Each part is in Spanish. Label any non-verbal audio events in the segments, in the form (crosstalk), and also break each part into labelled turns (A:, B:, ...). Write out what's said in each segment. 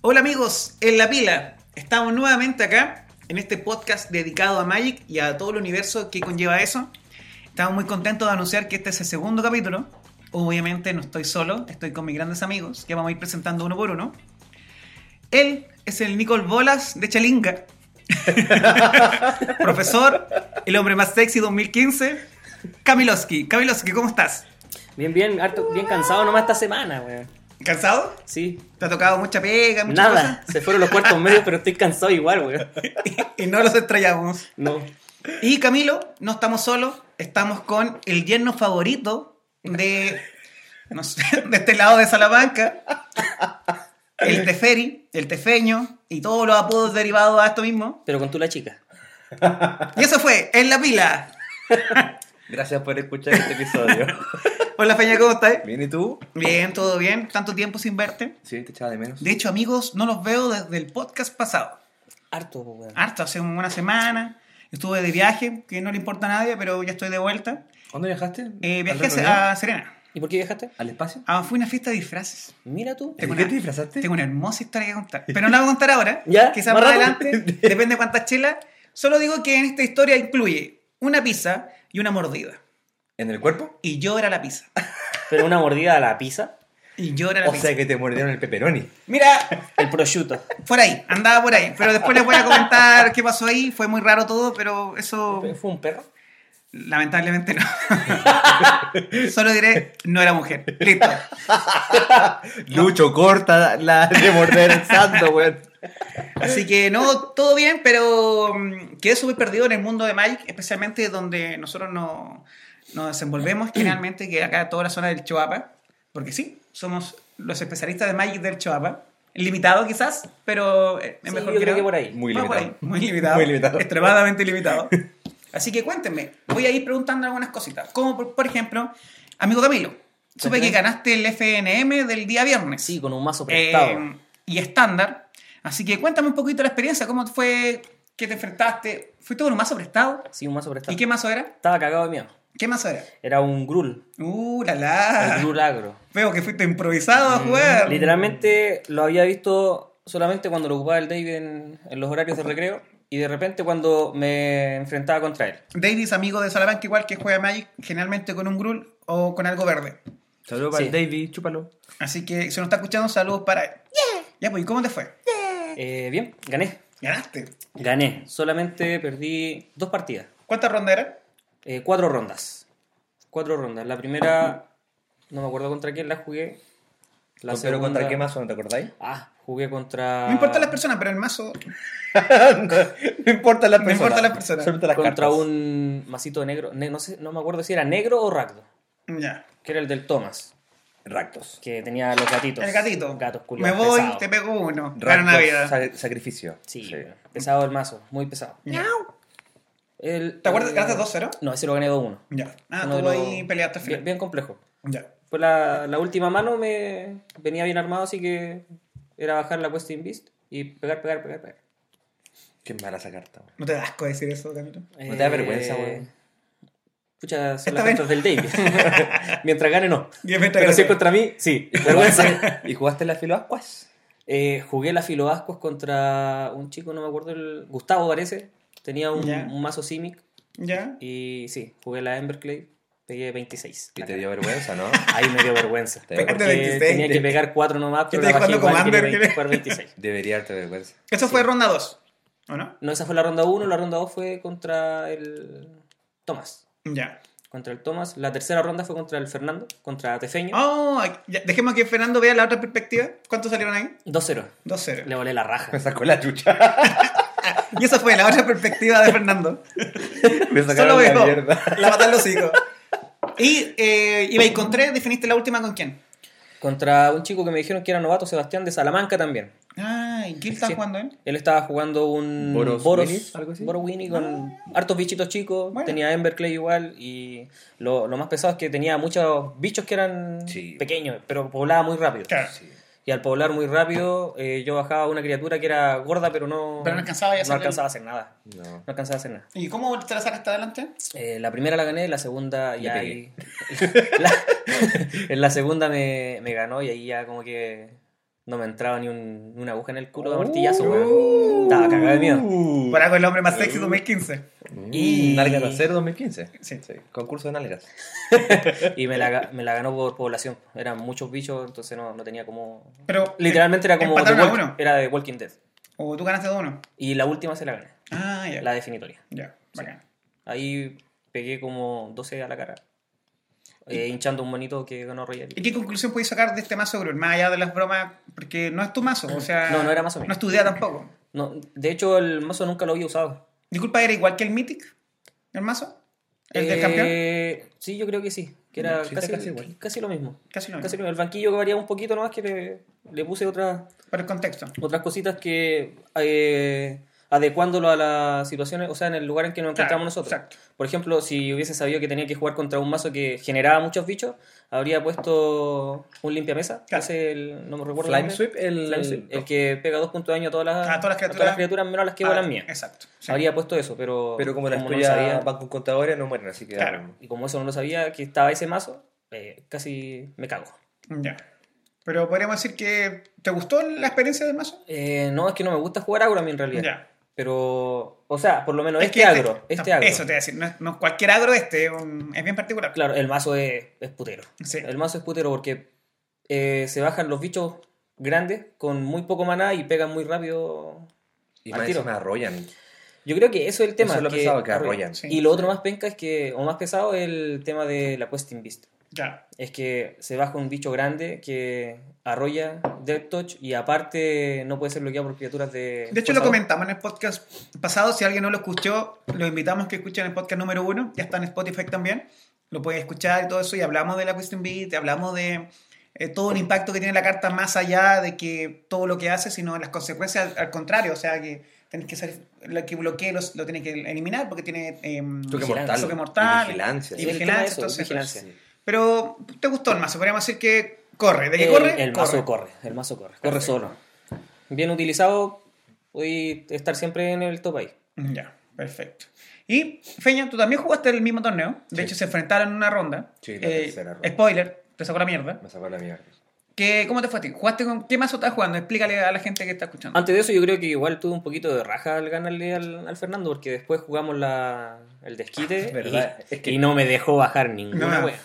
A: Hola amigos, en la pila. Estamos nuevamente acá en este podcast dedicado a Magic y a todo el universo que conlleva eso. Estamos muy contentos de anunciar que este es el segundo capítulo. Obviamente no estoy solo, estoy con mis grandes amigos que vamos a ir presentando uno por uno. Él es el Nicol Bolas de Chalinga. (laughs) Profesor, el hombre más sexy 2015, Kamilovsky. Kamilovsky, ¿cómo estás?
B: Bien, bien, harto, bien cansado nomás esta semana, weón.
A: ¿Cansado?
B: Sí.
A: ¿Te ha tocado mucha pega, mucha
B: Nada, se fueron los cuartos medios, pero estoy cansado igual, weón.
A: cosa? Y no los estrellamos.
B: No.
A: Y Camilo, no estamos solos, estamos con el yerno favorito de, no sé, (laughs) de este lado de Salamanca, el Teferi, el Tefeño y todos los apodos derivados a esto mismo.
B: Pero con tú la chica.
A: Y eso fue, en la pila.
C: Gracias por escuchar este episodio.
A: Hola Peña, ¿cómo estás?
C: (laughs) Bien, ¿y tú?
A: Bien, todo bien, tanto tiempo sin verte.
C: Sí, te echaba de menos.
A: De hecho, amigos, no los veo desde el podcast pasado.
B: Harto, po, weón.
A: Harto, hace una semana, estuve de viaje, que no le importa a nadie, pero ya estoy de vuelta.
C: ¿Dónde viajaste?
A: Eh,
C: ¿Al
A: viajé
C: otro
A: a,
C: día?
A: a Serena.
B: ¿Y por qué viajaste?
C: ¿Al espacio?
A: Ah, fue una fiesta de disfraces.
B: Mira tú.
C: ¿De
A: Tengo
C: qué
A: una-
C: te disfrazaste?
A: Tengo una hermosa historia que contar. Pero no la voy a contar ahora.
B: ¿Ya?
A: Quizás más
B: ¿Más rato?
A: adelante. Depende de cuántas chelas. Solo digo que en esta historia incluye una pizza y una mordida.
C: ¿En el cuerpo?
A: Y yo era la pizza. (laughs)
B: Pero una mordida a la pizza,
A: Y yo era la
C: O
A: pizza.
C: sea que te mordieron el
A: (laughs)
C: pepperoni.
A: Mira,
B: el prosciutto.
A: por ahí. Andaba por ahí. Pero después les voy a comentar qué pasó ahí. Fue muy raro todo, pero eso
B: ¿Fue un perro?
A: lamentablemente no. (laughs) Solo diré, no era mujer. Listo.
C: Lucho corta la de morder el santo, weón.
A: Así que no, todo bien, pero mm, quedé súper perdido en el mundo de Magic, especialmente donde nosotros no- nos desenvolvemos generalmente, que acá toda la zona del Choapa, porque sí, somos los especialistas de Magic del Choapa. Limitado quizás, pero eh, es
B: Sí,
A: mejor
B: yo creo
A: nada.
B: que por ahí.
C: Muy
A: Va por
C: limitado.
A: ahí, Muy limitado.
C: Muy limitado.
A: Extremadamente
C: (laughs)
A: limitado. Así que cuéntenme, voy a ir preguntando algunas cositas. Como por, por ejemplo, amigo Camilo, supe
B: Ajá.
A: que ganaste el FNM del día viernes.
B: Sí, con un mazo prestado.
A: Eh, y estándar. Así que cuéntame un poquito la experiencia, cómo fue que te enfrentaste. ¿Fuiste con un mazo prestado?
B: Sí, un mazo prestado.
A: ¿Y qué mazo era?
B: Estaba cagado de miedo.
A: ¿Qué mazo era?
B: Era un grul,
A: Uh, la
B: el
A: la.
B: grul agro.
A: Veo que fuiste improvisado a
B: Mm,
A: jugar.
B: Literalmente lo había visto solamente cuando lo ocupaba el Dave en, en los horarios de recreo y de repente cuando me enfrentaba contra él.
A: Davis, amigo de Salamanca, igual que juega Magic, generalmente con un Grul o con algo verde.
C: Saludos
B: Sí.
C: para el Davey, chúpalo.
A: Así que si nos está escuchando, saludos para él. Ya, pues, ¿y cómo te fue?
B: Eh, bien, gané.
A: Ganaste.
B: Gané. Solamente perdí dos partidas.
A: ¿Cuántas rondas eran?
B: Eh, cuatro rondas. Cuatro rondas. La primera, no me acuerdo contra quién la jugué. La
C: Pero
B: segunda-
C: contra qué mazo, ¿no te acordáis? (laughs)
B: Ah, jugué contra.
A: No importa las personas, pero el mazo.
C: no importa la
A: No
C: persona.
A: importa la persona.
C: Solamente las
B: Contra
C: cartas.
B: un masito negro. ne- no, sé, no me acuerdo si era negro o ragdo.
A: Ya.
B: Que era el del Thomas.
C: Ractos.
B: Que tenía los gatitos.
A: El gatito.
B: Gatos
A: Me
B: culiados.
A: voy,
B: pesados.
A: te pego uno. Para
C: Ractos,
A: Navidad.
C: sa- sacrificio.
B: Sí, pesado el mazo. Muy pesado.
A: Ya.
B: El-
A: ¿Te acuerdas?
B: el-
A: ¿Ganaste 2-0?
B: No, ese lo gané 2-1.
A: Ya. Ah,
B: Uno de
A: tú
B: los-
A: ahí peleaste al
B: Bien,
A: final.
B: bien complejo.
A: Ya.
B: Pues la, la última mano me venía bien armado, así que era bajar la Question Beast y pegar, pegar, pegar, pegar.
C: Qué mala esa carta.
A: ¿No te da asco decir eso, Camilo?
C: ¿No te da vergüenza, weón?
B: Eh, Pucha, son
A: Está
B: las
A: bien.
B: cartas del David. (laughs) Mientras gane, no.
A: Y mientras
B: Pero
A: gane,
B: si es
A: no.
B: contra mí, sí. Vergüenza.
A: (laughs)
C: weón. ¿Y jugaste la filo Ascuas?
B: Eh, jugué la Filoascos contra un chico, no me acuerdo el. Gustavo parece. Tenía un,
A: Ya.
B: un mazo Simic.
A: Ya.
B: Y sí, jugué la Emberclay. Pegué 26.
C: Y te dio vergüenza, ¿no?
B: Ahí me dio vergüenza.
C: Te dio
A: Pegaste
B: Porque
A: 26.
B: tenía que pegar 4 nomás, pero la
A: Estás
B: bajé
A: jugando
B: igual,
A: Commander,
B: quería
A: ¿qué?
B: jugar 26.
C: (laughs) Debería darte vergüenza.
A: Eso fue ronda 2. ¿O no?
B: No, esa fue la ronda 1, la ronda 2 fue contra el Tomás.
A: Ya.
B: Contra el Tomás. La tercera ronda fue contra el Fernando, contra Tefeño.
A: Oh, ya. Dejemos que Fernando vea la otra perspectiva. ¿Cuántos salieron ahí?
B: 2-0. Le
A: 2-0.
B: volé la raja.
C: Me sacó la chucha.
A: Y esa fue la otra perspectiva de
B: (laughs)
A: Fernando.
C: Me
A: Solo
C: sacaron la
A: veo.
C: mierda.
A: La patada en los hijos. Y, eh, y me tres, definiste la última con quién.
B: Contra un chico que me dijeron que era novato, Sebastián de Salamanca también.
A: Ah, ¿y quién está
B: Sí.
A: jugando él?
B: Él estaba jugando un
C: Boros
B: Boros
C: Winnie, algo así.
B: Boros Winnie con hartos bichitos chicos.
A: Ah. Bueno.
B: Tenía Ember Clay igual. Y lo, lo más pesado es que tenía muchos bichos que eran
C: Sí.
B: pequeños, pero poblaba muy rápido.
A: Claro.
B: Y al poblar muy rápido, eh, yo bajaba una criatura que era gorda, pero no.
A: Pero no alcanzaba a
B: no
A: hacerle-
B: alcanzaba a hacer nada.
C: No.
B: No alcanzaba a hacer nada.
A: ¿Y cómo te la sacaste adelante?
B: Eh, la primera la gané, la segunda
C: Le
B: ya ahí. (laughs)
C: pegué.
B: la- en la segunda me, me ganó y ahí ya como que No me entraba ni, un- ni una aguja en el culo de
C: Uh.
B: martillazo, weón. Estaba cagado de miedo.
C: Uh.
A: Para con el hombre más sexy 2015.
B: Y-
C: Y... Nalga trasero 2015.
A: Sí.
C: Concurso de nalgas.
B: Y me la, ga- me la ganó por población. Eran muchos bichos, entonces no, no tenía como.
A: Pero. eh,
B: Literalmente era como.
A: Empataron
B: The
A: a
B: Walk-
A: uno.
B: Era de Walking Dead.
A: O tú ganaste dos uno.
B: Y la última se la gané.
A: Ah, ya.
B: La definitoria.
A: Ya, bacán.
B: Ahí pegué como 12 a la cara. eh, hinchando un monito que ganó Royal.
A: ¿Y qué conclusión podéis sacar de este mazo, bro? Más allá de las bromas, porque no es tu mazo, o sea.
B: No, no era mazo mío.
A: No es tu idea tampoco.
B: No, de hecho, el mazo nunca lo había usado.
A: Disculpa, ¿era igual que el Mythic? ¿El mazo? ¿El del
B: Eh,
A: campeón?
B: Sí, yo creo que sí. Que era
C: Sí, está
B: casi,
C: casi igual.
B: casi lo mismo.
A: Casi lo mismo.
B: Casi lo mismo. El banquillo varía un poquito nomás que le, le puse otras,
A: Por el contexto.
B: otras cositas que eh, adecuándolo a las situaciones, o sea, en el lugar en que nos
A: Claro,
B: encontramos nosotros.
A: exacto.
B: Por ejemplo, si hubiese sabido que tenía que jugar contra un mazo que generaba muchos bichos, habría puesto un limpiamesa.
A: Claro.
B: Ese el- no me recuerdo. el
C: Flying
B: nombre.
C: Sweep, el.
B: Flame Sweep, el que pega dos puntos de daño a todas las,
A: A Ah, todas las criaturas.
B: menos las que
A: Ah,
B: vuelan mías.
A: Exacto. sí.
B: Habría puesto eso, pero,
C: Pero como las
B: no lo
C: tuyas
B: sabía-
C: van con contadores, no mueren, así que.
A: Claro.
B: y como eso no lo sabía que estaba ese mazo, eh, casi me cago.
A: Ya. Pero podríamos decir que. ¿Te gustó la experiencia del mazo?
B: Eh, no, es que no me gusta jugar agro a mí en realidad.
A: Ya.
B: Pero, o sea, por lo menos
A: Es
B: este
A: que
B: agro, este
A: no,
B: agro.
A: Eso te voy a decir. No, es- no es cualquier agro este, es un- es bien particular.
B: Claro, el mazo es, es putero.
A: Sí.
B: El mazo es putero porque eh, se bajan los bichos grandes con muy poco maná y pegan muy rápido.
C: Y
B: Al
C: más
B: tiro.
C: encima arrollan.
B: Yo creo que eso es el tema.
C: Eso es lo pesado, que arrollan.
A: Sí.
B: Y lo otro más penca es que, o más pesado, es el tema de la Questing Beast.
A: Ya.
B: es que se baja un bicho grande que arrolla Death Touch y aparte no puede ser bloqueado por criaturas de.
A: De hecho,
B: fuerza
A: lo
B: dos.
A: comentamos en el podcast pasado. Si alguien no lo escuchó, lo invitamos que escuchen el podcast número uno. Ya está en Spotify también. Lo pueden escuchar y todo eso. Y hablamos de la Question Beat, hablamos de eh, todo el impacto que tiene la carta más allá de que todo lo que hace, sino las consecuencias al, al contrario. O sea, que tenés que ser. Lo que bloquee los- lo tiene que eliminar porque tiene. em,
C: Toque
B: Vigilancia.
C: mortal.
A: Toque mortal.
C: Y Vigilancia.
A: Y
B: Sí, el
A: vigilancia,
B: tema de eso,
A: entonces,
B: vigilancia.
C: sí.
A: pero te gustó el mazo. Podríamos decir que corre. ¿De qué
B: el,
A: corre?
B: Eh, el mazo corre. el mazo corre, corre solo. Bien utilizado, voy a estar siempre en el top ahí.
A: Ya, perfecto. Y Feña, tú también jugaste el mismo torneo. De
C: Sí.
A: hecho, se enfrentaron en una ronda. Eh,
C: Sí, la tercera ronda.
A: Spoiler, te sacó la mierda.
C: Me sacó la mierda.
A: ¿Qué, ¿Cómo te fue a ti? ¿Jugaste con qué mazo estás jugando? Explícale a la gente que está escuchando.
B: Antes de eso, yo creo que igual tuve un poquito de raja al ganarle al, al Fernando, porque después jugamos la, el desquite
C: Es (laughs) verdad,
B: y,
C: es que-
B: y no me dejó bajar ninguna
A: No.
B: wea.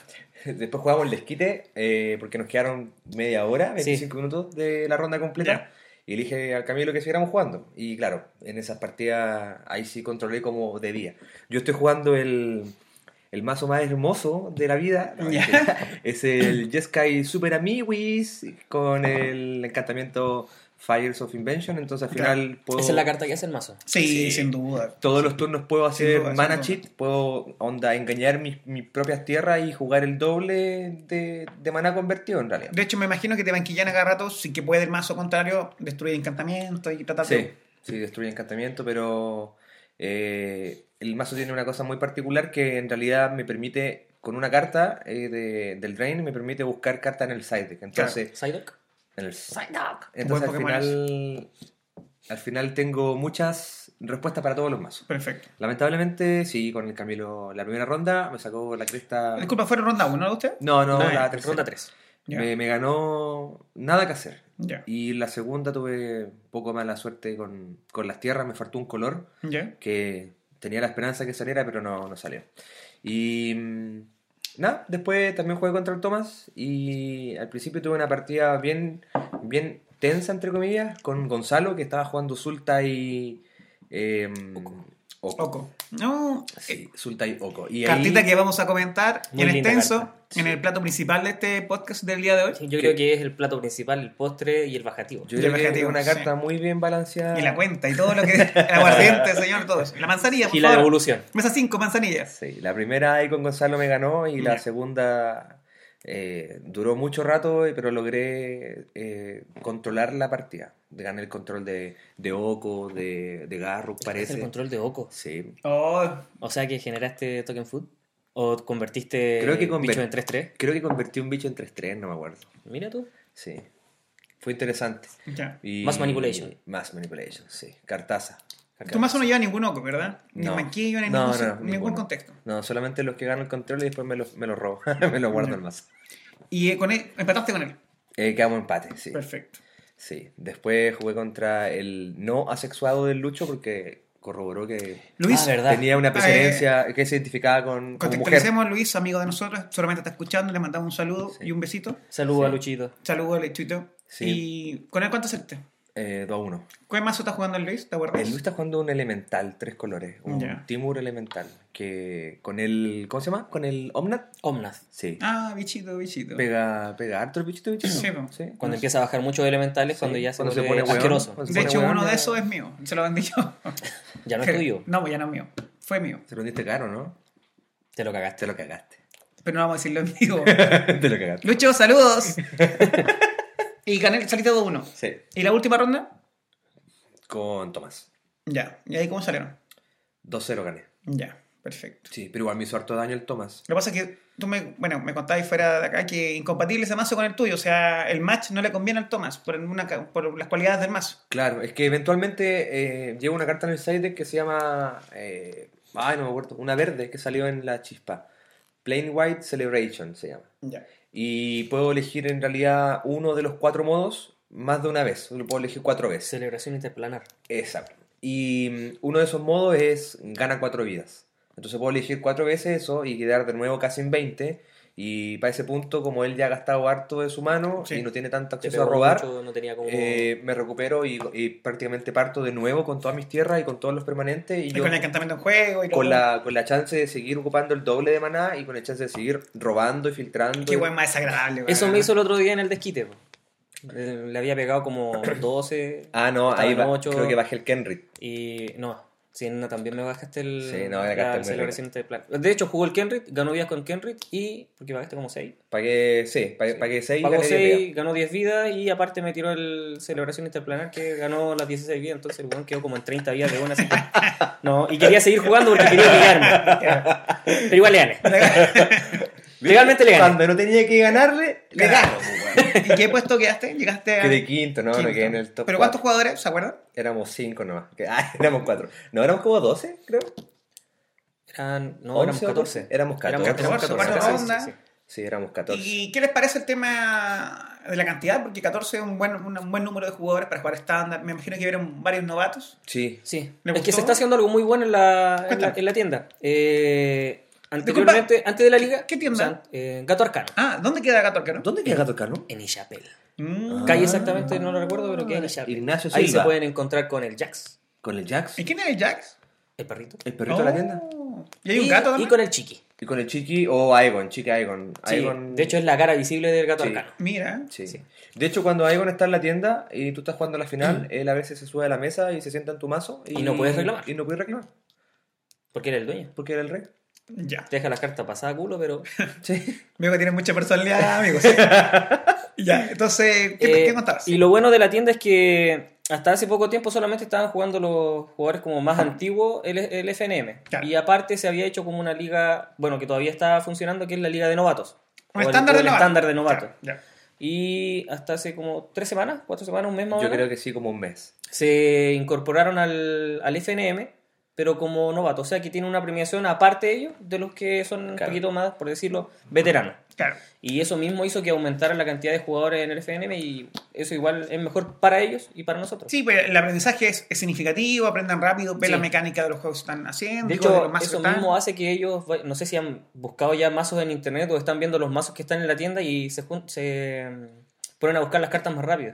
C: Después jugamos el desquite eh, porque nos quedaron media hora, 25 minutos de la ronda completa.
A: Ya.
C: Y elige al Camilo que siguiéramos jugando. Y claro, en esas partidas ahí sí controlé como debía. Yo estoy jugando el, el mazo más hermoso de la vida. No,
A: Ya.
C: mentira. (laughs) es el Jeskai Super Amiwis con el encantamiento Fires of Invention. Entonces al
A: Claro.
C: final puedo...
B: Esa es la carta que hace el mazo.
A: Sí,
C: sí.
A: sin duda.
C: Todos los turnos puedo hacer
A: Sin duda,
C: mana
A: sin duda.
C: cheat, puedo onda engañar mis, mis propias tierras y jugar el doble de, de mana convertido en realidad.
A: De hecho, me imagino que te banquillan a cada rato. Sí que puede el mazo contrario destruir encantamientos y tratar
C: Sí,
A: de.
C: sí, destruye encantamiento, pero eh, el mazo tiene una cosa muy particular que en realidad me permite, con una carta eh, de- del drain, me permite buscar carta en el side deck. Entonces,
B: Psyduck.
C: en el side deck.
A: Buen
C: Entonces al
A: Pokémon
C: final, al final tengo muchas respuestas para todos los mazos.
A: Perfecto.
C: Lamentablemente, sí, con el Camilo la primera ronda me sacó la cresta.
A: Disculpa, ¿fueron ronda 1 de usted?
C: No, no,
A: No,
C: la
A: ya,
C: tercera.
B: Ronda 3.
A: Ya.
C: Me, me ganó nada que hacer.
A: Ya.
C: Y la segunda tuve un poco mala suerte con, con las tierras, me faltó un color
A: Ya.
C: que tenía la esperanza que saliera, pero no, no salió. Y mm, nada, después también jugué contra el Thomas y al principio tuve una partida bien, bien tensa, entre comillas, con Gonzalo, que estaba jugando Sulta y... eh, Oco.
A: Oco. No, eh,
C: Sí, Sulta y Oco. Y
A: cartita
C: ahí-
A: que vamos a comentar
B: Muy
A: en
B: linda
A: extenso,
B: carta.
A: en el plato principal de este podcast del día de hoy.
B: Yo creo que es el plato principal, el postre y el bajativo.
C: Yo creo que es
A: Relajativo,
C: una
A: sí.
C: carta muy bien balanceada.
A: Y la cuenta y todo lo que. (laughs) El aguardiente, señor, todo eso. La manzanilla, por
B: Y la
A: favor.
B: devolución.
A: Mesa 5, manzanillas.
C: Sí, la primera ahí con Gonzalo me ganó y la
A: Ya.
C: segunda eh, duró mucho rato, eh, pero logré eh, controlar la partida. Gané el control de, de Oco, de, de Garruk,
B: Es el
C: parece.
B: control de Oco.
C: Sí.
A: Oh,
B: O sea que generaste token food. O convertiste
C: Creo que
B: bicho
C: conver-
B: en 3-3.
C: Creo que convertí un bicho en 3-3, no me acuerdo.
B: Mira tú.
C: Sí. Fue interesante.
A: ya.
C: Y-
B: Más manipulation.
C: Más manipulation, sí. Cartaza.
A: Tu mazo no lleva ningún oco, ¿verdad? Ni
C: No.
A: manquillo, ni
C: No,
A: ningún,
C: no,
A: ningún
C: ninguno.
A: contexto.
C: No, solamente los que ganan el control y después me los me los robo. (laughs) me los guardo
A: Ya.
C: el mazo.
A: Y eh, con él, empataste con él.
C: Eh, quedamos empate, sí.
A: Perfecto.
C: Sí, después jugué contra el no asexuado del Lucho porque corroboró que
A: Luis,
B: Ah, verdad.
C: tenía una
A: Ah,
C: precedencia que se identificaba con, como mujer.
A: contextualicemos, Luis, amigo de nosotros, solamente está escuchando, le mandamos un saludo
C: Sí.
A: y un besito.
B: Saludos a Luchito.
A: Saludos al Luchito.
C: Sí.
A: ¿Y con él cuánto acepte?
C: Eh, 2 a 1.
A: ¿Cuál mazo está jugando el Luis? ¿Te acuerdas?
C: El Lucho está jugando un elemental, tres colores, un
A: Ya.
C: Timur elemental, que con el, ¿cómo se llama? ¿Con el Omnat?
B: Omnath.
C: Sí.
A: Ah, bichito, bichito.
C: Pega, pega harto el bichito, bichito.
A: Sí, po.
B: Cuando empieza a bajar muchos elementales,
C: Sí,
B: cuando ya se
C: cuando se
B: vuelve
C: pone hueón,
B: asqueroso.
C: cuando
A: de
C: Bueno,
A: hecho,
C: bueno,
A: uno de
C: ya-
A: esos es mío. Se lo vendí yo.
B: Ya
A: (laughs)
B: no
C: (laughs)
B: es tuyo.
A: No, ya no es mío. Fue mío.
C: Se lo vendiste caro, ¿no?
B: Te lo
C: Te
B: cagaste.
C: lo cagaste. (laughs)
A: Pero no vamos a decirlo en vivo.
C: Te lo cagaste.
A: Lucho, saludos. (laughs) y gané, saliste 2-1.
C: Sí.
A: ¿Y la última ronda?
C: Con Tomás.
A: Ya. ¿Y ahí cómo salieron?
C: 2-0 gané.
A: Ya, perfecto.
C: Sí, pero igual me hizo harto daño el Tomás.
A: Lo que pasa es que tú me, bueno, me contabas fuera de acá que incompatible ese mazo con el tuyo. O sea, el match no le conviene al Thomas por, una ca- por las cualidades del mazo.
C: Claro, es que eventualmente eh, llega una carta en el side deck que se llama. eh, ay, no me acuerdo. Una verde que salió en la chispa. Plain White Celebration se llama.
A: Ya.
C: Y puedo elegir en realidad uno de los cuatro modos más de una vez. Lo puedo elegir cuatro veces.
B: Celebración interplanar.
C: Exacto. Y mm, uno de esos modos es gana cuatro vidas. Entonces puedo elegir cuatro veces eso y quedar de nuevo casi en 20. Y para ese punto, como él ya ha gastado harto de su mano
A: Sí.
C: y no tiene tanto
B: Te
C: acceso a
B: pegó
C: robar,
B: mucho, no tenía como...
C: eh, me recupero y, y prácticamente parto de nuevo con todas mis tierras y con todos los permanentes. Y
A: Y
C: yo
A: con el encantamiento en juego y
C: con
A: todo.
C: la, con la chance de seguir ocupando el doble de maná y con la chance de seguir robando y filtrando.
A: Qué
C: y-
A: weón más desagradable, weón.
C: ah.
B: Eso
A: (laughs)
B: me hizo el otro día en el desquite. po. Eh, Le había pegado
C: (clears throat)
B: como 12
C: Ah, no,
B: Estaba
C: ahí
B: en
C: va-
B: ocho.
C: creo que bajé el Kenrit.
B: y no. Sí, no, también me bajaste el,
C: Sí, no,
B: la
C: me bajaste el
B: celebración interplanar. De hecho, jugó el Kenrit, ganó vidas con Kenrit y... Porque pagaste como 6.
C: Pagué, sí, pagué, pagué 6
B: Pagó 6, ganó 10 vidas y aparte me tiró el celebración interplanar que ganó las 16 vidas, entonces el weón quedó como en 30 vidas de una. así
C: (laughs)
B: que- No, y quería seguir jugando porque quería pillarme. Pero igual le gané.
C: (laughs)
B: Legalmente le gané.
C: Cuando no tenía que ganarle, le
A: Claro.
C: gano. pues, weón.
A: ¿Y qué puesto quedaste? Llegaste a.
C: Quedé quinto, no,
A: quinto.
C: no quedé en el top.
A: ¿Pero cuántos
C: cuatro.
A: jugadores? ¿Se acuerdan?
C: Éramos 5 nomás. (laughs) Que- ah, éramos 4. No, éramos como 12, creo.
B: Eran, no,
C: Once
B: éramos
C: o
B: 14.
C: doce. Éramos 14,
B: éramos
A: cuarta
B: 14,
A: ronda.
B: sí, sí,
C: Sí, éramos 14.
A: ¿Y qué les parece el tema de la cantidad? Porque 14 es un buen, un, buen número de jugadores para jugar estándar. Me imagino que vieron varios novatos.
C: Sí,
B: sí. Sí.
A: ¿Le
B: Es que
A: gustó?
B: se está haciendo algo muy bueno en la, en la,
A: Cuéntame.
B: en la tienda. Eh, anteriormente,
A: Disculpa,
B: antes de la liga,
A: ¿qué tienda?
B: o sea, eh, Gato Arcano,
A: Ah, ¿dónde queda 14, no?
C: ¿Dónde queda Gato Cano?
B: en Ishapel.
A: Mm.
B: Calle exactamente, no lo recuerdo, pero queda en Ishapel.
C: Ah. Ignacio
B: Ahí
C: Silva.
B: se pueden encontrar con el Jax,
C: Con el Jax,
A: ¿Y quién es el Jax?
B: el perrito.
C: el perrito de la tienda.
A: Oh. ¿Y hay un gato
B: y
A: también?
B: con el chiqui.
C: Y con el Chiqui o Aegon, Chiqui Aegon.
B: Sí,
C: Aegon-
B: De hecho, es la cara visible del gato
C: Sí.
B: arcano.
A: Mira.
C: Sí.
B: sí.
C: De hecho, cuando Aegon está en la tienda y tú estás jugando la final, (clears throat) él a veces se sube a la mesa y se sienta en tu mazo.
B: Y no puedes reclamar.
C: Y no puedes reclamar,
B: Porque era el dueño.
C: porque era el rey. (laughs)
A: Ya.
B: Te deja las cartas pasadas a culo, pero.
C: Sí.
A: Veo que tienen mucha personalidad, amigos.
B: (laughs)
A: ya, entonces, ¿qué,
B: Eh,
A: qué contabas?
B: y lo bueno de la tienda es que hasta hace poco tiempo solamente estaban jugando los jugadores como más antiguos el, el FNM.
A: Claro.
B: Y aparte se había hecho como una liga, bueno, que todavía está funcionando, que es la liga de novatos. O
A: Un
B: el-
A: estándar
B: o
A: de
B: el
A: novato.
B: estándar de novatos.
A: Ya, ya.
B: Y hasta hace como tres semanas, cuatro semanas, un mes más o
C: Yo
B: menos,
C: creo que sí, como un mes.
B: se incorporaron al, al FNM, pero como novato. O sea, que tiene una premiación aparte de ellos, de los que son
C: Claro.
B: un poquito más, por decirlo, veteranos.
A: Claro.
B: Y eso mismo hizo que aumentara la cantidad de jugadores en el FNM y eso igual es mejor para ellos y para nosotros.
A: Sí, pero el aprendizaje es, es significativo, aprendan rápido, ven
B: Sí.
A: la mecánica de los juegos que están haciendo, de
B: De
A: los
B: hecho,
A: mazos que
B: eso
A: están.
B: mismo hace que ellos, va- no sé si han buscado ya mazos en internet o están viendo los mazos que están en la tienda y se, jun- se mm, ponen a buscar las cartas más rápido.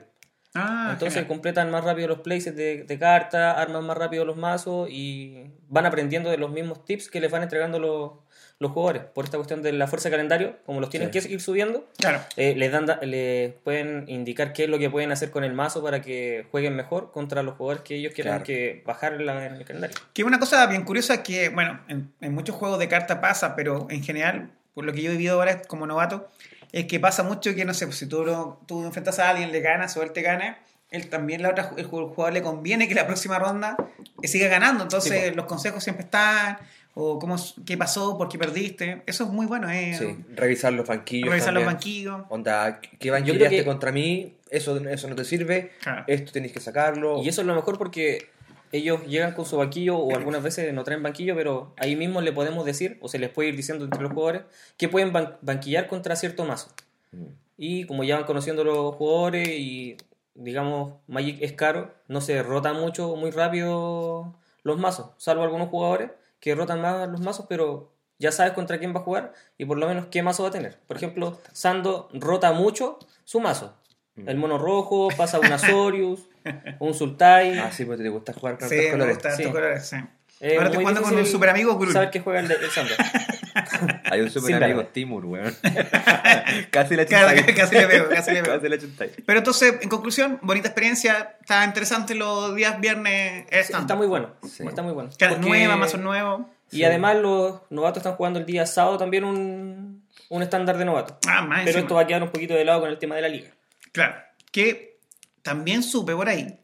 A: Ah,
B: Entonces
A: genial.
B: completan más rápido los places de, de cartas, arman más rápido los mazos y van aprendiendo de los mismos tips que les van entregando los, los jugadores. Por esta cuestión de la fuerza de calendario, como los tienen
C: Sí.
B: que ir subiendo,
A: Claro.
B: eh, les, dan, da- les pueden indicar qué es lo que pueden hacer con el mazo para que jueguen mejor contra los jugadores que ellos quieran
C: Claro.
B: que bajar en la- en el calendario.
A: Que una cosa bien curiosa que, bueno, en, en muchos juegos de carta pasa, pero en general, por lo que yo he vivido ahora como novato, es que pasa mucho que, no sé, pues, si tú, lo- tú enfrentas a alguien, le ganas o él te gana, él también, la otra, el ju- jugador le conviene que la próxima ronda eh, siga ganando. Entonces,
B: Sí, po.
A: los consejos siempre están, o cómo, s- qué pasó, por qué perdiste. Eso es muy bueno, ¿eh?
C: Sí. Revisar los banquillos.
A: Revisar los
C: también.
A: banquillos.
C: Onda, ¿qué
B: creo
C: banquillaste
B: que-
C: contra mí? Eso, eso no te sirve.
A: Claro.
C: Esto tenés que sacarlo.
B: Y eso es lo mejor porque ellos llegan con su banquillo o algunas veces no traen banquillo, pero ahí mismo le podemos decir o se les puede ir diciendo entre los jugadores que pueden ban- banquillar contra cierto mazo.
C: Mm.
B: Y como ya van conociendo los jugadores y digamos, Magic es caro, no se rotan mucho, muy rápido los mazos, salvo algunos jugadores que rotan más los mazos, pero ya sabes contra quién va a jugar y por lo menos qué mazo va a tener. Por ejemplo, Sando rota mucho su mazo.
A: Mm.
B: El mono rojo, pasa un
A: (laughs)
B: Azorius, un Sultai.
C: Ah, sí, porque te gusta jugar con
A: Sí,
C: otros
A: me
C: colores.
A: gusta
B: Sí.
A: estos colores, sí.
B: Es
A: Ahora te
B: muy
A: jugando con un
B: difícil
A: super amigo Grul.
B: Saber qué juega el, de- el Sando.
C: Hay un super
B: Sin
C: amigo
B: verga.
C: Timur, weón. casi la
A: Claro,
C: chuntáis.
A: casi le pego, casi le pego.
C: Casi la chuntáis.
A: Pero entonces, en conclusión, bonita experiencia. Está interesante los días viernes.
B: Sí, Está muy bueno.
C: Sí.
B: Está muy bueno.
A: Caras
B: Porque-
A: nuevas, mazos nuevos.
B: Y
C: Sí.
B: además los novatos están jugando el día sábado también un, un estándar de novato.
A: Ah, más
B: Pero
A: encima.
B: esto va a quedar un poquito de lado con el tema de la liga.
A: Claro. Que también supe por ahí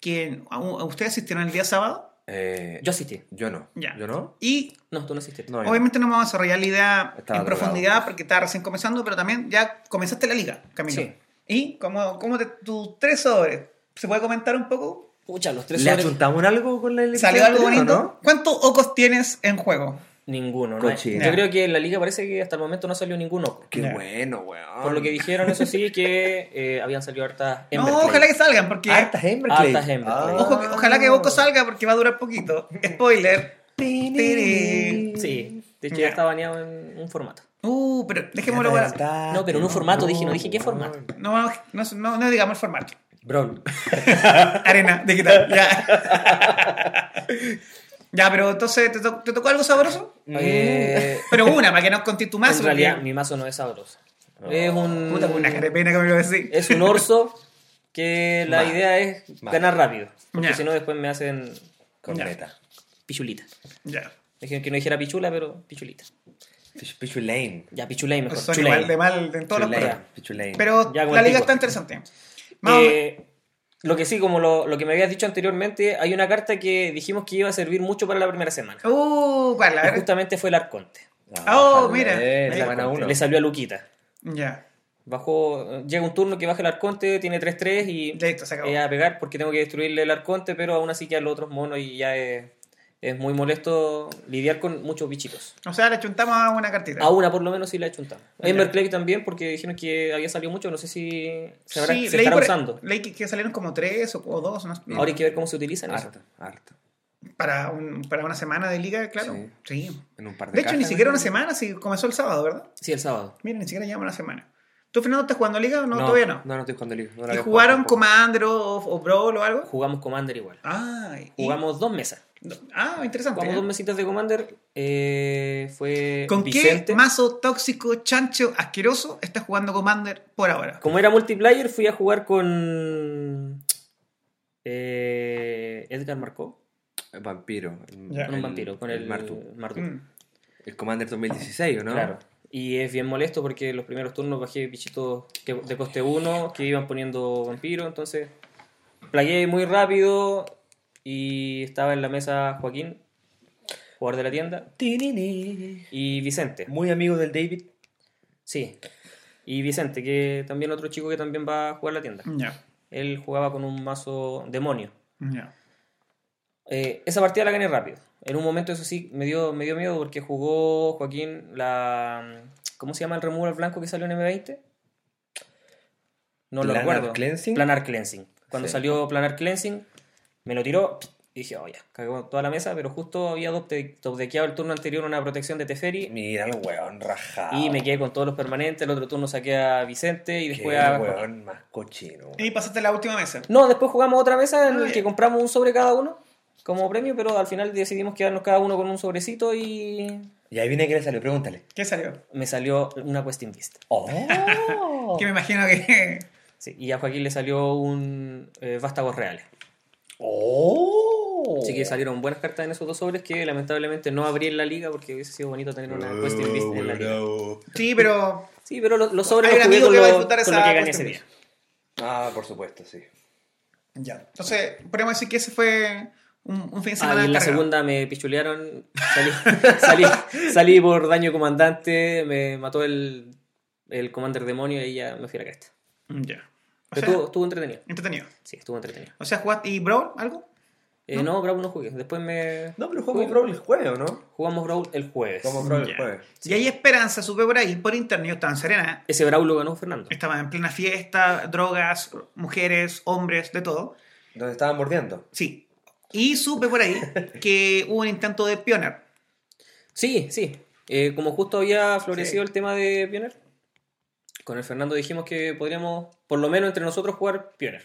A: que a- a ustedes asistieron el día sábado.
C: Eh,
B: Yo asistí.
C: yo no.
A: Ya.
C: ¿Yo no?
A: Y
B: No, tú no asististe.
C: No, yo no.
A: obviamente no vamos a desarrollar la idea
C: Estaba
A: en
C: drogado.
A: profundidad porque estaba recién comenzando, pero también ya comenzaste la liga, Camilo.
B: Sí.
A: ¿Y cómo, cómo te, tus tres sobres? ¿Se puede comentar un poco?
B: Pucha, los tres
C: ¿Le
B: sobres-
C: achuntamos algo con la elección?
A: ¿Salió algo
C: anterior,
A: bonito?
C: o no?
A: ¿Cuántos ocos tienes en juego?
B: Ninguno. no hay.
C: Cochino.
B: Yo creo que en la liga parece que hasta el momento no salió ninguno.
C: Qué
A: Ya.
C: bueno,
A: Ah.
C: weón.
B: Por lo que dijeron, eso sí, que eh, habían salido hartas
A: (laughs)
B: Ember
A: no,
B: Clay.
A: ojalá que salgan porque...
C: Hartas Emberclay.
B: Hartas Emberclay.
A: Ojo, que- ojalá que
B: Ah.
A: Boco salga porque va a durar poquito. Spoiler.
C: Ah.
A: Tiri.
B: Sí, de hecho
A: Ya.
B: ya está baneado en un formato.
A: Uh, pero dejémoslo ahora.
C: No,
B: No, pero en un formato dije, no dije qué formato.
A: No, no, no, no digamos el formato.
C: Brawl.
A: Arena digital, ya.
B: (laughs)
A: ya, pero entonces, ¿te, to- te tocó algo sabroso?
B: Eh,
A: Pero una, para que no conté tu mazo.
B: en realidad,
A: porque-
B: mi mazo no es sabroso. Es un.
A: Puta, con una carepena que me lo decís.
B: es un orso que la
C: Mal.
B: idea es
C: Mal.
B: ganar rápido. Porque
A: Ya.
B: si no, después me hacen
C: Corneta.
B: pichulita.
A: Ya.
B: Dijeron que no dijera pichula, pero pichulita.
C: Pichu- Pichu Lane.
B: Ya, pichula y mejor.
A: Son
B: chulay.
A: igual de mal en todos los
C: Pichu
A: programas.
C: Lane. Pichu Lane.
A: Pero
B: Ya, como
A: la
B: el
A: liga
B: pico.
A: está interesante. Más o menos-
B: Eh, lo que sí, como lo, lo que me habías dicho anteriormente, hay una carta que dijimos que iba a servir mucho para la primera semana.
A: Uh, ¿cuál? A
B: Y
A: ver.
B: justamente fue el Arconte.
A: Oh,
C: ojalá.
A: mira.
C: Eh,
A: Mira.
C: semana uno.
B: Le salió a Luquita.
A: Ya.
B: Bajó, llega un turno que baja el Arconte, tiene 3-3 y
A: Listo, se acabó.
B: eh, a pegar porque tengo que destruirle el Arconte, pero aún así quedan los otros monos y ya es, es muy molesto lidiar con muchos bichitos.
A: O sea, le chuntamos a una cartita.
B: A una por lo menos sí la chuntamos.
A: Ya.
B: Ember Clay también, porque dijeron que había salido mucho, no sé si se, habrá-
A: Sí,
B: se
A: leí
B: estará
A: por- e-,
B: usando.
A: Leí que, que salieron como tres o, o dos, no Ah, sé.
B: Ahora hay que ver cómo se utilizan eso.
C: Harta, harta.
A: Para, un- para una semana de liga, claro. Sí.
C: En un par de
A: De hecho, ni
C: cajas,
A: siquiera
C: ¿no?
A: una semana, si comenzó el sábado, ¿verdad?
B: Sí, el sábado.
A: Mira, ni siquiera llevamos una semana. ¿Tú, Fernando, estás jugando liga o no? Todavía no.
C: No, no estoy jugando liga. No la
A: ¿Y
C: había
A: jugaron
C: jugado tampoco.
A: Commander o, o Brawl o algo?
B: Jugamos Commander igual.
A: Ah, y-
B: Jugamos dos mesas.
A: ah interesante.
B: Jugamos
A: ¿eh?
B: dos mesitas de Commander. eh, fue
A: ¿Con
B: Vicente.
A: qué mazo tóxico, chancho, asqueroso estás jugando Commander por ahora?
B: Como era multiplayer, fui a jugar con eh, Edgar Marcó.
C: El Eh, Vampiro. el-
A: Ya.
B: Con un vampiro, con el,
C: Martu.
B: Mardu.
A: Mm.
C: El Commander 2016, ¿o no?
B: Claro. Y es bien molesto porque los primeros turnos bajé bichitos que, de coste 1 que iban poniendo vampiro. Entonces, playé muy rápido y estaba en la mesa Joaquín, jugador de la tienda,
C: Tinini.
B: y Vicente.
C: Muy amigo del David.
B: Sí. Y Vicente, que también otro chico que también va a jugar la tienda.
A: Ya,
B: Él jugaba con un mazo demonio.
A: ya.
B: Eh, esa partida la gané rápido. En un momento, eso sí, me dio, me dio miedo porque jugó Joaquín la. ¿Cómo se llama el removal blanco que salió en M20? No lo
C: ¿Planar
B: recuerdo.
C: Cleansing?
B: Planar Cleansing. Cuando
C: Sí.
B: salió Planar Cleansing, me lo tiró y dije, oh ya, cagó toda la mesa, pero justo había dopte- topdequeado el turno anterior una protección de Teferi
C: Mira el weón rajado.
B: y me quedé con todos los permanentes. El otro turno saqué a Vicente y
C: Qué
B: después a.
C: weón más cochino.
A: Y pasaste la última mesa.
B: No, después jugamos otra mesa en
A: Ah,
B: la que
A: ya.
B: compramos un sobre cada uno como premio, pero al final decidimos quedarnos cada uno con un sobrecito y
C: Y ahí viene que le salió, pregúntale.
A: ¿Qué salió?
B: me salió una Question Beast.
C: Oh.
B: (laughs)
A: Que me imagino que. (laughs)
B: Sí, y a Joaquín le salió un eh, Vástagos Reales.
C: oh.
B: Así que salieron buenas cartas en esos dos sobres que lamentablemente no abrí en la liga porque hubiese sido bonito tener una
C: Oh,
B: Question Beast en la liga.
A: Sí, pero.
B: Sí, pero lo- los sobres
A: Hay
B: los
A: un amigo
B: jugué con,
A: que va a
B: lo,
A: disfrutar
B: con
A: esa
B: lo que gané ese
A: Question
B: día.
C: Ah, por supuesto, sí.
A: Ya. Entonces, podríamos decir que ese fue un, un fin de semana.
B: Ah, y en la
A: cargado.
B: segunda me pichulearon, salí, (laughs) salí, salí por daño comandante, me mató el, el Commander Demonio y ya me fui a la cresta.
A: Ya. O
C: Mm,
B: Pero
A: sea,
B: estuvo, estuvo entretenido.
A: entretenido.
B: Sí, estuvo entretenido.
A: O sea, jugaste. ¿Y Brawl? ¿Algo?
B: Eh, no, Brawl no jugué. Después me.
C: No, pero juego Brawl el jueves, ¿no?
B: Jugamos Brawl el jueves.
C: Jugamos Brawl
A: Ya.
C: el jueves.
A: Y hay esperanza, supe por ahí, por internet, yo estaba en Serena,
B: Ese Brawl lo ganó Fernando.
A: estaba en plena fiesta, drogas, mujeres, hombres, de todo.
C: Donde estaban mordiendo.
A: Sí. Y supe por
C: (laughs)
A: ahí que hubo un intento de pioner.
B: Sí, sí. Eh, como justo había florecido
A: Sí.
B: el tema de Pioneer, con el Fernando dijimos que podríamos, por lo menos entre nosotros, jugar Pioneer.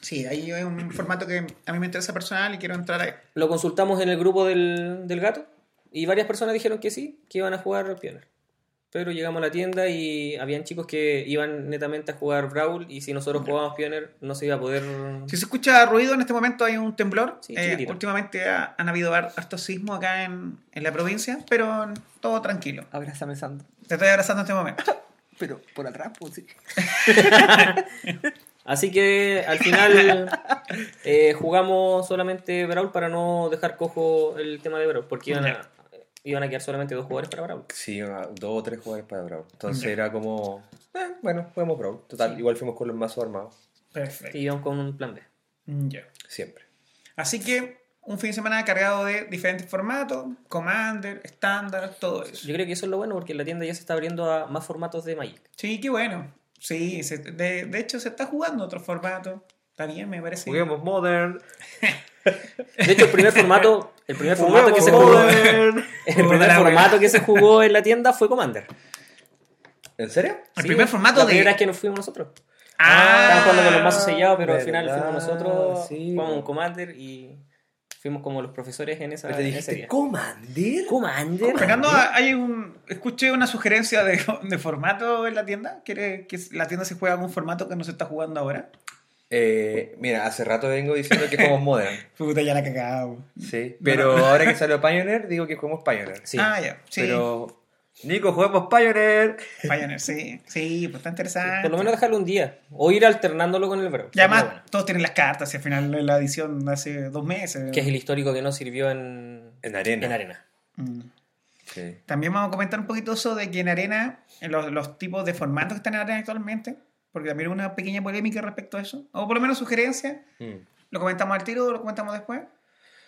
A: Sí, ahí hay un formato que a mí me interesa personal y quiero entrar ahí.
B: Lo consultamos en el grupo del, del gato y varias personas dijeron que sí, que iban a jugar Pioneer. Pero llegamos a la tienda y habían chicos que iban netamente a jugar Brawl y si nosotros jugábamos Pioneer no se iba a poder...
A: Si se escucha ruido en este momento hay un temblor.
B: Sí,
A: Eh,
B: chiquitito.
A: últimamente ha- han habido har- hartos sismos acá en, en la provincia, pero todo tranquilo.
D: Abrázame, Sandro.
A: Te estoy abrazando en este momento.
B: (laughs)
D: Pero por atrás, pues sí.
B: Así que al final eh, jugamos solamente Brawl para no dejar cojo el tema de Brawl, porque iban a, iban a quedar solamente dos jugadores para Brawl.
C: Sí, una- dos o tres jugadores para Brawl.
B: Mm.
C: Entonces
A: Ya.
C: era como. eh, bueno, jugamos Brawl. Total, igual fuimos con los mazos armados.
A: Perfecto.
B: Y íbamos con un plan B.
A: Ya.
C: Siempre.
A: Así que un fin de semana cargado de diferentes formatos, Commander, estándar, todo eso.
B: Yo creo que eso es lo bueno porque la tienda ya se está abriendo a más formatos de Magic.
A: Sí, qué bueno. Sí, se- de, de hecho se está jugando otro formato. Está bien, me parece.
C: Juguemos Modern.
B: De hecho, el primer formato, el
C: (laughs)
B: primer formato que
C: juguemos
B: se jugó,
C: Modern.
B: (laughs)
A: Juego de
B: el primer
A: la wea.
B: formato que se jugó en la tienda fue Commander.
C: ¿En serio?
A: El
B: Sí,
A: primer formato
B: la
A: de.
B: primera vez que nos fuimos nosotros. Estaban
A: Ah,
B: jugando con los mazos sellados, pero al final
C: verdad,
B: fuimos nosotros,
C: sí,
B: jugamos
C: bueno.
B: un Commander y fuimos como los profesores Ah, en esa
C: Pero te
B: en ese
C: dijiste
B: día.
C: Commander.
B: Commander.
A: Fernando, hay un. Escuché una sugerencia de, (laughs) de formato en la tienda. ¿Quiere que la tienda se juegue algún formato que no se está jugando ahora?
C: Eh, mira, hace rato vengo diciendo que jugamos Modern.
A: Puta, ya la cagado.
C: (laughs) Sí. Pero ahora que salió Pioneer, digo que jugamos Pioneer.
B: Sí.
A: Ah, ya. Sí.
C: Pero. Nico, juguemos Pioneer.
A: Pioneer, sí. Sí, pues está interesante.
B: Por lo menos dejarlo un día. O ir alternándolo con el Brawl.
A: Y además,
B: Sería bueno.
A: todos tienen las cartas y al final de la edición hace dos meses.
B: Que es el histórico que no sirvió en,
C: En arena.
B: en arena.
A: Mm.
C: Sí.
A: También vamos a comentar un poquito eso de que en Arena, en los, los tipos de formatos que están en Arena actualmente, porque también hubo una pequeña polémica respecto a eso, o por lo menos sugerencia,
C: Mm.
A: lo comentamos al tiro o lo comentamos después,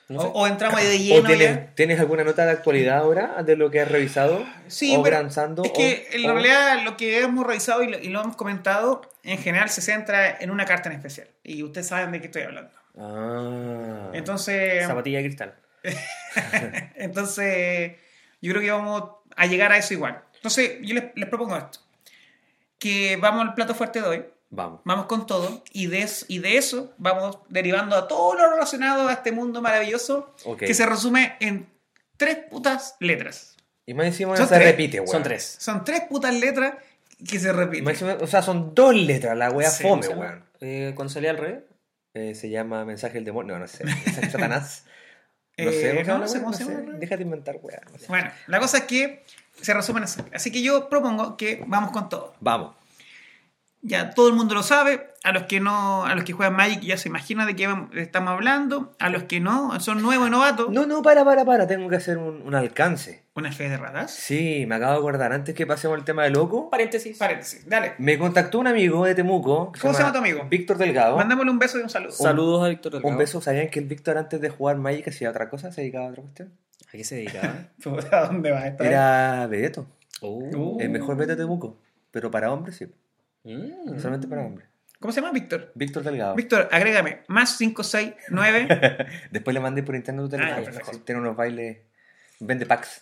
B: No
A: o,
B: sé.
A: o entramos ahí de
C: ¿O
A: lleno. ya.
C: tienes, tienes alguna nota de actualidad ahora de lo que has revisado?
A: Sí,
C: o
A: pero
C: lanzando,
A: es
C: o-
A: que en
C: o-
A: realidad lo que hemos revisado y lo, y lo hemos comentado, en general se centra en una carta en especial, y ustedes saben de qué estoy hablando.
C: Ah.
A: Entonces,
B: Zapatilla de cristal.
A: Entonces, yo creo que vamos a llegar a eso igual. Entonces, yo les, les propongo esto. Que vamos al plato fuerte de hoy,
C: Vamos.
A: vamos con todo, y de, es- y de eso vamos derivando a todo lo relacionado a este mundo maravilloso
C: Ok.
A: que se resume en tres putas letras.
C: Y más encima
A: Son
C: se
A: tres.
C: repite, weón.
B: Son tres.
A: Son tres putas letras que se
C: Y más
A: repiten.
C: encima- o sea, son dos letras, la wea
A: Sí,
B: ¿Cómo
C: fome,
B: se llama?
C: weón.
B: Eh, cuando salía al revés.
C: Eh, se llama Mensaje del Demonio. No, no sé. Mensaje
A: (laughs)
C: de Satanás. No
A: Eh,
C: sé,
A: no,
C: weón,
A: no sé
C: weón,
A: cómo se llama.
C: Déjate inventar, weón. no sé.
A: Bueno, la cosa es que se resumen así. Así que yo propongo que vamos con todo.
C: Vamos.
A: Ya todo el mundo lo sabe. A los que no, a los que juegan Magic ya se imagina de qué vam- estamos hablando. A los que no, son nuevos y novatos.
C: No, no, para, para, para. Tengo que hacer un, un alcance.
A: Una fe de ratas.
C: Sí, me acabo de acordar. Antes que pasemos al tema de loco,
B: Paréntesis.
A: Paréntesis, dale.
C: me contactó un amigo de Temuco. que
A: ¿Cómo se llama tu amigo?
C: Víctor Delgado.
A: Mandámosle un beso y un saludo.
B: Saludos a Víctor Delgado.
C: Un beso, ¿sabían que el Víctor antes de jugar Magic hacía otra cosa? ¿Se dedicaba a otra cuestión?
B: ¿A qué se dedicaba?
A: (laughs) Puta, ¿A dónde eh? vas a estar?
C: Era Vedeto,
B: Oh.
A: (laughs) Uh.
C: el mejor Vedeto de Temuco, pero para hombres sí,
B: Mm.
C: solamente para hombres.
A: ¿Cómo se llama Víctor?
C: Víctor Delgado.
A: Víctor, agrégame. Más
C: (laughs)
A: 569.
C: Después le mandé por internet tu
A: Ah,
C: teléfono.
A: ya,
C: así
A: mejor.
C: tiene unos bailes, vende packs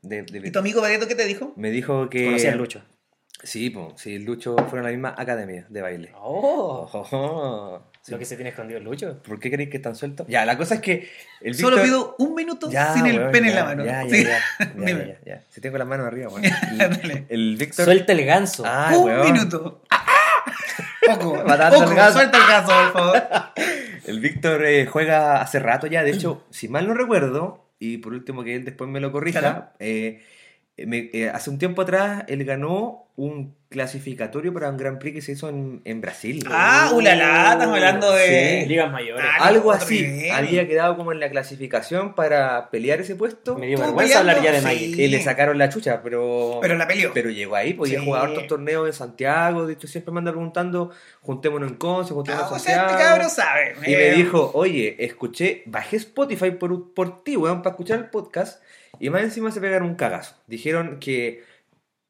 C: de, de
A: ¿Y
C: Vedeto.
A: tu amigo Vedeto qué te dijo?
C: Me dijo que...
B: Conocí a Lucho.
C: Sí, po, sí, Lucho fueron a la misma academia de
A: Ah.
C: baile.
B: Oh.
C: Ojo. (laughs) Sí.
B: Lo que se tiene escondido el Lucho.
C: ¿Por qué creéis que están sueltos? Ya, la cosa es que el
A: Solo
C: Víctor-
A: pido un minuto
C: Ya,
A: sin el
C: weón,
A: pene
C: ya,
A: en la mano.
C: Ya, ya,
A: Sí. (laughs)
C: ya, ya, ya,
A: Dime.
C: ya, ya. Si tengo las manos arriba, weón.
A: (laughs) Dale.
C: El Víctor...
B: Suelta el ganso.
C: Ah,
A: un
C: weón.
A: minuto. ¡Ah,
C: (laughs)
A: ah! Oco,
C: Matando
A: oco,
C: el gato.
A: suelta el gato, por favor.
C: El Víctor eh, juega hace rato ya, de hecho, si mal no recuerdo, y por último que él después me lo corrija,
A: Claro.
C: eh, me- eh, hace un tiempo atrás él ganó un clasificatorio para un Grand Prix que se hizo en, en Brasil.
A: Ah, ulala, estamos hablando de.
C: Sí.
B: Ligas mayores.
A: Ah,
C: Algo
A: otro
C: así.
A: nivel.
C: Había quedado como en la clasificación para pelear ese puesto.
B: Me dio
A: Tú
B: vergüenza
A: peleando,
B: hablar ya de
A: sí.
B: Magic.
C: Y le sacaron la chucha, pero...
A: Pero la peleó.
C: Pero llegó ahí, pues, porque
A: Sí.
C: jugó hartos torneos en Santiago. De hecho, siempre me anda preguntando, juntémonos en Conce,
A: Ah,
C: juntémonos
A: o
C: en
A: sea, este
C: Santiago.
A: cabrón sabe.
C: y me
A: Eh,
C: dijo, oye, escuché, bajé Spotify por, por ti, weón, para escuchar el podcast. Y más encima se pegaron un cagazo. Dijeron que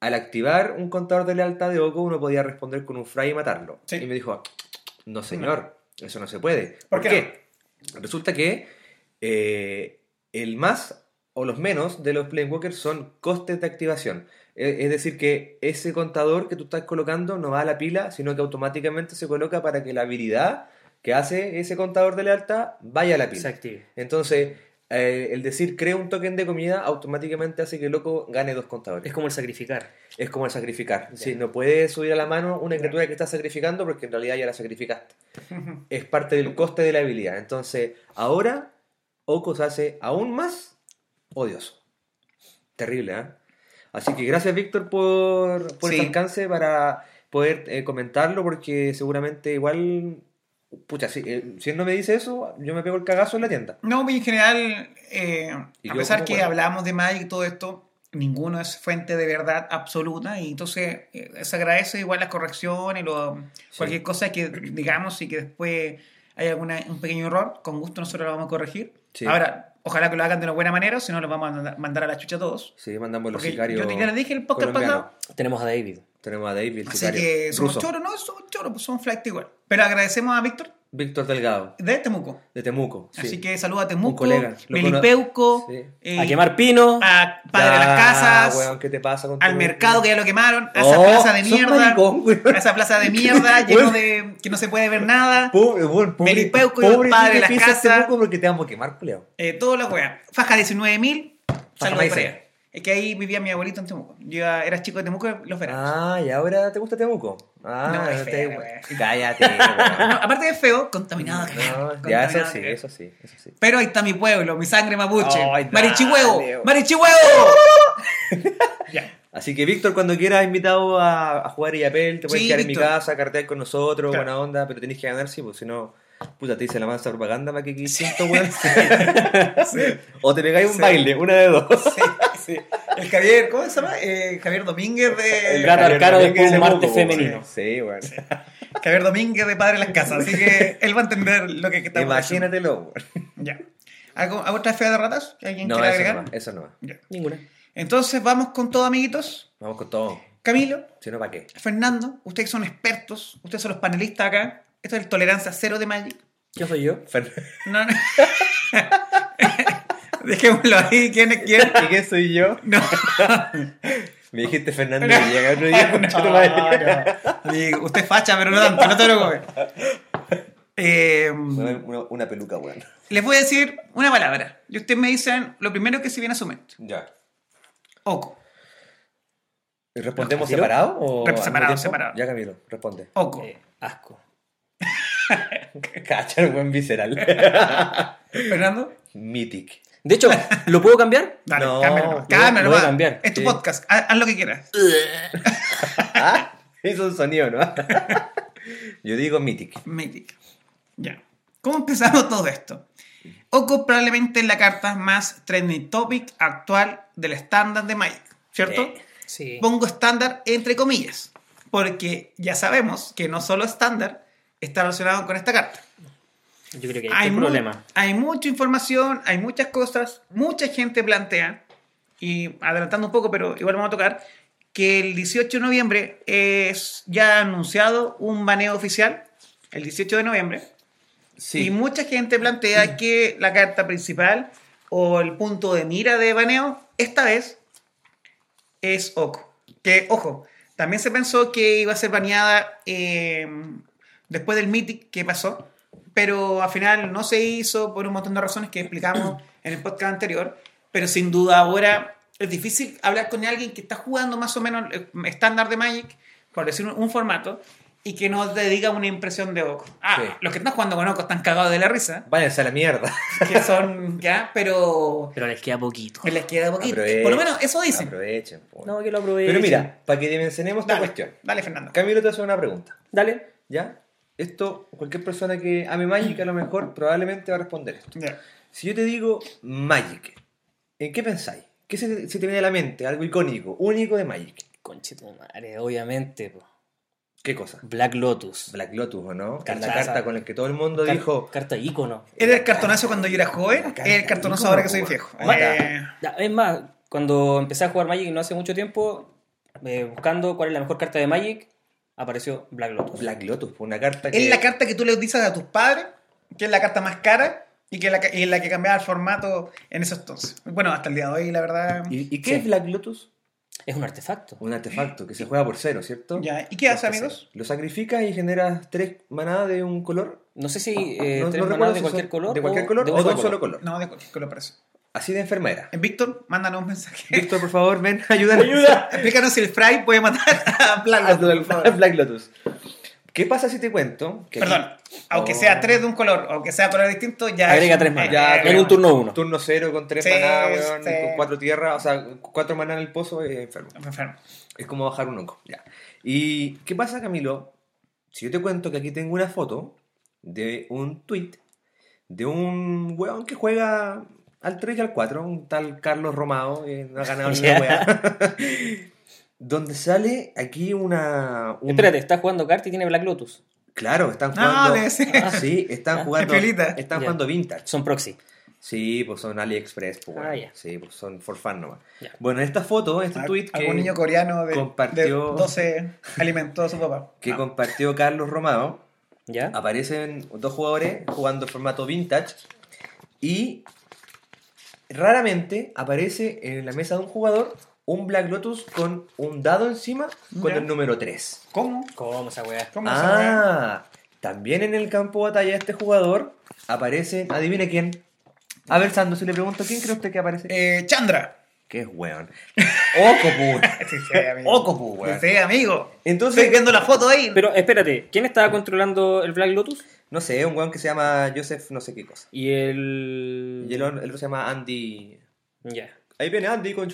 C: al activar un contador de lealtad de Oco, uno podía responder con un fry y matarlo.
A: Sí.
C: Y me dijo, no señor, eso no se puede.
A: ¿Por qué
C: Resulta que eh, el más o los menos de los Planewalkers son costes de activación. E- Es decir, que ese contador que tú estás colocando no va a la pila, sino que automáticamente se coloca para que la habilidad que hace ese contador de lealtad vaya a la pila.
B: Se active.
C: Entonces, eh, el decir crea un token de comida automáticamente hace que el loco gane dos contadores.
B: Es como el sacrificar.
C: Es como el sacrificar.
B: Ya.
C: Si no puedes subir a la mano una criatura que estás sacrificando porque en realidad ya
A: (laughs)
C: la sacrificaste. Es parte del coste de la habilidad. Entonces, ahora Ocos hace aún más odioso. Terrible, ¿eh? Así que gracias, Víctor, por, por
A: Sí.
C: ese alcance para poder eh, comentarlo porque seguramente igual... Pucha, si, eh, si él no me dice eso, yo me pego el cagazo en la tienda.
A: No, en general, eh,
C: Y
A: a
C: yo
A: pesar
C: como
A: que
C: bueno.
A: hablamos de Magic y todo esto, ninguno es fuente de verdad absoluta y entonces eh, se agradece igual las correcciones, lo, cualquier cosa que digamos y que después hay alguna, un pequeño error, con gusto nosotros lo vamos a corregir.
C: Sí.
A: Ahora, ojalá que lo hagan de una buena manera, si no los vamos a manda- mandar a la chucha a todos.
C: Sí, mandamos los
A: Porque
C: sicarios
A: yo te- ya les dije el podcast
C: colombianos.
A: pasado.
B: Tenemos a David.
C: Tenemos a David, el
A: Así
C: sicario
A: que somos
C: ruso.
A: choros, no, somos choros, pues somos flight igual. Pero agradecemos a Víctor
C: Víctor Delgado,
A: de Temuco.
C: de Temuco. sí.
A: Así que saluda a Temuco,
C: colega, lo
A: Melipeuco,
C: cono- sí.
A: eh,
B: A quemar pino.
A: a Padre de
C: Ya,
A: las Casas,
C: weón, ¿qué te pasa con
A: al
C: tu-
A: mercado que ya lo quemaron, a esa
C: Oh,
A: plaza de
C: sos
A: mierda,
C: maricón, weón.
A: a esa plaza de
C: (laughs)
A: mierda lleno de que no se puede ver nada,
C: Pobre, weón, pobre-
A: Melipeuco,
C: pobre
A: padre
C: que
A: de las
C: piensa este
A: casas.
C: poco porque te vamos a quemar, culiao.
A: eh, toda la wea. Faja 19.000,
C: Faja
A: saludos para
C: Maicena.
A: allá. Es que ahí vivía mi abuelito en Temuco. Yo era chico de Temuco los veranos.
C: Ah, ¿y ahora te gusta Temuco? Ah,
A: No, es
C: te-
A: fea, weón.
C: Cállate, weón.
A: (laughs) No, aparte de feo, contaminado.
C: No,
A: contaminado
C: ya, eso sí,
A: que-
C: eso sí, eso sí.
A: Pero ahí está mi pueblo, mi sangre mapuche.
C: Ay, dale,
A: Marichihuevo,
C: weón. (laughs)
A: Marichihuevo. ya.
C: Así que, Víctor, cuando quieras, invitado a, a jugar Yapel, te puedes
A: Sí,
C: quedar
A: Víctor.
C: en mi casa, cartear con nosotros,
A: Claro.
C: buena onda, pero tenés que ganar, sí, pues si no, puta, te hice la mansa propaganda para que siento, weón.
A: (laughs)
C: O te pegáis un
A: Sí.
C: baile, una de dos.
A: Sí, sí. El Javier, ¿cómo se llama? Eh, Javier Domínguez de.
B: El gato arcano después
C: También que
B: un
C: se
B: martes
C: moco, weón.
B: femenino.
C: Sí, weón.
A: Javier Domínguez de Padre de las Casas. Así que él va a entender lo que, que estamos
C: Imagínatelo, weón.
A: haciendo. Ya. ¿Algo, ¿Algo otra fea de ratas? que ¿Alguien
C: No,
A: quiere
C: eso
A: agregar?
C: no, va, eso no va.
A: Ya.
B: Ninguna.
A: Entonces vamos con todo, amiguitos.
C: Vamos con todo.
A: Camilo,
C: Si no, ¿para qué?
A: Fernando, ustedes son expertos, ustedes son los panelistas acá. Esto es el tolerancia cero de Magic.
B: ¿Quién soy yo?
C: Fer-
A: No, (laughs) no. Dejémoslo ahí, ¿quién es quién?
C: ¿Y qué soy yo?
A: No.
C: Me dijiste Fernando
A: Pero-
C: Villegas otro
A: (laughs)
C: (laughs) día. concha tu madre.
A: Digo, Usted es facha, pero no tanto, no te lo comes.
C: Una, una- una peluca, weón.
A: les voy a decir una palabra. Y ustedes me dicen lo primero que se viene a su mente.
C: Ya.
A: Oco.
C: ¿Y ¿Respondemos
B: ¿Camilo?
C: separado o.?
A: Rep-
C: al
A: separado,
C: mismo tiempo?
A: separado.
C: Ya, Camilo, responde.
A: Oco.
B: Eh, asco.
C: (laughs) Cacha, el buen (laughs) visceral.
A: Fernando.
C: Mythic. (laughs)
B: De hecho, ¿lo puedo cambiar?
A: Dale,
C: No,
A: cámbialo.
C: lo-
A: Cámbialo,
B: lo voy a
A: va.
B: cambiar,
A: Es tu
C: sí.
A: podcast. Haz, haz lo que quieras.
C: Ah, hizo un sonido, ¿no? (laughs) Yo digo Mythic.
A: Mythic. Ya. ¿Cómo empezamos todo esto? Oco probablemente es la carta más trending topic actual del estándar de Magic, ¿cierto?
B: Eh,
C: Sí.
B: Sí.
A: Pongo estándar entre comillas, porque ya sabemos que no solo estándar está relacionado con esta carta.
B: Yo creo que hay un
A: mu-
B: Este problema.
A: hay mucha información, hay muchas cosas, mucha gente plantea, y adelantando un poco, pero igual vamos a tocar, que el 18 de noviembre es ya anunciado un baneo oficial, el 18 de noviembre, y
C: Sí.
A: mucha gente plantea que la carta principal o el punto de mira de baneo, esta vez, es Oco. Que, ojo, también se pensó que iba a ser baneada eh, después del Mythic que pasó, pero al final no se hizo por un montón de razones que explicamos en el podcast anterior, pero sin duda ahora es difícil hablar con alguien que está jugando más o menos eh, estándar de Magic, por decir un, un formato, y que nos dedica una impresión de Oco. Ah,
C: Sí.
A: los que están jugando con Oco están cagados de la risa,
C: Váyanse a la mierda.
A: que
C: (laughs)
A: son ya, pero
B: Pero les queda poquito.
A: les queda
C: Ah,
A: poquito.
C: Aprovechen,
A: Por lo menos
C: ah,
A: eso dicen.
C: Aprovechen. po.
B: No, que lo aprovechen.
C: Pero mira, para que dimensionemos esta
A: Dale,
C: cuestión.
A: dale, Fernando.
C: Camilo te hace una pregunta.
B: Dale.
C: ¿Ya? Esto, cualquier persona que ame Magic a lo mejor probablemente va a responder esto.
A: Ya.
C: Si yo te digo Magic, ¿en qué pensáis? ¿Qué se, se te viene a la mente? Algo icónico, único de Magic.
B: Conchito madre, obviamente. po.
C: ¿Qué cosa?
B: Black Lotus.
C: Black Lotus, ¿o no?
B: Carta-
C: la carta con la que todo el mundo
B: Car-
C: dijo...
B: Carta ícono.
A: Era el cartonazo cuando yo era joven,
C: La
A: es el cartonazo ahora que soy viejo.
C: Ahí está.
A: Eh,
B: Ya, Es más, cuando empecé a jugar Magic no hace mucho tiempo, eh, buscando cuál es la mejor carta de Magic, apareció Black Lotus.
C: Black Lotus, fue una carta que...
A: es la carta que tú le dices a tus padres, que es la carta más cara y que es la, ca- y la que cambiaba el formato en esos entonces. Bueno, hasta el día de hoy, la verdad.
C: ¿Y, y qué
B: Sí.
C: es Black Lotus?
B: Es un artefacto.
C: Un artefacto que se juega por cero, ¿cierto?
A: Ya, ¿y qué hace,
C: Por cero.
A: amigos?
C: Lo sacrificas y generas tres manadas de un color.
B: No sé si eh,
C: No- no
B: tres
C: recuerdo
B: manadas
C: si
B: de
C: son
B: cualquier color.
C: De cualquier color o
B: un
C: de un solo color.
A: No, de que lo parece.
C: Así de enfermera.
A: Eh, Víctor, mándanos un mensaje.
C: Víctor, por favor, ven, (laughs) ayúdanos.
B: ¡Ayuda!
A: Explícanos si el Fry puede matar a
C: A
A: Black Lotus, por favor.
C: Black Lotus. ¿Qué pasa si te cuento? que
A: Perdón, aunque
C: Oh.
A: sea tres de un color, aunque sea color distinto, ya. es-
B: Agrega
A: eh,
B: tres
C: aquí-
B: manas.
A: ya,
B: en un turno uno.
C: Turno cero con tres
A: Sí,
C: manadas, weón,
A: sí.
C: con cuatro tierras, o sea, cuatro manadas en el pozo es enfermo.
A: Me enfermo.
C: Es como bajar un onco. Ya. ¿Y qué pasa, Camilo? Si yo te cuento que aquí tengo una foto de un tweet de un weón que juega al 3 y al 4, un tal Carlos Romao, que no ha ganado
A: (laughs)
C: ni una
B: Ya.
C: weá. (laughs) Donde sale aquí una. un-
B: Espérate, está jugando carta y tiene Black Lotus.
C: Claro, están
A: Ah,
C: jugando.
A: debe ser.
C: (laughs) sí, están jugando.
A: Qué piolita.
C: Están
B: Ah, Ya.
C: jugando vintage.
B: Son proxy.
C: Sí, pues son AliExpress, pues.
B: Ah,
C: weón.
B: ya.
C: Sí, pues son for fun nomás.
B: Ya.
C: Bueno, esta foto, este tweet que.
A: Algún niño coreano de,
C: compartió-
A: de 12 alimentó a su papá.
C: que
A: Ah.
C: compartió Carlos Romao.
B: ¿Ya?
C: Ah. Aparecen dos jugadores jugando en formato vintage y raramente aparece en la mesa de un jugador un Black Lotus con un dado encima con
A: Ya.
C: el número 3.
A: ¿Cómo?
B: ¿Cómo esa weá?
A: ¿Cómo se llama?
C: Ah, también en el campo de batalla este jugador aparece, adivine quién. A ver, Sando, si le pregunto, ¿quién cree usted que aparece?
A: Eh, Chandra.
C: ¿Qué es, weón? (laughs) Ocopu.
A: Sí, sí, amigo.
C: Ocopu, weón.
A: Sí, amigo.
C: Entonces,
A: Estoy viendo la foto ahí.
B: Pero espérate, ¿quién estaba controlando el Black Lotus?
C: no sé, un weón que se llama Joseph no sé qué cosa.
B: Y el.
C: Y el otro el otro se llama Andy...
B: Ya.
C: Ahí viene Andy con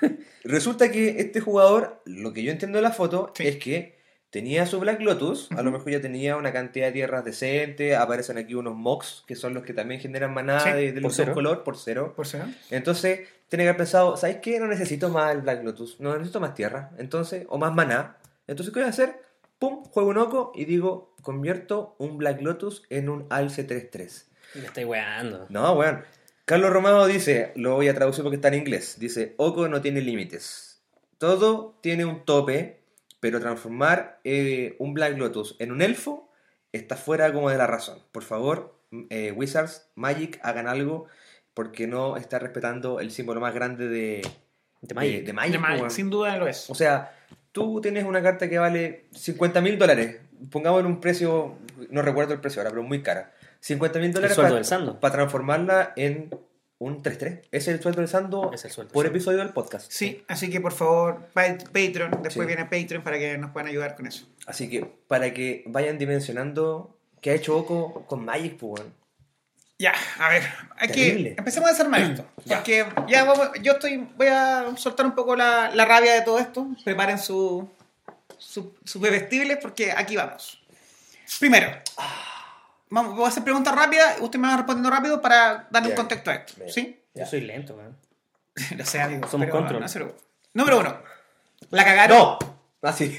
C: (laughs) Resulta que este jugador, lo que yo entiendo de la foto,
A: Sí.
C: es que tenía su Black Lotus, a lo mejor ya tenía una cantidad de tierras decente, aparecen aquí unos mocks, que son los que también generan manada
A: Sí,
C: de, de
B: por
C: luz de un
B: cero.
C: color, por cero.
A: Por si no.
C: Entonces, tiene que haber pensado, ¿sabes qué? No necesito más el Black Lotus, no necesito más tierra, entonces, o más maná. Entonces, ¿qué voy a hacer? Pum, juego un oco y digo, convierto un Black Lotus en un alce 3-3.
B: Me estoy weando.
C: No, weón. Carlos Romano dice, lo voy a traducir porque está en inglés, dice, Oco no tiene límites. Todo tiene un tope, pero transformar eh, un Black Lotus en un elfo está fuera como de la razón. Por favor, m- eh, Wizards, Magic, hagan algo porque no está respetando el símbolo más grande de,
B: De Magic.
C: de- de Magic, weón.
A: sin duda lo es.
C: O sea, tú tienes una carta que vale 50 mil dólares. Pongámosle un precio, no recuerdo el precio ahora, pero muy cara. 50 mil dólares
B: sueldo
C: para-
B: del Sando.
C: para transformarla en un 3-3. Es el sueldo del Sando
B: Es el sueldo
C: por
B: del Sando.
C: episodio del podcast.
A: Sí, así que por favor, pa- Patreon. Después
C: Sí.
A: viene Patreon para que nos puedan ayudar con eso.
C: Así que para que vayan dimensionando qué ha hecho Oco con Magic, pues, weón.
A: Ya, a ver, hay
C: Terrible.
A: que empecemos a desarmar esto.
C: (clears throat) Ya.
A: Porque ya vamos, yo estoy, voy a soltar un poco la, la rabia de todo esto. Preparen su, su- sus bebestibles porque aquí vamos. Primero, vamos, voy a hacer preguntas rápidas. Usted me va respondiendo rápido para darle
C: Bien.
A: un contexto a esto.
C: Bien.
A: ¿Sí?
B: Yo soy lento, weón.
A: (laughs) Lo sé, amigo.
B: Somos
A: pero
B: control.
A: no se preocupe. Número uno. ¿La cagaron?
C: ¡No! Así.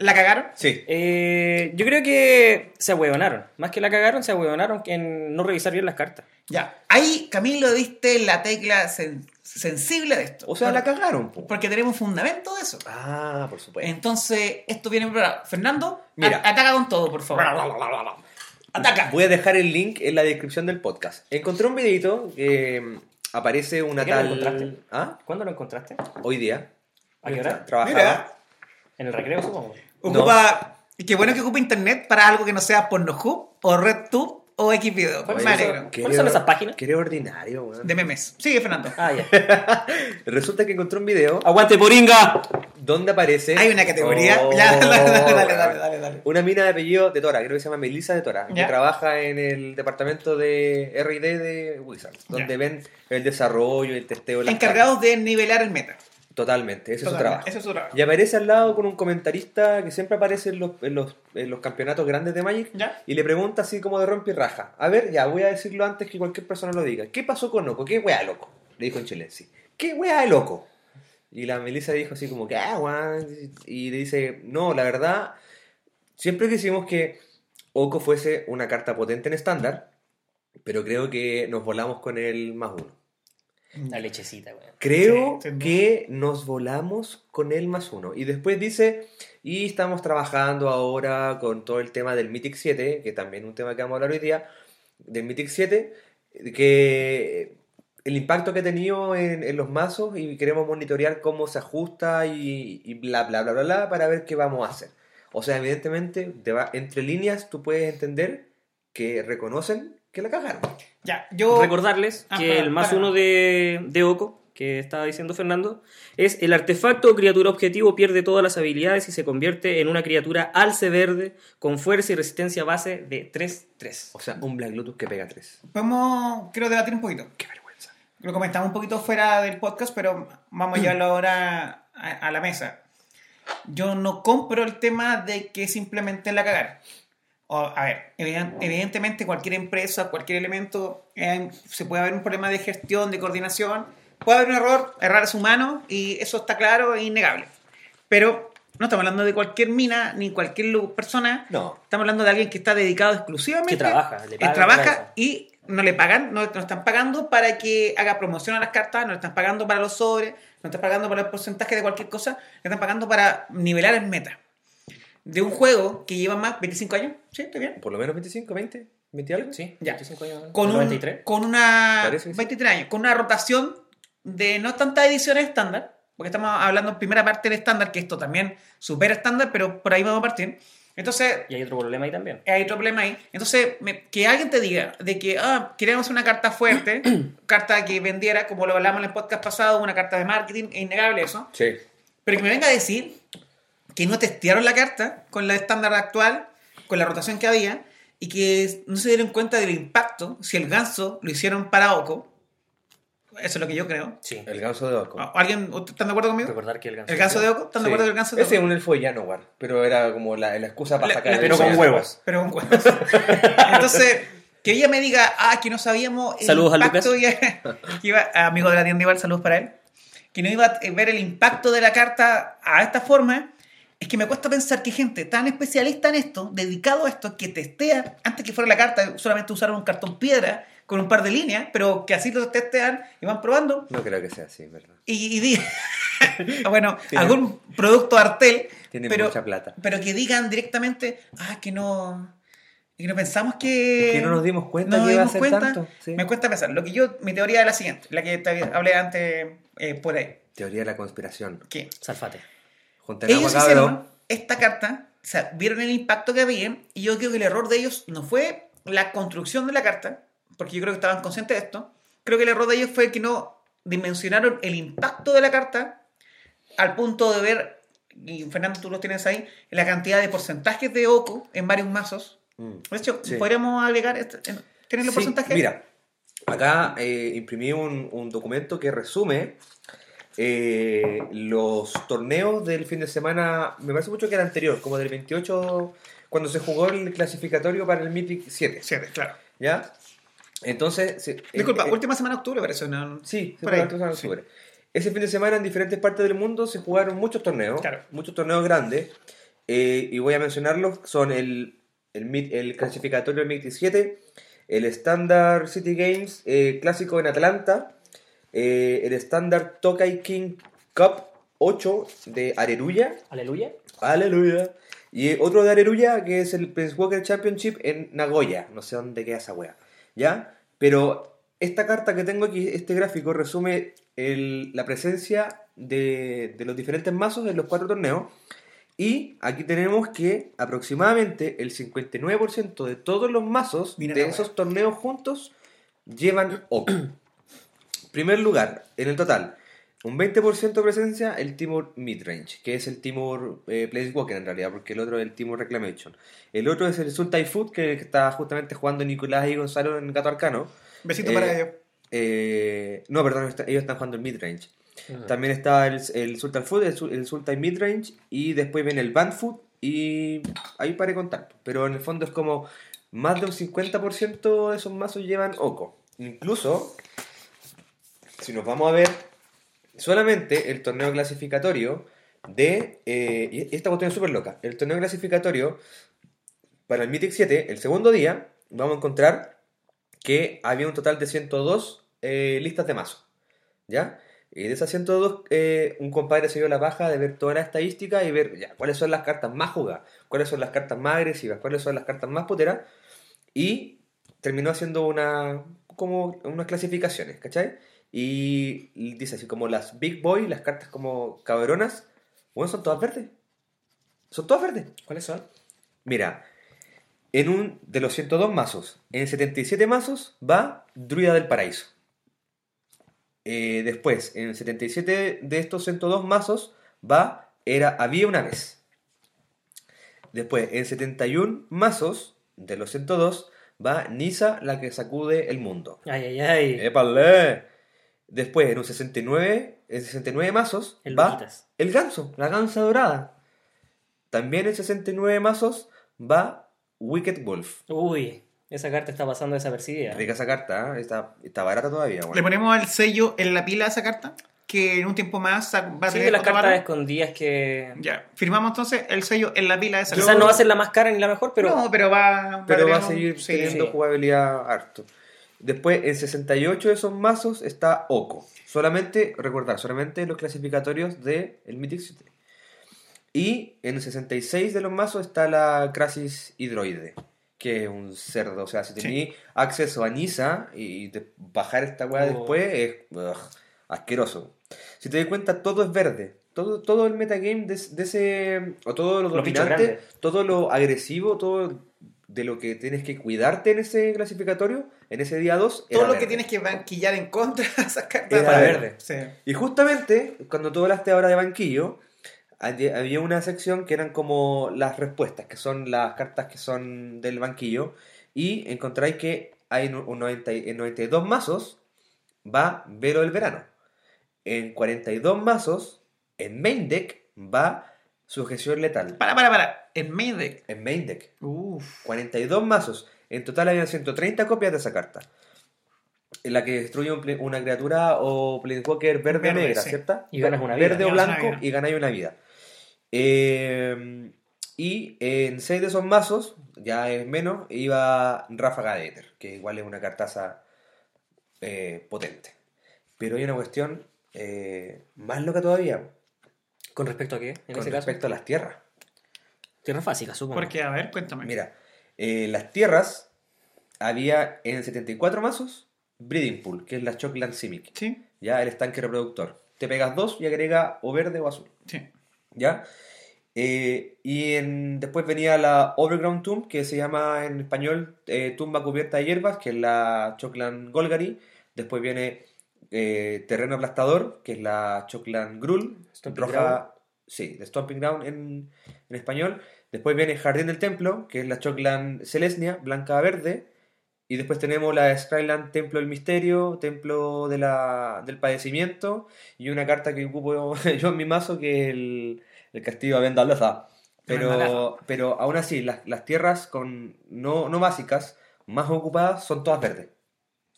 A: ¿La cagaron?
C: Ah, (laughs) sí.
B: Eh, yo creo que se ahueonaron. Más que la cagaron, se ahueonaron en no revisar bien las cartas.
A: Ya. Ahí, Camilo, diste la tecla sen- sensible de esto.
C: O sea, la cagaron, pues.
A: Porque tenemos fundamento de eso.
C: Ah, por supuesto.
A: Entonces, esto viene preparado. Fernando,
C: Mira.
A: a- ataca con todo, por favor. Ataca.
C: Voy a dejar el link en la descripción del podcast. Encontré un videito que mm, aparece una
B: ¿Qué lo
C: tal.
B: encontraste?
C: ¿Ah?
B: ¿Cuándo lo encontraste?
C: Hoy día.
B: ¿A qué hora?
C: Trabajaba.
A: Mira.
B: En el recreo, supongo.
A: Ocupa. Qué bueno que ocupa internet para algo que no sea Pornhub o RedTube o o Xvideo.
B: ¿Cuáles
A: Me
B: son
A: alegro.
B: esas- ¿Cuáles son esas páginas?
C: Qué ordinario, weón.
A: De memes. Sigue, Fernando.
B: Ah,
C: (laughs)
B: ya.
C: Resulta que encontré un video
B: ¡Aguante, Poringa!
C: donde aparece.
A: Hay una categoría.
C: Oh.
A: Ya, (laughs) dale, dale, dale, dale, dale, dale.
C: Una mina de apellido de Tora, creo que se llama Melissa de Tora,
A: Ya.
C: que trabaja en el departamento de RD de Wizards, donde
A: Ya.
C: ven el desarrollo, el testeo. de las
A: Encargados de nivelar el meta.
C: cartas. Totalmente, ese es su
A: Totalmente,
C: trabajo.
A: Ese es su trabajo.
C: Y aparece al lado con un comentarista que siempre aparece en los, en los, en los campeonatos grandes de Magic
A: ¿Ya?
C: y le pregunta así como de rompe y raja. A ver, ya, voy a decirlo antes que cualquier persona lo diga. ¿Qué pasó con Loco? ¿Qué wea loco? Le dijo en Chilensi. ¿Qué wea loco? Y la Melissa dijo así como, ¿qué, weón? Y le dice, no, la verdad, siempre quisimos que Oco fuese una carta potente en estándar, pero creo que nos volamos con el más uno.
B: La lechecita, weón.
C: Creo
A: Sí, sí,
C: que nos volamos con el más uno. Y después dice, y estamos trabajando ahora con todo el tema del Mythic 7, que también es un tema que vamos a hablar hoy día, del Mythic 7, que el impacto que ha tenido en, en los mazos y queremos monitorear cómo se ajusta y, y bla, bla, bla, bla, bla, para ver qué vamos a hacer. O sea, evidentemente, te va- entre líneas tú puedes entender que reconocen que la cagaron.
A: Ya, yo.
B: Recordarles
A: Ah,
B: que
A: para,
B: el más
A: para.
B: uno de, de Oco, que estaba diciendo Fernando, es el artefacto o criatura objetivo pierde todas las habilidades y se convierte en una criatura alce verde con fuerza y resistencia base de 3-3.
C: O sea, un Black Lotus que pega tres.
A: Podemos, quiero debatir un poquito.
C: Qué vergüenza.
A: Lo comentamos un poquito fuera del podcast, pero vamos a
C: Mm.
A: llevarlo ahora a, a la mesa. Yo no compro el tema de que simplemente la cagar. O, a ver, evident- evidentemente cualquier empresa, cualquier elemento, eh, se puede haber un problema de gestión, de coordinación, puede haber un error, errar es humano y eso está claro e innegable. Pero no estamos hablando de cualquier mina ni cualquier lu- persona,
C: No.
A: estamos hablando de alguien que está dedicado exclusivamente
B: Que trabaja, le
A: eh,
B: pagan,
A: trabaja
B: trabaja.
A: y no le pagan, no, no están pagando para que haga promoción a las cartas, no están pagando para los sobres, no están pagando para el porcentaje de cualquier cosa, le están pagando para nivelar el meta. De un juego que lleva más 25 años, ¿sí? ¿Estoy bien?
C: Por lo menos 25, 20, 20 algo.
B: Sí,
A: Ya.
B: 25 años.
A: Con, un-
B: 93.
A: con una...
C: Parece que sí.
A: 23 años, con una rotación de no tantas ediciones estándar, porque estamos hablando en primera parte del estándar, que esto también supera estándar, pero por ahí vamos a partir. Entonces,
B: Y hay otro problema ahí también.
A: hay otro problema ahí. Entonces, me- que alguien te diga de que ah, queremos una carta
C: (clears throat)
A: fuerte, carta que vendiera, como lo hablamos en el podcast pasado, una carta de marketing, es innegable eso.
C: Sí.
A: Pero que me venga a decir que no testearon la carta con la estándar actual, con la rotación que había, y que no se dieron cuenta del impacto si el ganso lo hicieron para Oco. Eso es lo que yo creo.
B: Sí.
C: El ganso de Oco.
A: ¿O- ¿Alguien, o- ¿Están de acuerdo conmigo?
B: Recordar que el ganso.
A: ¿El ganso de Oco? ¿Están de acuerdo con
C: Sí.
A: Ah. el ganso de
C: Ese es
A: Oco?
C: un elfo de Janowar, pero era como la, la excusa para
A: La-
C: sacar
A: la-
C: el
B: Pero
C: elfo
B: con
C: de
B: huevos.
A: Pero con huevos. (laughs) Entonces, que ella me diga, ah, que no sabíamos el
B: Saludos a
A: impacto y- (laughs) que iba, amigo de la tienda igual, saludos para él. Que no iba a ver el impacto de la carta a esta forma. Es que me cuesta pensar que gente tan especialista en esto, dedicado a esto, que testea, antes que fuera la carta, solamente usaron un cartón piedra con un par de líneas, pero que así lo testean y van probando.
C: No creo que sea así, ¿verdad?
A: Y, y di- (laughs) bueno,
C: Tienen-
A: algún producto artel,
C: Tiene
A: pero
C: mucha plata.
A: pero que digan directamente, ah, que no, que no pensamos
C: Es
A: que...
C: que no nos dimos cuenta
A: eh, no
C: que iba a
A: dimos
C: ser
A: cuenta.
C: tanto. sí.
A: Me cuesta pensar. Lo que yo, mi teoría es la siguiente, la que te hablé antes eh, por ahí.
C: Teoría de la conspiración.
A: Que
B: Salfate.
C: Juntar agua,
A: ellos
C: cabrón.
A: hicieron esta carta, o sea, vieron el impacto que había, y yo creo que el error de ellos no fue la construcción de la carta, porque yo creo que estaban conscientes de esto. Creo que el error de ellos fue que no dimensionaron el impacto de la carta al punto de ver, y Fernando, tú los tienes ahí, la cantidad de porcentajes de OCO en varios mazos.
C: Mm.
A: De hecho,
C: Sí.
A: podríamos agregar. este- en- ¿Tienes los
C: Sí,
A: porcentajes?
C: Mira, acá eh, imprimí un, un documento que resume eh, los torneos del fin de semana, me parece mucho que era anterior, como del 28, cuando se jugó el clasificatorio para el Mythic 7,
A: Siete, claro.
C: ¿ya? Entonces... se-
A: Disculpa,
C: eh, eh,
A: última semana de octubre, parece. ¿no?
C: Sí, se
A: Por ahí,
C: jugaron todos en
A: sí.
C: octubre. Ese fin de semana en diferentes partes del mundo se jugaron muchos torneos,
A: Claro.
C: muchos torneos grandes, eh, y voy a mencionarlos, son el, el, Mid- el clasificatorio del MIG 17, el Standard City Games eh, clásico en Atlanta, eh, el Standard Tokai King Cup 8 de Areruya,
B: Aleluya.
C: aleluya, y otro de Areruya que es el Prince Walker Championship en Nagoya, no sé dónde queda esa wea, ¿ya? Pero esta carta que tengo aquí, este gráfico, resume el- la presencia de, de los diferentes mazos en los cuatro torneos Y aquí tenemos que aproximadamente el 59% de todos los mazos
A: Mira
C: de
A: la
C: esos torneos juntos llevan OP. (clears throat) Primer lugar, en el total, un 20% de presencia el Timur Midrange, que es el Timur eh, Placewalker en realidad, porque el otro es el Timur Reclamation. El otro es el Sultai Food, que está justamente jugando Nicolás y Gonzalo en Gato Arcano.
A: Besito
C: Eh,
A: para ellos.
C: Eh, no, perdón, está- ellos están jugando el midrange.
A: Mm.
C: También está el, el Sultan Food, el, Sul- el Sultan Midrange y después viene el Band Food y ahí para de contar. Pero en el fondo es como más de un 50% de esos mazos llevan Oco. Incluso, si nos vamos a ver, solamente el torneo clasificatorio de... eh, y esta cuestión es súper loca. El torneo clasificatorio para el Mythic 7, el segundo día, vamos a encontrar que había un total de 102 eh, listas de mazo. ¿Ya? Y de esas 102, eh, un compadre se dio la baja de ver toda la estadística y ver ya, cuáles son las cartas más jugadas, cuáles son las cartas más agresivas, cuáles son las cartas más poteras. Y terminó haciendo una como unas clasificaciones, ¿cachai? Y dice así como las Big Boy, las cartas como cabronas, bueno, son todas verdes. Son todas verdes.
B: ¿Cuáles son?
C: Mira, en un de los 102 mazos, en 77 mazos va Druida del Paraíso. Eh, después, en 77 de estos 102 mazos va era Había una vez. Después, en 71 mazos de los 102 va Nisa la que sacude el mundo.
B: Ay, ay, ay.
C: ¡Épale! Después, en un 69, en 69 mazos
B: El
C: va
B: Luquitas.
C: el ganso, la gansa dorada. También en 69 mazos va Wicked Wolf.
B: Uy, esa carta está pasando desapercibida.
C: Rica esa carta, ¿eh? está, está barata todavía. bueno.
A: Le ponemos el sello en la pila a esa carta, que en un tiempo más sa- va a
B: Sí,
A: tener
B: de las
A: otro
B: cartas
A: valor.
B: escondidas que.
A: Ya, firmamos entonces el sello en la pila de esa
B: Quizás no va a ser la más cara ni la mejor, pero.
A: No, pero va, va
C: Pero va a
A: tener un-
C: seguir
A: sí.
C: teniendo
B: Sí.
C: jugabilidad harto. Después, en 68 de esos mazos está Oco. Solamente, recordar, solamente los clasificatorios de el Mythic 7. Y en el 66 de los mazos está la Crasis Hidroide, que es un cerdo. O sea, si tenéis acceso a Nisa y te- bajar esta weá
B: Oh.
C: después es ugh, asqueroso. Si te das cuenta, todo es verde. Todo, todo el metagame de, de ese. O todo lo
B: Los bichos
C: dominante,
B: grandes.
C: todo lo agresivo, todo de lo que tienes que cuidarte en ese clasificatorio, en ese día 2.
A: Todo lo que tienes que banquillar en contra de esas cartas.
C: Era
B: para
C: verde.
B: verde.
A: Sí.
C: Y justamente, cuando tú hablaste ahora de banquillo, hab- había una sección que eran como las respuestas, que son las cartas que son del banquillo, y encontráis que hay en, un 90 y- en 92 mazos va Velo del Verano. En 42 mazos, en main deck, va Sujeción Letal.
A: Para, para, para. En main deck.
C: En main deck.
A: Uf.
C: 42 mazos. En total habían 130 copias de esa carta. En la que destruye un pla- una criatura o planeswalker verde o
A: Verde,
C: negra,
A: sí.
C: ¿cierto?
B: Y ganas una
C: Verde
B: vida.
C: o
A: Ganas una
C: blanco
A: vida.
C: y ganáis una vida. Eh, y en 6 de esos mazos, ya es menos, iba Ráfaga de Éter, que igual es una cartaza eh, potente. Pero hay una cuestión eh, más loca todavía
B: ¿Con respecto a qué? En
C: con
B: ese
C: respecto a las tierras.
B: caso. Tierra fásica, supongo.
A: Porque, a ver, cuéntame.
C: Mira, eh, las tierras había en 74 mazos Breeding Pool, que es la Chocland Simic,
A: Sí,
C: ya el estanque reproductor. Te pegas dos y agrega o verde o azul,
A: sí.
C: ¿ya? Eh, y en- después venía la Overground Tomb, que se llama en español eh, tumba cubierta de hierbas, que es la Chocland Golgari. Después viene eh, Terreno Aplastador, que es la Chocland Grul,
B: Stomping
C: roja, sí, de Stomping Ground en, en español. Después viene Jardín del Templo, que es la Choclan Celestia, blanca verde. Y después tenemos la Skyland Templo del Misterio, Templo de la, del Padecimiento. Y una carta que ocupo (laughs) yo en mi mazo, que es el, el Castillo de Vendalaza. Pero,
A: Avendalaza.
C: pero aún así, las, las tierras con no, no básicas, más ocupadas, son todas verdes.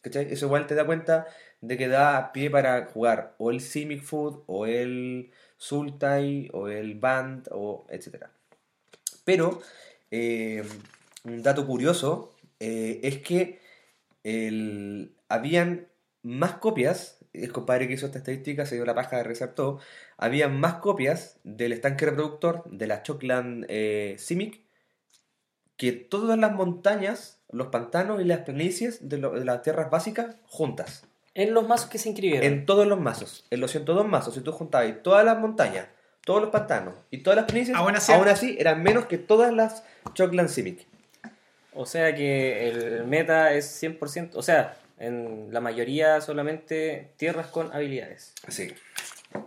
C: ¿Cachai? Eso igual te da cuenta de que da pie para jugar o el Simic Food, o el Sultai, o el Band, o etcétera. Pero, eh, un dato curioso eh, es que el- habían más copias, el compadre que hizo esta estadística se dio la paja de revisar todo, habían más copias del estanque reproductor de la Chocland eh, Simic que todas las montañas, los pantanos y las planicies de, lo- de las tierras básicas juntas.
B: En los mazos que se inscribieron.
C: En todos los mazos, en los 102 mazos, si tú juntabas todas las montañas, todos los pantanos y todas las provincias,
A: Aún
C: aún
A: así-
C: así, eran menos que todas las Chocland Civic.
B: O sea que el meta es 100%, o sea, en la mayoría solamente tierras con habilidades.
C: Así.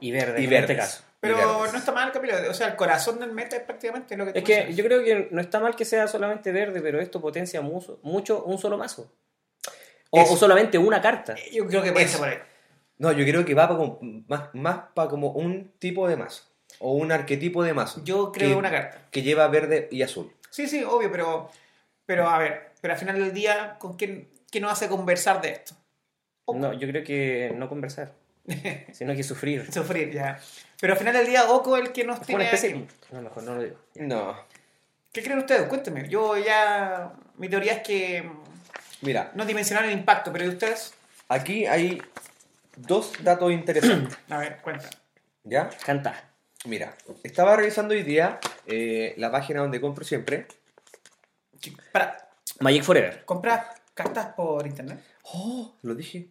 B: Y verde,
C: Y
B: en
C: verdes.
B: este caso.
C: Y
A: Pero
C: verdes.
A: no está mal, Capila. O sea, el corazón del meta es prácticamente lo que tú
B: Es que
A: mencionas.
B: yo creo que no está mal que sea solamente verde, pero esto potencia mucho, mucho un solo mazo. O,
C: Eso.
B: o solamente una carta.
C: Eh,
A: Yo creo que pasa
C: Eso.
A: por ahí.
C: No, yo creo que va pa como- más, más para como un tipo de mazo. O un arquetipo de mazo.
A: Yo creo
C: que-
A: una carta.
C: Que lleva verde y azul.
A: Sí, sí, obvio, pero, pero a ver, pero al final del día, ¿con quién, quién nos hace conversar de esto? (laughs) Oco.
B: No, yo creo que no
C: (laughs)
B: conversar, sino que sufrir.
A: Sufrir, ya. Pero al final del día, Oco es el que nos
B: Es como
A: tiene...
B: una especie
A: aquí.
B: de... No, mejor no lo digo.
C: No.
A: ¿Qué creen ustedes? Cuéntenme. Yo ya... Mi teoría es que mm,
C: Mira,
A: no dimensionaron el impacto, pero ¿y ustedes?
C: aquí hay dos
A: (clears throat)
C: datos interesantes.
A: A ver, cuentan.
C: ¿Ya?
B: Canta.
C: Mira, estaba revisando hoy día eh, la página donde compro siempre.
A: Chi- Para,
B: Magic Forever.
A: ¿compras cartas por internet?
C: ¡Oh! Lo dije.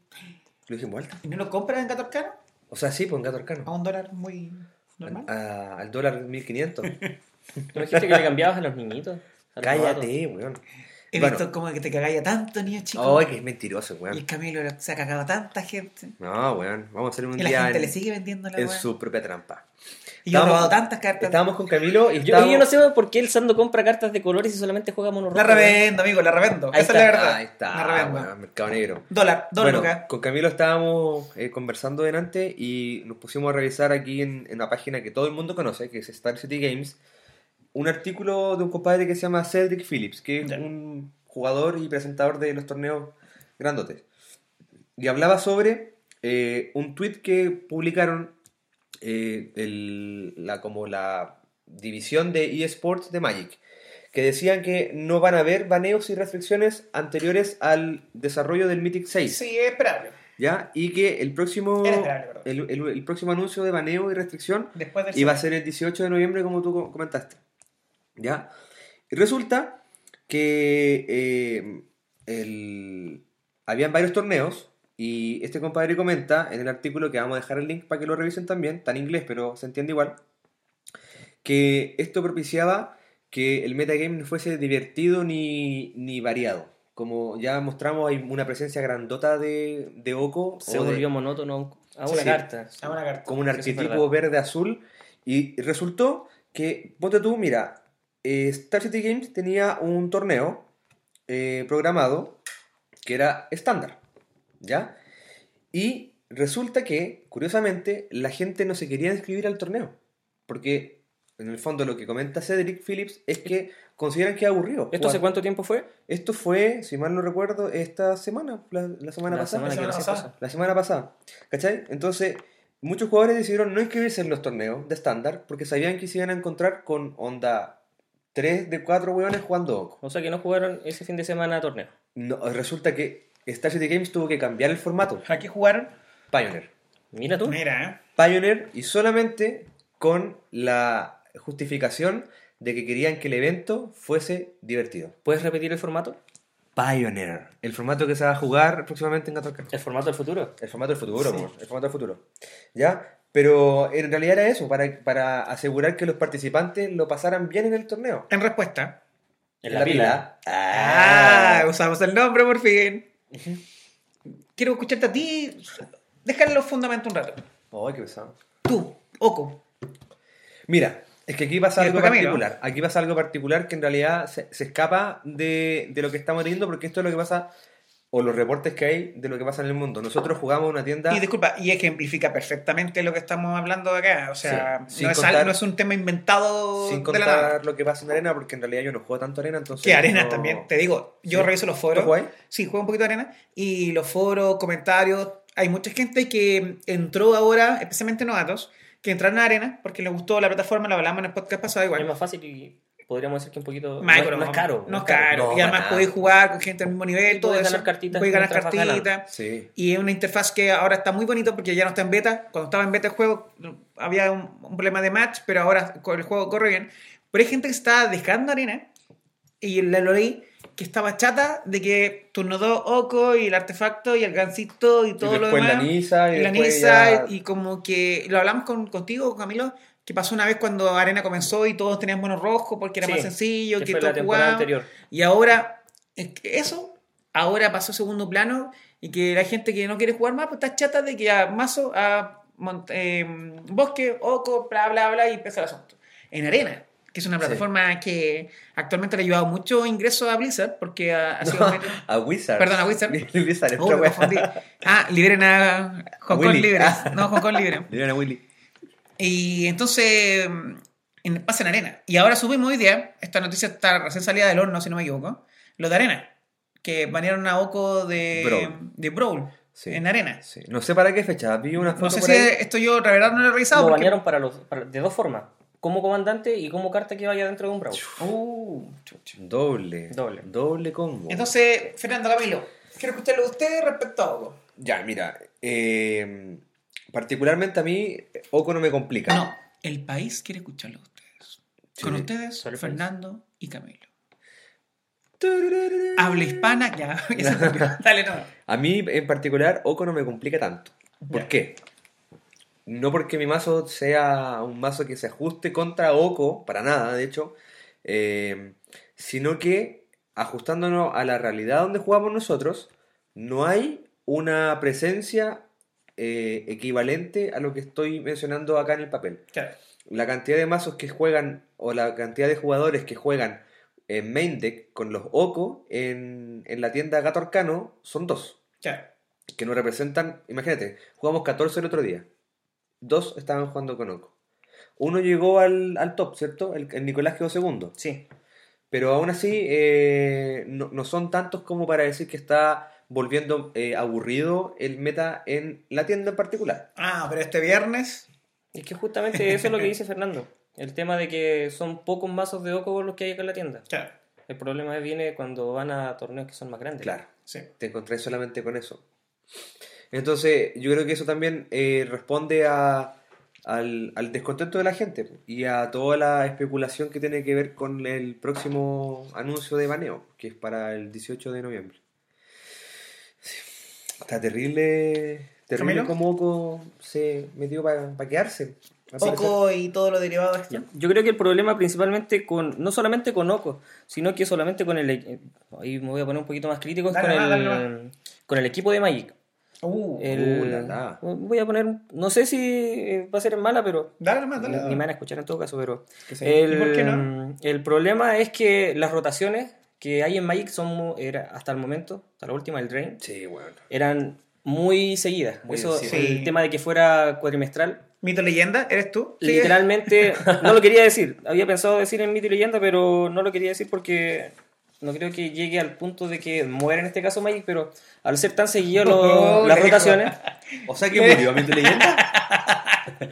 C: Lo dije en vuelta.
A: ¿Y no lo compras en Gatorcano?
C: O sea, sí, por un gato
A: A
C: arcano.
A: un dólar muy Oh, normal.
C: Al, a- al dólar
A: (laughs)
C: 1500.
B: ¿No dijiste que le cambiabas a los niñitos? A los novatos.
C: Cállate, weón.
A: He
C: bueno.
A: visto como que te cagaya tanto, niño chico.
C: ¡Ay, que es mentiroso,
A: y el
C: weón!
A: Camilo se ha cagado a tanta gente.
C: No, weón. Vamos a hacer un
A: Y la
C: día
A: gente
C: en,
A: le sigue vendiendo la
C: en
A: weá.
C: su propia trampa.
A: Y yo he
C: Estábamos-
A: robado tantas cartas.
C: Estábamos con Camilo y
B: Yo,
C: estábamos...
B: yo no sé por qué el Sando compra cartas de colores y solamente juega mono
A: La
B: rojo, weón.
A: revendo, amigo, la revendo.
B: Ahí
A: Esa
B: está,
A: es la verdad.
C: Ahí
A: La revendo.
C: está, weón, mercado negro.
A: Dólar, dólar
C: Bueno,
A: acá.
C: con Camilo estábamos eh, conversando delante y nos pusimos a revisar aquí en, en una página que todo el mundo conoce, que es Star City Games, un artículo de un compadre que se llama Cedric Phillips, que es
A: Ya.
C: un jugador y presentador de los torneos grandotes. Y hablaba sobre eh, un tweet que publicaron eh, el- la, como la división de eSports de Magic, que decían que no van a haber baneos y restricciones anteriores al desarrollo del Mythic 6.
A: Sí, es esperable.
C: ¿Ya? Y que el próximo,
A: Era esperable, perdón.
C: el, el- el próximo anuncio de baneo y restricción
A: Después del.
C: iba a ser el 18 de noviembre, como tú co- comentaste. ¿Ya? Y resulta que eh, el- habían varios torneos y este compadre comenta en el artículo que vamos a dejar el link para que lo revisen también, está en inglés, pero se entiende igual, que esto propiciaba que el metagame no fuese divertido ni, ni variado. Como ya mostramos, hay una presencia grandota de, de Oco.
B: Se
C: o de-
B: volvió monótono a una
C: Sí.
B: carta.
A: A una carta.
C: como un
B: Eso es
C: arquetipo
B: verdad.
C: verde-azul. Y resultó que, ponte tú, mira, eh, Star City Games tenía un torneo eh, programado que era estándar, ¿ya? Y resulta que, curiosamente, la gente no se quería inscribir al torneo. Porque, en el fondo, lo que comenta Cedric Phillips es que consideran que es aburrido.
B: ¿Esto hace
C: jugar.
B: cuánto tiempo fue?
C: Esto fue, si mal no recuerdo, esta semana, la, la semana
B: La semana
C: pasada.
B: que
A: semana
B: recién
A: pasada.
B: pasó.
C: La semana pasada. ¿Cachai? Entonces, muchos jugadores decidieron no inscribirse en los torneos de estándar porque sabían que se iban a encontrar con onda 3 de 4 hueones jugando Oco.
B: O sea que no jugaron ese fin de semana a torneo.
C: No, resulta que Star City Games tuvo que cambiar el formato.
A: ¿A qué jugaron?
C: Pioneer.
B: Mira tú.
A: Mira, ¿eh?
C: Pioneer y solamente con la justificación de que querían que el evento fuese divertido.
B: ¿Puedes repetir el formato?
C: Pioneer. El formato que se va a jugar próximamente en Gatorca.
B: El formato del futuro.
C: El formato del futuro, amor, el formato del futuro. ¿Ya? Pero en realidad era eso, para, para asegurar que los participantes lo pasaran bien en el torneo.
A: En respuesta.
B: En la, pila.
A: Ah,
C: Ah.
A: usamos el nombre por fin. Quiero escucharte a ti. Déjale los fundamentos un rato.
C: Ay, qué pesado.
A: Tú, Oco.
C: Mira, es que aquí pasa
A: Y
C: algo
A: después Camilo.
C: particular. Aquí pasa algo particular que en realidad se, se escapa de, de lo que estamos teniendo, porque esto es lo que pasa, o los reportes que hay de lo que pasa en el mundo. Nosotros jugamos en una tienda.
A: Y disculpa, y ejemplifica perfectamente lo que estamos hablando acá. O sea,
C: Sí, sin
A: no, es,
C: contar-
A: al- no es un tema inventado
C: Sin
A: de la nada.
C: contar lo que pasa en arena, porque en realidad yo no juego tanto arena, entonces.
A: Que arena
C: no-
A: también, te digo, yo
C: Sí.
A: reviso los
C: ¿Tú
A: foros.
C: jugáis?
A: Sí, juego un poquito de arena. Y los foros, comentarios. Hay mucha gente que entró ahora, especialmente novatos, que entraron a arena porque les gustó la plataforma, la hablamos en el podcast pasado
B: Es
A: igual.
B: más fácil y podríamos decir que un poquito
A: Más
B: no- no,
A: económico,
B: es caro.
A: No es caro.
C: No,
A: y además
C: para
A: podéis
C: nada.
A: jugar con gente al mismo nivel,
B: Y
A: todo
B: podéis
A: eso.
B: ganar cartitas
A: Podéis ganar
B: mientras vas
A: cartitas.
B: ganando.
C: Sí.
A: Y es una interfaz que ahora está muy bonito porque ya no está en beta. Cuando estaba en beta el juego había un, un problema de match, pero ahora co- el juego corre bien. Pero hay gente que está dejando arena y la lo leí que estaba chata de que turno 2 Oco y el artefacto y el gancito y todo
C: y
A: lo
C: después
A: demás.
C: la Nisa, y
A: y la
C: después
A: Nisa
C: ya-
A: y como que lo hablamos con, contigo, Camilo, que pasó una vez cuando Arena comenzó y todos tenían mono rojo porque era
B: Sí,
A: más sencillo, que,
B: que fue
A: todo
B: la temporada
A: jugaba.
B: anterior.
A: Y ahora, es que eso, ahora pasó a segundo plano y que la gente que no quiere jugar más, pues está chata de que a Mazo, a Mont- eh, Bosque, Oco, bla, bla, bla, y empieza el asunto. En Arena, que es una plataforma que actualmente le ha ayudado mucho ingreso a Blizzard porque ha, ha sido...
C: a Wizard.
A: Perdón, a
C: (laughs)
A: Wizard.
C: Wizard,
A: Oh,
C: otra
A: me
C: wea.
A: confundí. Ah, liberen a Hong Kong
C: Willy.
A: libre. No, Hong Kong libre.
C: Le dieron a Willy.
A: Y entonces mm, en- pasa en arena. Y ahora subimos hoy día, esta noticia está recién salida del horno, si no me equivoco, lo de arena, que banearon a Oco de
C: Brawl.
A: de Brawl
C: Sí.
A: en arena.
C: Sí. No sé para qué fecha. Vi una foto
A: No sé
C: por
A: si
C: ahí.
A: esto yo la verdad no lo he revisado.
B: Lo
A: porque-
B: banearon para los, para- de dos formas. Como comandante y como carta que vaya dentro de un Brawl.
A: Uh, chucha.
C: Doble.
B: Doble.
C: Doble combo.
A: Entonces, Fernando Camilo, quiero escuchar lo de usted respecto a Oco.
C: Ya, mira. eh, particularmente a mí, Oco no me complica.
A: No, el país quiere escucharlo de ustedes. Con
C: Sí,
A: ustedes,
B: solo el país.
A: Fernando y Camilo. Habla hispana, ya. (laughs) ya
C: (laughs)
A: se murió. Dale, no.
C: A mí en particular, Oco no me complica tanto. ¿Por
A: Ya.
C: qué? No porque mi mazo sea un mazo que se ajuste contra Oco, para nada, de hecho, eh, sino que ajustándonos a la realidad donde jugamos nosotros, no hay una presencia eh, equivalente a lo que estoy mencionando acá en el papel
A: Claro.
C: la cantidad de mazos que juegan o la cantidad de jugadores que juegan en main deck con los Oco en, en la tienda Gatorcano son dos,
A: Claro.
C: que no representan, imagínate, jugamos 14 el otro día, dos estaban jugando con Oco. Uno llegó al, al top, ¿cierto? El, el Nicolás quedó segundo.
B: Sí.
C: Pero aún así, eh, no, no son tantos como para decir que está volviendo eh, aburrido el meta en la tienda en particular.
A: Ah, pero este viernes.
B: Es que justamente eso es lo que dice Fernando. El tema de que son pocos mazos de Oco los que hay acá en la tienda.
A: Claro,
B: El problema viene cuando van a torneos que son más grandes.
C: Claro.
A: sí.
C: te encontrás solamente con eso. Entonces, yo creo que eso también eh, responde a, al, al descontento de la gente y a toda la especulación que tiene que ver con el próximo anuncio de baneo, que es para el 18 de noviembre. Sí. Está terrible, terrible
A: Camilo.
C: como Oco se metió para quedarse. al parecer.
A: Poco y todo lo derivado de esto.
B: Yo creo que el problema principalmente con, no solamente con Oco, sino que solamente con el, eh, ahí me voy a poner un poquito más crítico, es
A: Dale,
B: con, el,
A: dale,
B: con el equipo de Magic.
A: Uh,
B: El-
C: Uh, la, la.
B: Voy a poner, no sé si eh, va a ser en mala, pero
A: dale nomás, dale.
B: ni me van a escuchar en todo caso, pero
A: ¿Y
B: el,
A: por qué no?
B: el problema es que las rotaciones que hay en Magic son, mu- era, hasta el momento, hasta la última, el Drain,
C: Sí, bueno.
B: eran muy seguidas.
C: Muy
B: Eso,
C: seguidas.
B: el
A: Sí.
B: tema de que fuera cuadrimestral,
A: Mito leyenda, ¿eres tú? Sí. (laughs)
B: Literalmente, no lo quería decir. Había pensado decir en mito y leyenda, pero no lo quería decir porque no creo que llegue al punto de que muera en este caso Magic, pero al ser tan seguido
A: (laughs)
B: lo-
A: Oh,
B: las
A: le
B: rotaciones,
C: O
B: (laughs)
C: sea que murió a mi leyenda.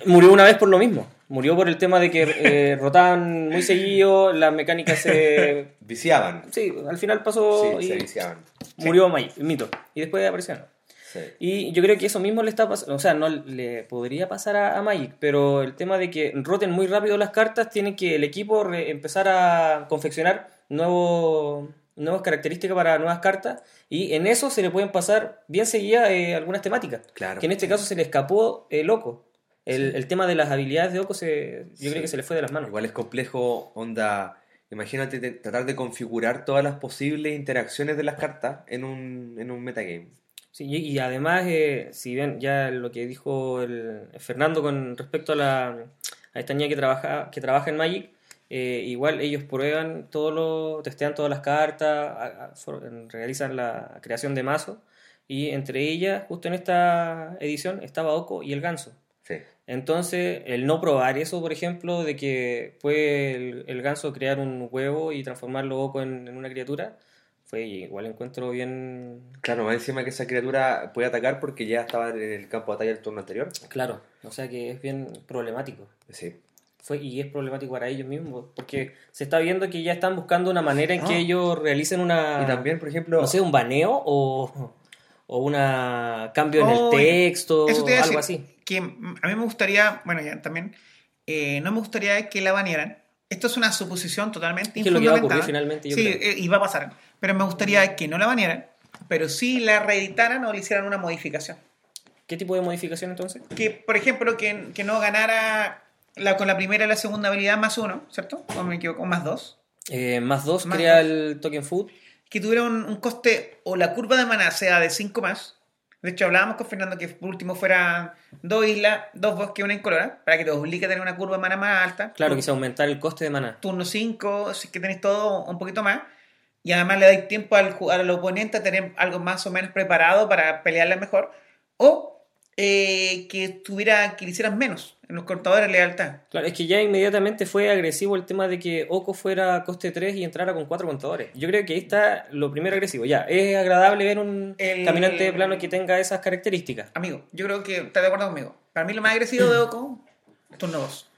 B: murió una vez por lo mismo. Murió por el tema de que eh, rotaban muy seguido, las mecánicas
A: (laughs)
B: se...
C: Viciaban.
B: Sí, al final
C: Sí,
B: pasó
C: se
B: Oh, y
C: viciaban.
B: murió Magic, mito. Y después apareció. ¿no?
C: Sí.
B: Y yo creo que eso mismo le está pasando, o sea, no le podría pasar a, a Magic, pero el tema de que roten muy rápido las cartas, tiene que el equipo re- empezar a confeccionar nuevo- nuevas características para nuevas cartas, y en eso se le pueden pasar bien seguidas eh, algunas temáticas.
C: Claro.
B: Que en este caso se le escapó el Oco. El,
C: Sí.
B: el tema de las habilidades de Oco, se, yo
C: Sí.
B: creo que se le fue de las manos.
C: Igual es complejo, onda. Imagínate te- tratar de configurar todas las posibles interacciones de las cartas en un, en un metagame.
B: Sí, y y además, eh, si bien ya lo que dijo el Fernando con respecto a la a esta niña que trabaja, que trabaja en Magic, eh, igual ellos prueban todo lo, testean todas las cartas, a- a- for- realizan la creación de mazo, y entre ellas, justo en esta edición, estaba Oco y el Ganso.
C: Sí.
B: Entonces, el no probar eso, por ejemplo, de que puede el, el ganso crear un huevo y transformarlo Oco en, en una criatura, fue igual encuentro bien
C: Claro, más encima que esa criatura puede atacar porque ya estaba en el campo de batalla el turno anterior.
B: Claro, o sea que es bien problemático.
C: Sí.
B: Fue, y es problemático para ellos mismos, porque se está viendo que ya están buscando una manera en que
C: Ah.
B: ellos realicen una,
C: Y también, por ejemplo,
B: Ah, no sé, un baneo o, o una cambio en
A: Oh,
B: el texto,
A: Eso te iba a
B: algo
A: decir,
B: así.
A: Que mm, a mí me gustaría, bueno, ya también, eh, no me gustaría que la banearan. Esto es una suposición totalmente
B: Es que es lo que va a ocurrir
A: infundamentada.
B: finalmente, yo
A: Sí,
B: creo.
A: eh, y va a pasar. Pero me gustaría que no la banearan, pero sí la reeditaran o le hicieran una modificación.
B: ¿Qué tipo de modificación entonces?
A: Que, por ejemplo, que, que no ganara la, con la primera y la segunda habilidad más uno, ¿cierto? O me equivoco, más dos.
B: Eh, más dos
A: Más
B: crea
A: dos.
B: el token food.
A: Que tuviera un, un coste o la curva de maná sea de 5 más. De hecho, hablábamos con Fernando que por último fueran dos islas, dos bosques, una incolora, para que te obligue a tener una curva de maná más alta.
B: Claro, quizá aumentar el coste de maná.
A: turno 5, si es que tenéis todo un poquito más. Y además le dais tiempo al, ju- al oponente a tener algo más o menos preparado para pelearle mejor. O eh, que tuviera que le hicieras menos en los cortadores de lealtad.
B: Claro, es que ya inmediatamente fue agresivo el tema de que Oco fuera coste 3 y entrara con 4 contadores. Yo creo que ahí está lo primero agresivo. Ya, es agradable ver un
A: El-
B: caminante de plano que tenga esas características.
A: Amigo, yo creo que estás de acuerdo conmigo. Para mí lo más agresivo de Oco, turno 2.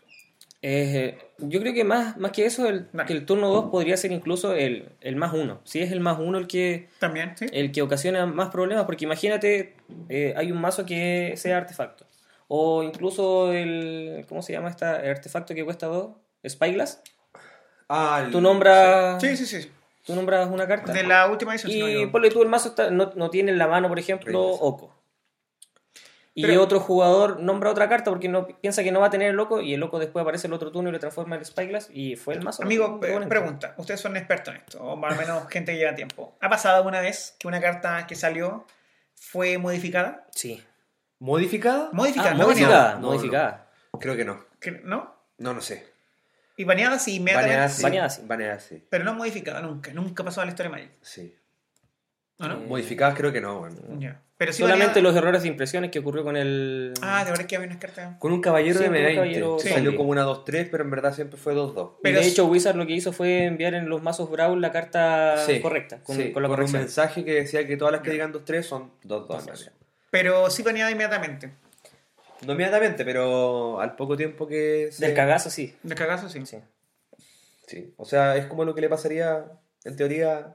B: Eh, yo creo que más, más que eso, el,
A: Vale.
B: que el turno 2 podría ser incluso el, el más 1. Si es el más 1 el que,
A: También, ¿sí?
B: el que ocasiona más problemas, porque imagínate, eh, hay un mazo que sea artefacto. O incluso el. ¿Cómo se llama este artefacto que cuesta 2? Spyglass.
C: Ah, el-
B: Tú nombras,
A: Sí, sí, sí.
B: tú nombras una carta.
A: De la última edición. si no me
B: Y
A: equivoco.
B: ponle tú el mazo, está- no, no tiene en la mano, por ejemplo,
C: Reyes.
B: Oco. Y
A: Pero-
B: otro jugador nombra otra carta porque no piensa que no va a tener el loco y el loco después aparece el otro turno y le transforma el Spyglass y fue el mazo.
A: Amigo,
B: Qué
A: eh,
B: bonito.
A: pregunta. Ustedes son expertos en esto, o al menos gente que lleva tiempo. ¿Ha pasado alguna vez que una carta que salió fue modificada?
B: Sí.
C: ¿Modificada?
A: Modificada,
B: Ah,
A: no
B: modificada,
C: No, no.
B: modificada.
C: Creo que no.
A: Que- ¿No?
C: No, no sé.
A: Y baneada sí, inmediatamente.
C: Baneada sí.
B: Baneada sí.
C: Baneada sí.
A: Pero no modificada nunca. Nunca pasó a la historia de Magic.
C: Sí.
A: ¿O no?
B: Eh,
C: Modificadas creo que no, bueno.
A: Ya. Pero sí
B: Solamente
A: baneada.
B: los errores de impresiones que ocurrió con el...
A: Ah, de verdad es que había unas cartas.
C: Con un caballero
B: Sí,
C: de
B: con un
C: M20.
B: caballero
C: que
A: zombie.
C: Salió como una 2-3, pero en verdad siempre fue 2-2.
B: Y
A: pero
B: de
A: es-
B: hecho Wizard lo que hizo fue enviar en los mazos Brawl la carta
C: Sí,
B: correcta, con,
C: sí,
B: con la
C: un
B: corrección.
C: mensaje que decía que todas las que digan 2-3 son 2-2. en
B: Dos, dos.
C: realidad.
A: Pero sí baneada inmediatamente.
C: No inmediatamente, pero al poco tiempo que se...
B: Del cagazo sí.
A: De cagazo sí.
B: sí.
C: Sí. O sea, es como lo que le pasaría, en teoría,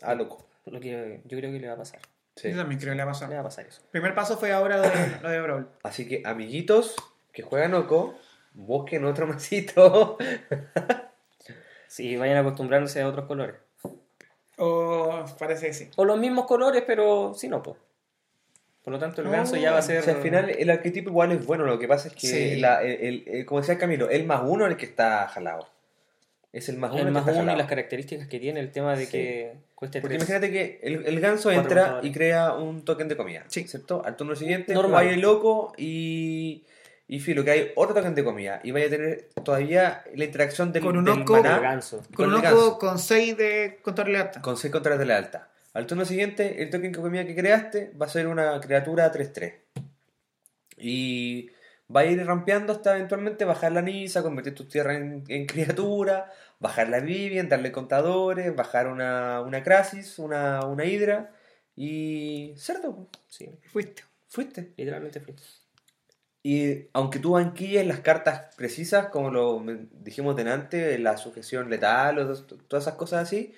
C: a Loco.
B: Lo que yo creo que le va a pasar.
C: Sí.
A: Yo también creo que le ha pasado.
B: Le va a pasar eso.
A: Primer paso fue ahora de- lo de Brawl.
C: Así que, amiguitos que juegan Loco, busquen otro (laughs) masito.
B: Sí, vayan acostumbrándose a otros colores.
A: O parece que sí.
B: O los mismos colores, pero sin opo. Por lo tanto, el
A: Oh,
B: ganso ya va a ser.
C: O sea, al final el arquetipo igual es bueno, lo que pasa es que,
A: Sí.
C: la- el- el- el- como decía Camilo, el más uno es el que está jalado. Es el más uno el,
B: el más
C: que está
B: uno y
C: jalado.
B: las características que tiene, el tema de
C: Sí.
B: que cueste
C: Porque
B: tres.
C: imagínate que el, el ganso
B: Cuatro
C: entra
B: contadores.
C: y crea un token de comida,
A: Sí.
C: ¿cierto? Al turno siguiente
B: Normal.
C: vaya el loco y, y filo, que hay otro token de comida y vaya a tener todavía la interacción del,
A: Con un
C: del
A: oco.
B: Con el
C: maná
B: ganso.
A: Con
C: Con
A: un
C: el
A: ojo
C: ganso.
A: con 6 de control de lealtad.
C: con seis contras de la alta. Al turno siguiente, el token de comida que creaste va a ser una criatura 3-3. Y va a ir rampeando hasta eventualmente bajar la Nisa, convertir tus tierras en, en criatura, bajar la Vivian, darle contadores, bajar una, una Crasis, una, una Hidra y. Cerdo, po.
B: Sí,
A: Fuiste.
C: fuiste.
B: literalmente fue.
C: Y aunque tú banquilles las cartas precisas, como lo men- dijimos delante, la sujeción letal o to- todas esas cosas así,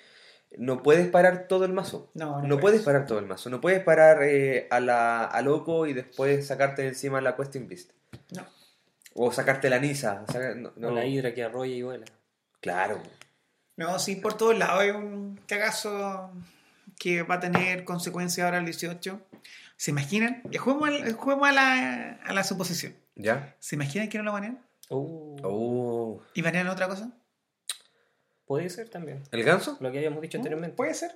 C: no puedes parar todo el mazo.
A: No, no
C: No puedes parar todo el mazo, no puedes parar eh, a la a loco y después sacarte de encima la Question Beast.
A: No.
C: O sacarte la Nisa. saca- no, no.
B: Con la hidra que arrolla y vuela.
C: Claro.
A: No, sí, por todos lados hay un cagazo que va a tener consecuencias ahora el 18. ¿Se imaginan? Ya juguemos, al- juguemos a, la, a la suposición.
C: ¿Ya?
A: ¿Se imaginan que no lo banean?
B: Uh,
C: Oh.
A: ¿Y banean otra cosa?
B: Puede ser también.
C: ¿El ganso?
B: Lo que habíamos
C: Oh,
B: dicho anteriormente.
A: Puede ser.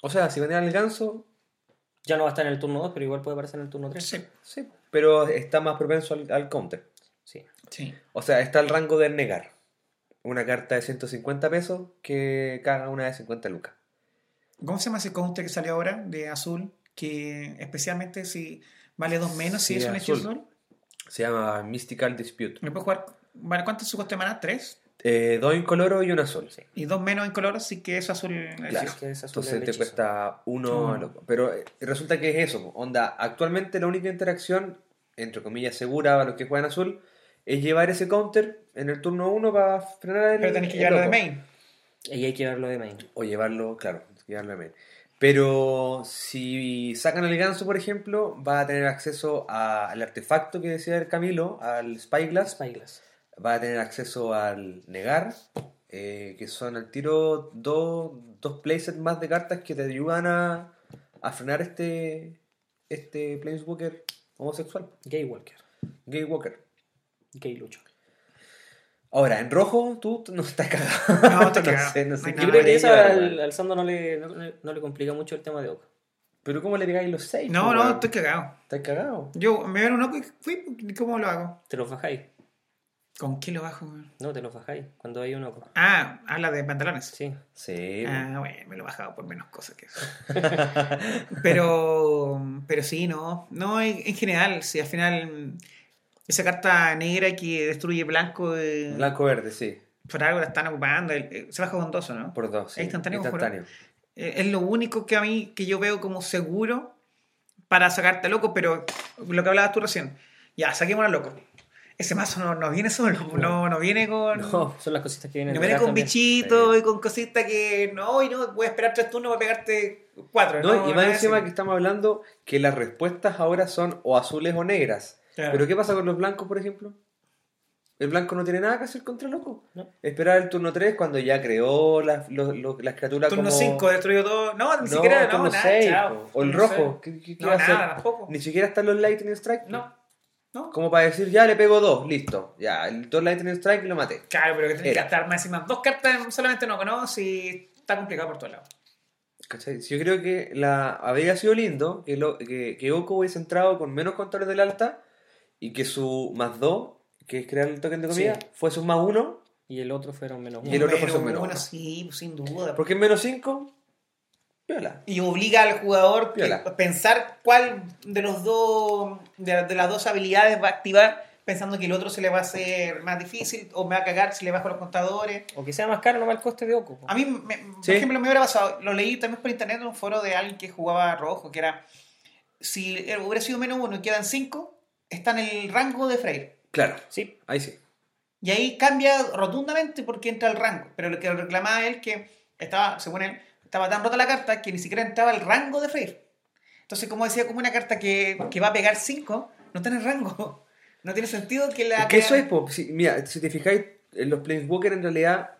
C: O sea, si venían el ganso,
B: Ya no va a estar en el turno 2, pero igual puede aparecer en el turno 3.
A: Sí.
C: sí. Pero está más propenso al, al counter.
B: Sí.
A: sí.
C: O sea, está el rango del negar. Una carta de 150 pesos que caga una de 50 lucas.
A: ¿Cómo se llama ese counter que salió ahora de azul? Que especialmente si vale dos menos, si
C: Sí,
A: es un
C: azul.
A: hechizo azul.
C: Se llama Mystical Dispute.
A: ¿Me puedo jugar? ¿Vale cuánto es su coste de mana? Tres.
C: Eh, dos incoloro y una sol.
B: Sí.
A: Y dos menos en color, así que es azul. el
C: Claro.
A: hechizo.
B: que es azul
C: Entonces
B: el
C: te
B: hechizo.
C: cuesta uno.
A: Ah.
C: loco. Pero eh, resulta que es eso. po. Onda, actualmente la única interacción, entre comillas, segura para los que juegan azul, es llevar ese counter en el turno 1 para frenar el.
A: Pero tenés que
C: el
A: llevarlo de
C: loco.
A: main.
B: Y hay que verlo de main.
C: O llevarlo, claro, llevarlo de main. Pero si sacan el ganso, por ejemplo, va a tener acceso a- al artefacto que decía el Camilo, al Spyglass.
B: Spyglass.
C: Va a tener acceso al negar, eh, que son al tiro dos, dos playsets más de cartas que te ayudan a, a frenar este, este Planeswalker homosexual,
B: Gay Walker.
C: Gay Walker. Ah,
B: Gay Lucho.
C: Ahora, en rojo, tú no estás cagado.
A: No, estás cagado.
C: sé, (laughs) no sé
A: No hay
C: qué
A: nada.
B: Yo creo que eso
C: llevar,
B: al,
C: weón.
B: al Sando no le, no, no le complica mucho el tema de Oca.
C: Pero ¿cómo le pegáis los seis?
A: No,
C: pues,
A: no,
C: weón?
A: estoy cagado.
C: Estás cagado.
A: Yo me veo un ojo y fui, ¿cómo lo hago?
B: Te los bajáis.
A: ¿Con qué lo bajo? weón?
B: No, te los bajáis cuando hay un Oca.
A: Ah, habla de pantalones.
B: Sí.
C: Sí.
A: Ah, bueno, me lo he bajado por menos cosas que eso. pero, pero sí, no. No, en, en general, si al final mm, esa carta negra que destruye blanco, eh,
C: Blanco-verde, sí.
A: por algo la están ocupando. el- eh, se baja con dos, ¿o ¿no?
C: Por dos. Sí.
A: Es instantáneo,
C: instantáneo.
A: Eh, Es lo único que a mí, que yo veo como seguro para sacarte a loco, pero lo que hablabas tú recién. Ya, saquemos a loco. Ese mazo no, no viene solo, no, no viene con... No.
C: No.
B: Son las cositas que vienen.
A: viene
B: atrás
A: con
B: también.
A: bichitos y con cositas que no, y no, voy a esperar tres turnos para pegarte cuatro.
C: No, y más
A: nada de
C: encima
A: eso.
C: que estamos hablando que las respuestas ahora son o azules o negras.
A: Claro.
C: Pero ¿qué pasa con los blancos, por ejemplo? El blanco no tiene nada que hacer contra el loco.
B: No.
C: Esperar el turno 3 cuando ya creó las, los- los- las criaturas
A: Turno
C: como...
A: 5, destruyó todo. No, ni
C: No,
A: siquiera, no,
C: turno
A: nada,
C: seis,
A: chao.
C: po. O el
A: Turno
C: rojo.
A: seis.
C: ¿Qué, qué- qué
A: No,
C: va a
A: nada,
C: hacer?
A: tampoco.
C: Ni siquiera están los Lightning Strike.
A: No, no.
C: Como para decir, ya le pego dos, listo. Ya, el dos Lightning Strike y lo maté.
A: Claro, pero que tenés que
C: Era.
A: gastar más y más. Dos cartas solamente no conoces y está complicado por todos lados.
C: ¿Cachai? Si Yo creo que la habría sido lindo que, lo, que, que Goku hubiese entrado con menos controles del alta y que su más 2, que es crear el token de comida,
B: Sí.
C: fuese un más 1.
B: Y el otro fueron menos
C: Y el
B: uno.
C: otro
A: Bueno,
C: pasó menos.
A: Bueno, sí, sin duda.
C: Porque en menos 5, viola.
A: y obliga al jugador que-
C: Piola.
A: a pensar cuál de los dos de, de las dos habilidades va a activar pensando que el otro se le va a hacer más difícil o me va a cagar si le bajo los contadores
B: O que sea más caro nomás el coste de Oco. po.
A: a mí me-
C: Sí.
A: por ejemplo me hubiera pasado lo leí también por internet en un foro de alguien que jugaba rojo que era si eh, hubiera sido menos uno y quedan cinco está en el rango de Freyr
C: Claro,
B: Sí.
C: ahí sí.
A: y ahí cambia rotundamente porque entra el rango pero lo que reclamaba él que estaba según él estaba tan rota la carta que ni siquiera entraba el rango de Freyr Entonces, como decía, como una carta que, que va a pegar 5, no está en el rango. (laughs) No tiene sentido que la.
C: Es que eso es, po. Si- mira, si te fijáis, eh, los Planeswalker en realidad,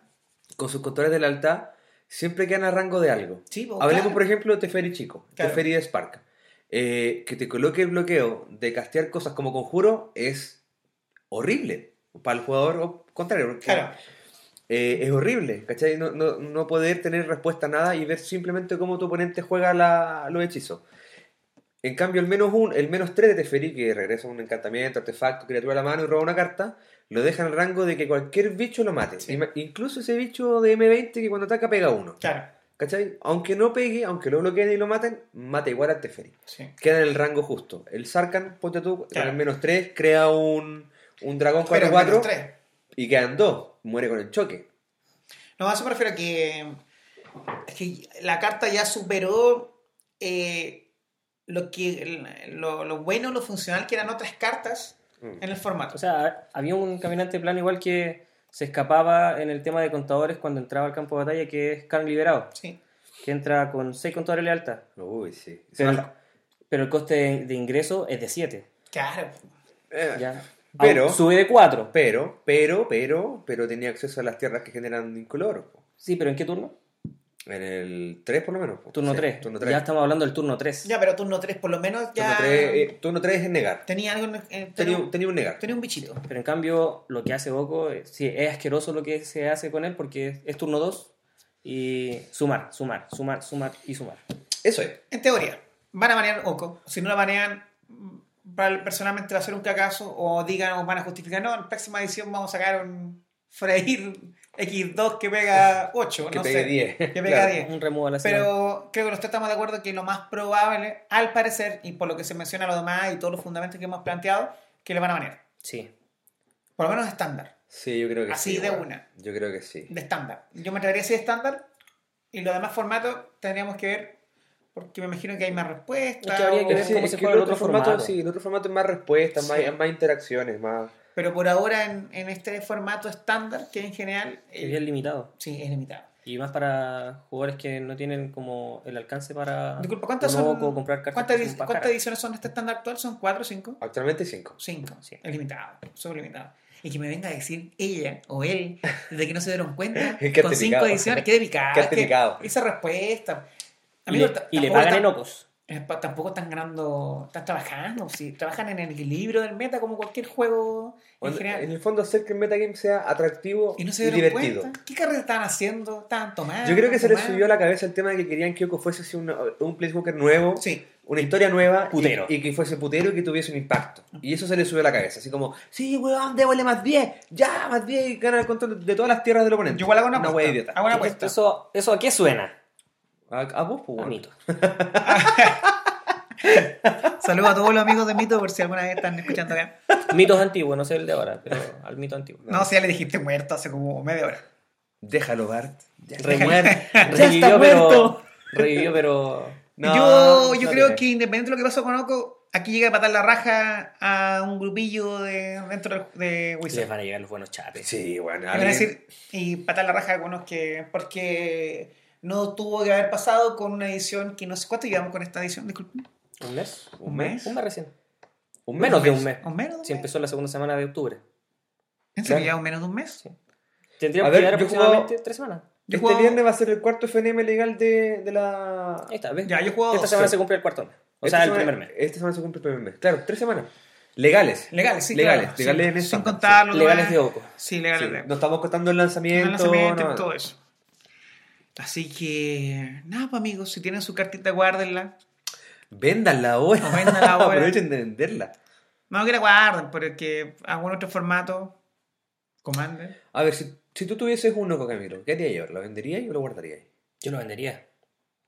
C: con sus controles del alta, siempre quedan a rango de algo.
A: Sí, po,
C: Hablemos,
A: claro.
C: por ejemplo, de Teferi Chico,
A: Claro.
C: Teferi de Spark. Eh, que te coloque el bloqueo de castear cosas como conjuro es horrible para el jugador o- contrario. porque,
A: Claro.
C: eh, es horrible, ¿cachai? No, no- no poder tener respuesta a nada y ver simplemente cómo tu oponente juega la- los hechizos. En cambio, el menos, un, el menos 3 de Teferi, que regresa un encantamiento, artefacto, criatura a la mano y roba una carta, lo deja en el rango de que cualquier bicho lo mate. Ima- Incluso ese bicho de M20 que cuando ataca pega uno.
A: Claro,
C: ¿Cachai? Aunque no pegue, aunque lo bloqueen y lo maten, mata igual a Teferi.
A: sí.
C: Queda en el rango justo. El Sarkan, ponte tú,
A: Claro.
C: con el menos 3, crea un, un dragón
A: Pero menos
C: 4-4
A: tres.
C: y quedan 2. Muere con el choque.
A: No, a eso me refiero que. Es que la carta ya superó eh, lo, que, lo, lo bueno, lo funcional que eran otras cartas
C: Mm.
A: en el formato.
B: O sea, había un caminante plano igual que se escapaba en el tema de contadores cuando entraba al campo de batalla, que es Carn Liberado,
A: Sí.
B: que entra con 6 contadores de lealtad.
C: Uy, sí.
B: Pero, pero el coste de, de ingreso es de 7.
A: Claro.
C: Eh, Pero-
B: Pero. sube de 4.
C: Pero, pero, pero, pero tenía acceso a las tierras que generan incoloros. po.
B: Sí, pero ¿en qué turno?
C: En el 3 por lo menos. po.
B: Turno
C: Sí,
B: 3.
C: Turno
B: Ya
C: 3.
B: estamos hablando del turno 3.
A: Ya, pero turno 3 por lo menos
C: Turno
A: ya.
C: 3, turno 3 es negar.
A: Tenía algo. en- en-
C: Tenía,
A: tenía,
C: un- tenía un negar.
A: tenía un bichito.
B: Pero en cambio, lo que hace Boco, eh, sí, es asqueroso lo que se hace con él porque es, es turno 2 y sumar, sumar, sumar, sumar y sumar.
C: Eso es.
A: En teoría, van a banear Oco. Si no la banean, mm, va- personalmente va a ser un cagazo. O digan o van a justificar, no, en próxima edición vamos a sacar un Freir X2 que pega 8.
C: (laughs) Que
A: no
C: pegue
A: sé,
C: 10.
A: Que pega
C: Claro.
A: 10.
B: Un remudo a la semana.
A: Eh, Pero creo que nosotros estamos de acuerdo que lo más probable, al parecer, y por lo que se menciona lo demás y todos los fundamentos que hemos planteado, que le van a banear.
B: Sí.
A: Por lo menos estándar.
C: Sí, yo creo que
A: Así
C: sí.
A: de
C: weón.
A: una.
C: Yo creo que sí.
A: De estándar. Yo me atrevería a decir estándar. Y los demás formatos tendríamos que ver. Porque me imagino que hay más respuestas.
B: Es que habría que
A: o-
B: ver
C: Sí,
B: cómo
C: es
B: se
C: que
B: juega
C: el
B: el
C: otro
B: otro
C: formato,
B: formato.
C: sí, el otro formato es más respuestas, más,
A: Sí.
C: más interacciones, más...
A: Pero por ahora en, en este formato estándar, que en general eh,
B: Es bien limitado.
A: sí, es limitado.
B: Y más para jugadores que no tienen como el alcance para.
A: Disculpa, ¿cuántas
B: o Ah, no
A: son?
B: co- comprar cartas
A: ¿cuántas,
B: que
A: edi-
B: son bacanas.
A: cuántas ediciones son de este estándar actual? ¿Son cuatro o cinco?
C: Actualmente 5.
A: Cinco.
B: Sí.
A: Es limitado, súper limitado. Y que me venga a decir ella o él, desde que no se dieron cuenta,
C: (laughs) Qué
A: con
C: picado.
A: cinco ediciones, qué delicado.
C: Qué
A: es que
C: picado.
A: Esa respuesta.
B: Y le,
A: ta-
B: y le
A: tampoco
B: pagan
A: está-
B: en ocos.
A: Es pa- tampoco están ganando, están trabajando, si trabajan en el equilibrio del meta como cualquier juego en
C: Onda,
A: general.
C: En el fondo, hacer que el metagame sea atractivo
A: Y
C: y,
A: no se dieron
C: divertido.
A: cuenta. Ah, ¿Qué carrera estaban haciendo? ¿Estaban tomando?
C: Yo creo que se les
A: fumando?
C: subió a la cabeza el tema de que querían que Yoko fuese así un, un Placewalker nuevo,
A: Sí.
C: una historia nueva, y-
B: Putero.
C: Y, que fuese putero y que tuviese un impacto. Y eso se les subió a la cabeza, así como, sí, weón, démosle más 10, ya, más 10 y gana el control de todas las tierras del oponente.
A: Yo igual hago una
C: una
A: apuesta.
C: wea idiota.
A: Hago una apuesta.
B: Eso, ¿Eso a qué suena?
C: A, a vos, pues,
B: A
C: weón.
B: mito.
A: Saludos a todos los amigos de Mito por si alguna vez están escuchando acá.
B: Mitos antiguos, no sé el de ahora, pero al mito antiguo.
A: No, si ya le dijiste muerto hace como media hora.
C: Déjalo, Bart. Ya.
B: Remuer-
C: está
A: (laughs)
B: revivió, pero.
C: muerto.
B: Revivió, pero.
C: No,
A: yo yo
C: no
A: creo
C: tiene.
A: que independiente de lo que pasó con Oco, aquí llega a patar la raja a un grupillo de, dentro del- de
B: Les
A: Wizard.
B: van a llegar los buenos chapes.
C: Sí, bueno,
A: Y van a decir, y patar la raja a algunos que. Porque no tuvo que haber pasado con una edición que no sé cuánto llevamos con esta edición, disculpen.
B: ¿Un mes?
C: ¿Un mes?
B: Un mes recién.
C: Un
B: Menos
C: mes.
B: de un mes.
A: ¿O menos? de un
B: Si
A: mes?
B: empezó la segunda semana de octubre.
A: ¿En serio
C: Claro.
A: llevamos menos de un mes?
B: Tendríamos
C: A ver,
B: que llegar
C: yo juego-
B: aproximadamente tres semanas.
A: Yo
C: Este
A: jugaba-
C: viernes va a ser el cuarto FNM legal de, de la...
B: Ahí está, ¿ves?
A: Ya, yo he jugado
B: Esta
A: dos.
B: semana se cumple el cuarto mes. O sea, el
C: Esta semana-
B: primer mes.
C: Esta semana se cumple el primer mes. Claro, tres semanas. Legales.
A: Legales, sí.
C: Legales,
A: claro, sí.
C: legales en
A: Sin,
C: eso.
A: contar lo
B: Legales de
A: demás.
B: Oco.
A: Sí,
C: Sí,
A: legales de Oco.
C: no estamos contando el
A: el
C: lanzamiento.
A: lanzamiento
C: no.
A: y todo eso. Así que, nada, pues, amigos, si tienen su cartita, guárdenla.
C: Véndanla ahora.
A: O véndanla
C: (laughs)
A: ahora.
C: Aprovechen de venderla.
A: No que la guarden, pero es que algún otro formato, comanden.
C: A ver, si, si tú tuvieses uno con Camilo, ¿qué harías yo? ¿Lo venderías o lo guardarías?
B: Yo lo vendería.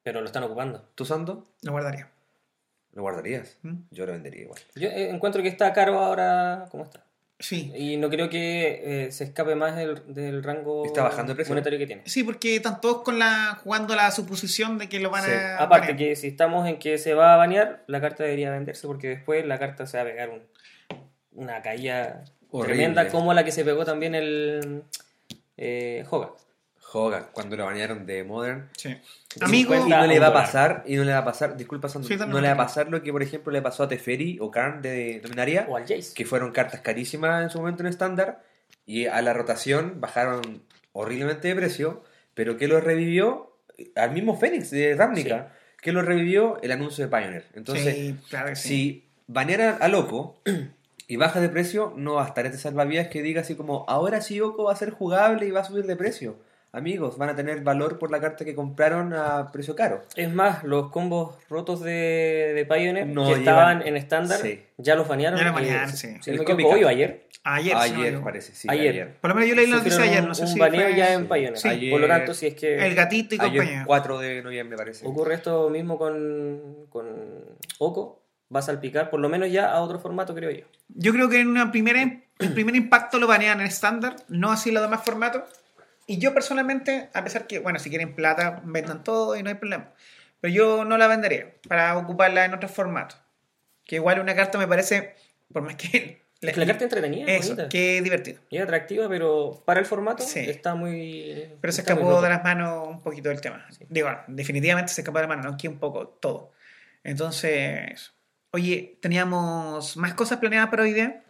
B: Pero lo están ocupando.
C: ¿Tú, Sando?
A: Lo guardaría.
C: ¿Lo guardarías?
A: ¿Mm?
C: Yo lo vendería igual.
B: Yo eh, encuentro que está caro ahora como está.
A: Sí.
B: Y no creo que eh, se escape más del, del rango
C: Está bajando el precio.
B: monetario que tiene.
A: Sí, porque están todos con la, jugando la suposición de que lo van
C: Sí.
A: a.
B: Aparte
A: banear.
B: que si estamos en que se va a banear, la carta debería venderse porque después la carta se va a pegar un- una caída
C: Horrible.
B: tremenda como la que se pegó también el eh, Hoga.
C: Joga, cuando lo banearon de Modern.
A: Sí.
B: Cincuenta.
A: Amigos,
C: Y no le
B: un
C: va a
B: dólar.
C: pasar, y no le va a pasar, disculpa Sando,
A: Sí, dale,
C: no le va a
A: tranquilo.
C: pasar lo que por ejemplo le pasó a Teferi o Karn de Dominaria,
B: O al Jace.
C: que fueron cartas carísimas en su momento en estándar, y a la rotación bajaron horriblemente de precio, pero que lo revivió al mismo Fénix de Ravnica, que lo revivió el anuncio de Pioneer. Entonces,
A: sí, claro que sí.
C: si baneara a Loco (clears throat) y baja de precio, no bastará este salvavidas que diga así como, ahora sí Oco va a ser jugable y va a subir de precio. Amigos, van a tener valor por la carta que compraron a precio caro.
B: Es más, los combos rotos de, de Pioneer
C: No,
B: que
C: llevan-
B: estaban en estándar
C: sí.
B: ya los banearon.
A: Ya los
B: eh,
A: banearon,
B: si-
A: sí.
B: si
C: El
B: no me equivoco,
C: Copycat.
B: hoy o ayer.
A: Ayer, si no me
C: Ayer,
A: equivoco.
C: parece, sí.
B: Ayer.
C: Ayer.
A: Por lo menos yo leí la noticia
B: Sufrieron
A: ayer, no sé
B: un
A: si.
B: baneo
A: fue-
B: ya en
C: Sí.
B: Pioneer.
A: Sí.
B: Por lo tanto,
C: Ayer-
B: si es que...
A: El gatito y
C: Ayer,
A: compañía.
C: 4 de noviembre, parece.
B: ocurre esto mismo con, con Oco, va a salpicar por lo menos ya a otro formato, creo yo.
A: Yo creo que en una primera, el primer impacto lo banean en estándar, no así en los demás formatos. Y yo personalmente, a pesar que, bueno, si quieren plata, vendan todo y no hay problema. Pero yo no la vendería para ocuparla en otros formatos. Que igual una carta me parece, por más que... (laughs)
B: Es que la carta entretenida, es
A: Eso,
B: bonita.
A: que es divertido.
B: Y es atractiva, pero para el formato
A: Sí.
B: está muy.
A: Pero se
B: está muy
A: escapó
B: rota.
A: de las manos un poquito del tema. Digo, bueno, definitivamente se escapó de las manos, ¿no? aquí un poco todo. Entonces, oye, teníamos más cosas planeadas para hoy día.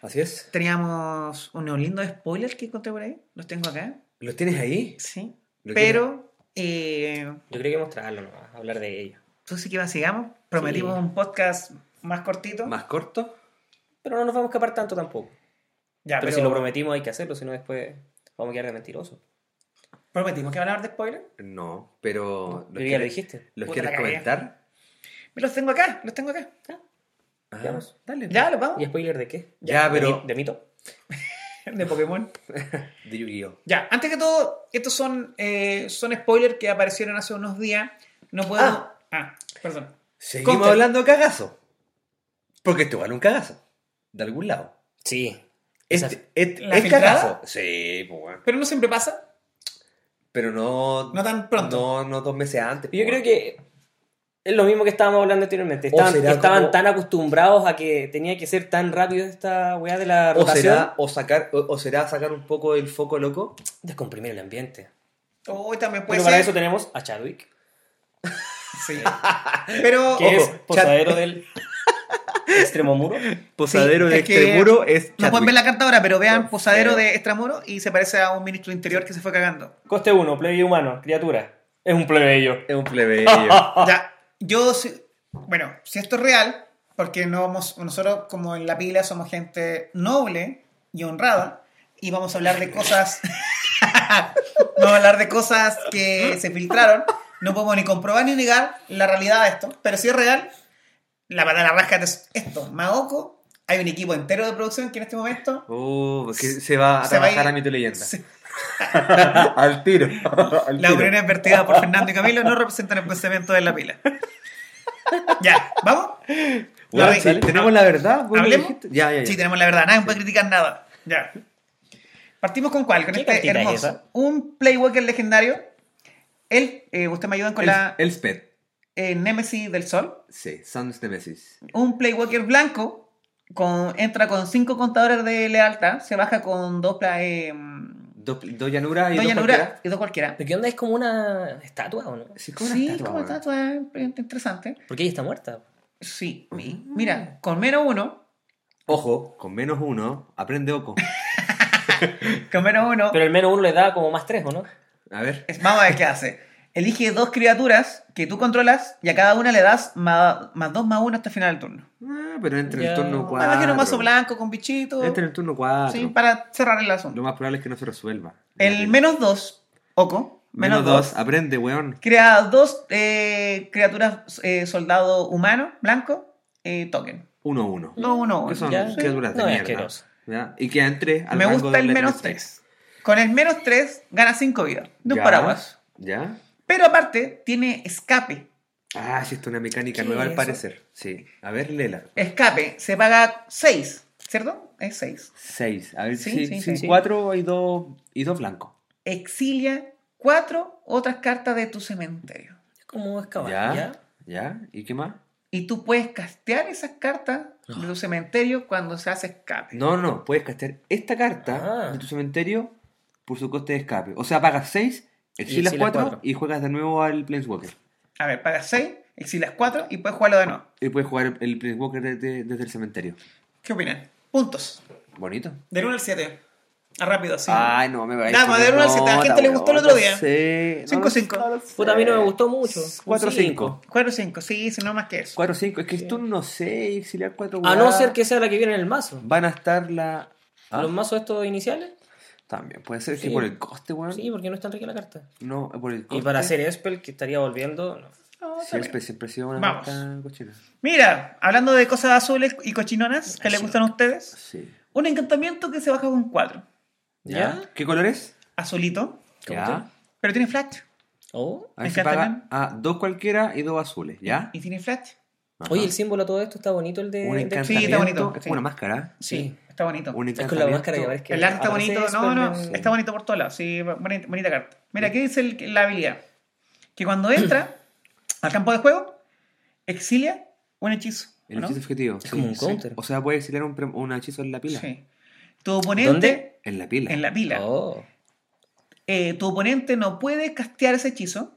C: Así es.
A: Teníamos unos lindos spoilers que encontré por ahí. Los tengo acá.
C: ¿Los tienes ahí?
A: Sí.
C: ¿Lo
A: Pero, eh,
B: Yo creo que mostrarlo nomás, hablar de ella.
A: entonces, ¿qué más sigamos? Prometimos
B: Sí.
A: un podcast más cortito.
C: tienes ¿Más corto?
B: Pero no nos vamos a escapar tanto tampoco.
A: Ya,
B: pero, si lo prometimos hay que hacerlo, si no después vamos a quedar de mentirosos.
A: prometimos que van a hablar de spoilers.
C: No, pero... ¿Los
B: Pero ya lo
C: quieres-
B: dijiste.
C: ¿Los
A: Puta,
C: quieres
A: la cagué.
C: comentar?
A: Los tengo acá, los tengo acá. (laughs)
C: Ah,
B: Veamos.
C: dale.
A: Ya, los vamos.
B: ¿Y spoiler de qué?
C: Ya,
B: ¿De
C: pero...
B: mi- ¿De mito?
A: De Pokémon.
C: De Yu-Gi-Oh.
A: Ya, antes que todo, estos son, eh, son spoilers que aparecieron hace unos días. No puedo. Ah, perdón.
C: Seguimos
A: Conte.
C: hablando cagazo. Porque esto vale un cagazo. De algún lado.
B: Sí.
C: ¿Es,
B: Esa-
C: es-
A: ¿La
C: es
A: filtrada?
C: cagazo? Sí, pues bueno.
A: Pero no siempre pasa.
C: Pero no...
A: No tan pronto.
C: No, no dos meses antes.
B: Yo
C: pues,
B: creo
C: bueno.
B: que es lo mismo que estábamos hablando anteriormente. Estaban,
C: será
B: estaban
C: como-
B: tan acostumbrados a que tenía que ser tan rápido esta weá de la
C: O
B: rotación.
C: será, o, sacar, o, o será sacar un poco el foco loco.
B: Descomprimir el ambiente.
A: Hoy también puede
B: pero para
A: ser.
B: eso tenemos a Chadwick,
A: Sí. Pero.
B: (laughs) que es
C: Ojo, Chad-
B: posadero del extremo muro.
C: Posadero
A: Sí,
C: de
A: es que-
C: este muro es
A: No pueden
C: Chadwick.
A: ver la carta ahora, pero vean
C: Pero-
A: Posadero de Extramuro y se parece a un ministro de interior que se fue cagando. (laughs)
B: Coste 1, plebeyo humano, criatura. Es un plebeyo.
C: Ah, Es un plebeyo.
A: Ya, yo sí- Bueno, si esto es real, porque no vamos, nosotros como en la pila somos gente noble y honrada, y vamos a hablar de cosas. (laughs) vamos a hablar de cosas que se filtraron. No podemos ni comprobar ni negar la realidad de esto, pero si es real, la patada rasca es esto. Maoco, hay un equipo entero de producción que en este momento
C: Uh, porque se va a
A: Se va a
C: trabajar a,
A: ir-
C: mito leyenda.
A: se-
C: (laughs)
A: (laughs)
C: al tiro. al
A: Las
C: tiro.
A: opiniones vertidas por Fernando y Camilo no representan el pensamiento de la pila. Ya, ¿vamos?
C: Weón,
A: Lo
C: si
A: dije.
C: tenemos la verdad. vos lo
A: ¿Hablemos?
C: dijiste. Ya, ya, ya.
A: Sí, tenemos la verdad, nadie puede criticar nada. Ya. Partimos con cuál, con
B: ¿Qué
A: este
B: cantidad es
A: hermoso.
B: esa?
A: Un Playwalker legendario. Él, eh, usted me ayudan con
C: El-
A: la
C: El Sped.
A: eh, Némesis del Sol.
C: Sí, Sans Nemesis.
A: Un Playwalker blanco. Con, entra con cinco contadores de lealtad. Se baja con dos, pla- eh,
C: Dos dos llanuras y
A: dos
C: dos
A: llanuras
C: cualquiera.
A: y dos cualquiera.
B: ¿Pero qué onda? ¿Es como una estatua o no?
C: Sí, como una
A: Sí,
C: estatua,
A: como
C: weón.
A: estatua, interesante.
B: Porque ella está muerta.
A: Sí, mi-
C: Mm.
A: mira, con menos uno.
C: Ojo, con menos uno, aprende Oco.
A: Con menos uno.
B: Pero al menos uno le da como más tres, ¿o no?
C: A ver.
A: Es- Vamos a ver qué hace. Elige dos criaturas que tú controlas y a cada una le das ma- más, dos más uno hasta el final del turno.
C: Ah, pero entre
B: Ya.
C: el turno
B: Me
A: Me
C: 4.
A: imagino un mazo blanco con bichitos.
C: Entre el turno 4.
A: Sí, para cerrar el
C: Lo
A: asunto.
C: más probable es que no se resuelva.
A: El menos dos, Oco, menos,
C: Menos
A: dos,
C: dos, aprende, weón.
A: crea dos eh, criaturas eh, soldado humano, blanco, eh, token.
C: 1 1.
A: No, uno,
C: ¿Qué
A: uno.
C: son?
B: ya, sí.
C: criaturas de
B: No, es
C: mierda.
B: asqueroso.
C: ¿Ya? Y quedan tres al
A: Me
C: rango
A: gusta
C: del
A: el
C: level
A: menos
C: tres.
A: tres. Con el menos tres gana cinco vidas de un
C: Ya,
A: paraguas.
C: ¿Ya?
A: Pero aparte, tiene escape.
C: Ah, sí, esto es una mecánica
B: ¿Qué
C: nueva
B: es
C: al
B: eso?
C: parecer. Sí. A ver, Lela.
A: Escape, se paga seis, ¿cierto? Es seis.
C: 6. A ver
A: Sí,
C: si
A: sí,
C: si
A: sí.
C: cuatro y dos y dos blancos.
A: exilia cuatro otras cartas de tu cementerio.
B: Es como excavar,
C: ¿Ya?
B: ¿ya?
C: ¿Ya? ¿Y qué más?
A: Y tú puedes castear esas cartas de tu cementerio cuando se hace escape.
C: No, no, puedes castear esta carta
B: Ah.
C: de tu cementerio por su coste de escape. O sea, pagas 6, exilas
B: exilas
C: 4
B: cuatro.
C: y juegas de nuevo al Planeswalker.
A: A ver, pagas seis, exilias cuatro y puedes jugarlo de nuevo.
C: Y puedes jugar el- el Planeswalker desde, desde el cementerio.
A: ¿Qué opinan? Puntos.
C: Bonito.
A: Del 1 al 7. Rápido, así.
C: Ay, no, me parece.
A: Dama,
C: una
A: de uno al siete, a la
C: nota,
A: gente le gustó el otro
C: weón,
A: día.
C: No sé,
A: Cinco, cinco.
B: Puta, a mí no me gustó mucho. Un
C: 4
B: cinco.
C: 5.
A: 4 o 5, sí, sí, no más que eso.
C: 4 5, es que esto no sé, exiliar 4
B: A Ah, no ser que sea la que viene en el mazo.
C: Van a estar la. ¿Ah?
B: ¿Los mazos estos iniciales?
C: También, puede ser que
B: Sí.
C: por el coste, weón.
B: Sí, porque no es tan rica la carta.
C: No, eh, por el coste.
B: Y para hacer Spell, que estaría volviendo. no.
A: No, está bien.
C: Siempre, siempre ha sido una
A: Vamos.
C: carta cochina.
A: Mira, hablando de cosas azules y cochinonas que le gustan a ustedes,
C: Sí.
A: un encantamiento que se baja con 4.
B: ¿Ya?
C: ¿Qué color es?
A: Azulito,
B: ¿Cómo
C: Ya.
A: pero tiene flash.
B: Oh.
C: A ver
A: Me
C: si
A: encanta,
C: paga a dos cualquiera y dos azules, ¿ya?
A: Y tiene flash.
C: Ajá.
B: Oye, el símbolo de todo esto está bonito, el de.
C: un
B: de-
C: encantamiento.
A: Sí, está bonito,
C: Es
A: sí.
C: como una máscara.
A: Sí,
B: Sí.
A: está bonito.
C: Un
B: Es con la
C: encantamiento.
B: máscara que parece que.
A: El arte está
B: aparece
A: bonito, no,
B: Spell
A: no,
B: en-
A: está bonito por todos lados, sí, bonita, bonita carta. Mira, ¿qué dice el- la habilidad? Que cuando entra al campo de juego, exilia un hechizo.
C: El
A: ¿no?
C: hechizo objetivo.
B: Es como un counter.
C: O sea, puede exiliar un, pre- un hechizo en la pila.
A: Sí. Tu oponente
B: ¿Dónde?
C: En la pila.
A: en la pila.
B: Oh.
A: Eh, tu oponente no puede castear ese hechizo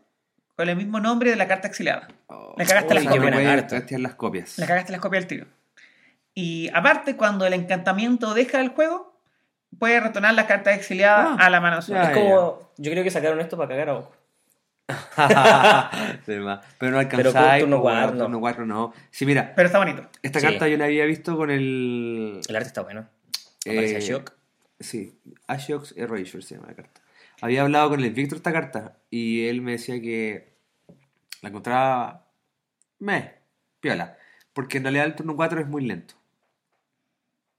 A: con el mismo nombre de la carta exiliada.
C: Oh,
A: Le cagaste
C: o
A: las copias.
C: sea, no
B: Qué buena
C: puede
B: carta.
C: castear las copias. (laughs)
A: La cagaste las copias del tiro. Y aparte, cuando el encantamiento deja el juego, puede retornar la carta exiliada
C: Ah,
A: a la mano
C: ya.
A: suya.
B: Es como. Yo creo que sacaron esto para cagar a Oco.
C: Sí, ma. Pero no
B: Pero con
C: alcanzáis.
B: turno
C: po, weón,
B: cuatro, no.
C: turno cuatro no. Sí, mira,
A: Pero está bonito.
C: esta
B: Sí.
C: carta yo la había visto con el.
B: El arte está bueno.
C: eh,
B: Aparece Shock.
C: Sí, Ashox Erasure se llama la carta. Había hablado con el Víctor esta carta y él me decía que la encontraba me piola, porque en realidad el turno 4 es muy lento.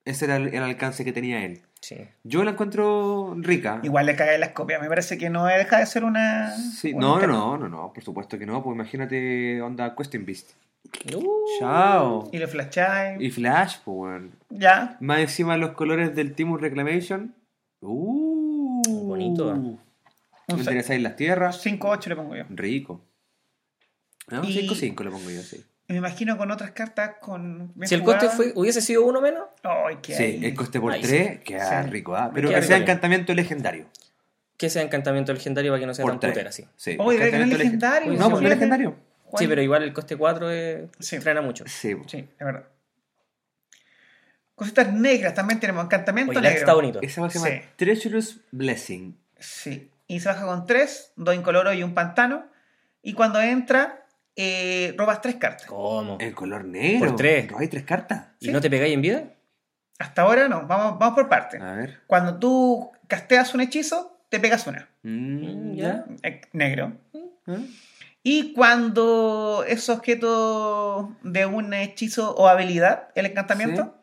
C: Ese era el, el alcance que tenía él.
B: Sí.
C: Yo la encuentro rica.
A: Igual le cagáis las copias. Me parece que no deja de ser una.
C: Sí,
A: un
C: no, no,
A: tema.
C: no, no, no, por supuesto que no, pues imagínate onda Question Beast.
B: Uh,
C: Chao.
A: Y lo flasháis.
C: Y Flash, pues weón.
A: Ya.
C: Más encima los colores del Timur Reclamation. Uh,
B: Bonito. ¿eh?
A: Un
C: Me interesáis las tierras.
A: 5-8 le pongo yo.
C: Rico. Ah, No,
A: Y-
C: 5-5 le pongo yo, sí.
A: Y Me imagino con otras cartas con. bien
B: Si el
A: jugadas.
B: coste fue- hubiese sido uno menos,
A: Ay, qué.
C: Sí,
A: ahí.
C: el coste por
B: Ahí
C: 3 queda
A: Sí.
C: rico. ah,
B: Me
C: Pero
B: queda
C: que sea
B: rico.
C: encantamiento legendario.
B: que sea encantamiento legendario para que no sea
C: Por
B: tan
C: 3.
B: putera, sí.
C: Sí,
A: Oye, ¿verdad que no es
C: encantamiento legen-
A: legendario?
C: No,
B: Sí,
C: pues no
B: bueno.
C: es legendario.
A: Juan.
B: Sí, pero igual el coste 4 es...
A: Sí.
B: frena mucho.
C: Sí, po.
A: Sí, es verdad. Cositas negras también tenemos. Encantamiento
B: Oye, el arte
A: negro.
B: está bonito.
C: Esa va a
A: Sí.
C: llamar Treacherous Blessing.
A: Sí. Y se baja con 3, 2 incoloros y un pantano. Y cuando entra, eh, robas tres cartas.
B: ¿Cómo?
C: El color negro.
B: Por tres.
C: ¿Hay tres cartas?
B: ¿Y no te pegáis en vida?
A: Hasta ahora no, vamos, vamos por partes.
C: A ver.
A: Cuando tú casteas un hechizo, te pegas una.
C: Mm,
B: ya. Ah,
A: eh, Negro.
C: ¿Mm?
A: Y cuando es objeto de un hechizo o habilidad, el encantamiento,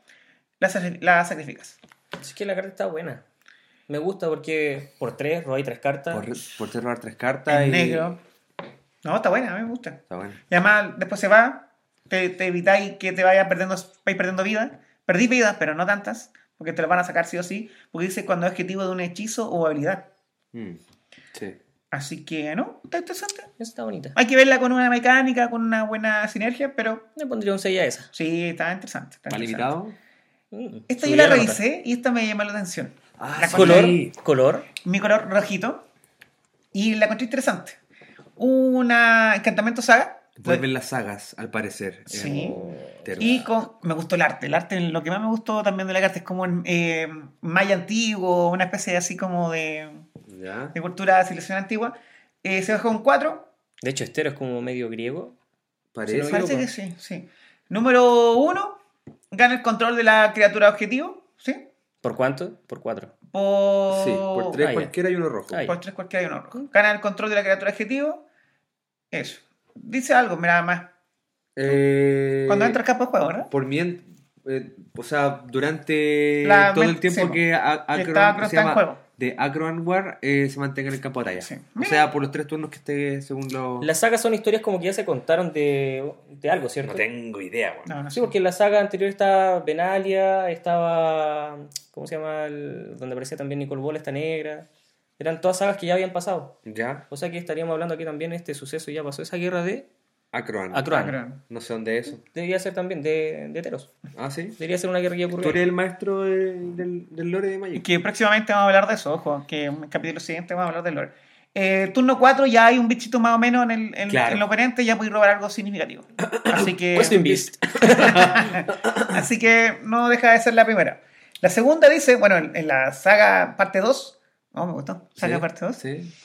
A: la, sa- la sacrificas.
B: Es que la carta está buena. Me gusta porque por tres robáis tres cartas.
C: Por, por ser robar tres cartas.
A: En
C: y...
A: negro. No, está buena, a mí me gusta.
C: Está bueno.
A: Y además, después se va, te, te evitáis que te vayas perdiendo, vais perdiendo vida. Perdís vidas, pero no tantas, porque te las van a sacar sí o sí, porque dice cuando es objetivo de un hechizo o habilidad.
C: Mm, Sí.
A: Así que, ¿no? Está interesante.
B: Esa está bonita.
A: Hay que verla con una mecánica, con una buena sinergia, pero
B: Le pondría un 6 a esa.
A: sí, está interesante. está
C: ¿Está
A: interesante.
C: limitado?
B: Mm.
A: Esta yo
B: Subida
A: la
B: nota.
A: revisé y esta me llamó la atención.
C: Ah,
A: La
C: sí.
B: Color,
C: Sí.
B: color.
A: Mi color rojito. Y la encontré interesante. Una encantamiento saga.
C: Vuelven las sagas, al parecer. eh,
A: Sí.
C: en Terra.
A: Y con- me gustó el arte. El arte, lo que más me gustó también de la carta es como eh, maya antiguo, una especie así como de,
C: Ya.
A: de cultura de civilización antigua. Eh, se bajó un 4.
B: De hecho, estero es como medio griego.
C: Parece.
B: Sí, lo
A: Parece
B: loco.
A: que sí, sí. Número 1. Gana el control de la criatura objetivo. ¿Sí?
B: ¿Por cuánto? Por cuatro.
A: Por,
C: Sí, por tres
B: Ah, ya.
C: cualquiera y uno rojo.
B: Ah, ya.
A: Por tres cualquiera y uno rojo. Gana el control de la criatura objetivo. Eso. Dice algo, mira, más.
C: Eh,
A: Cuando entra el campo de juego, ¿verdad?
C: Por mien- eh, o sea, durante
A: La
C: todo el
A: men-
C: tiempo
A: sí, pues,
C: que a-
A: Que
C: Akron
A: está- Akron
C: se
A: está en
C: llama-
A: juego.
C: de Akron War eh, se mantenga en el campo de batalla.
A: Sí.
C: O sea, por los tres turnos que esté según los.
B: Las sagas son historias como que ya se contaron de, de algo, ¿cierto?
C: No tengo idea, weón.
A: No, no
B: Sí,
A: sé.
B: porque en la saga anterior estaba Benalia, estaba. ¿Cómo se llama? el- donde aparecía también Nicole Bola, esta negra. Eran todas sagas que ya habían pasado.
C: Ya,
B: O sea que estaríamos hablando aquí también de este suceso. Ya pasó esa guerra de
C: Akron.
B: Acroan.
A: Akron.
C: No sé dónde es eso.
B: Debería ser también de, de Teros.
C: Ah, sí.
B: Debería ser una guerrilla
C: Tú
B: ocurrida.
C: eres el maestro de- del, del lore de Magic.
A: Que próximamente vamos a hablar de eso, ojo, que en el capítulo siguiente vamos a hablar del lore. Eh, turno 4 ya hay un bichito más o menos en el, en,
C: Claro.
A: en el oponente, ya podéis robar algo
C: (coughs)
A: significativo. Así que,
B: Question Beast.
A: (coughs) así que no deja de ser la primera. La segunda dice, bueno, en, en la saga parte 2, no me gustó, saga
C: Sí,
A: parte 2,
C: Sí.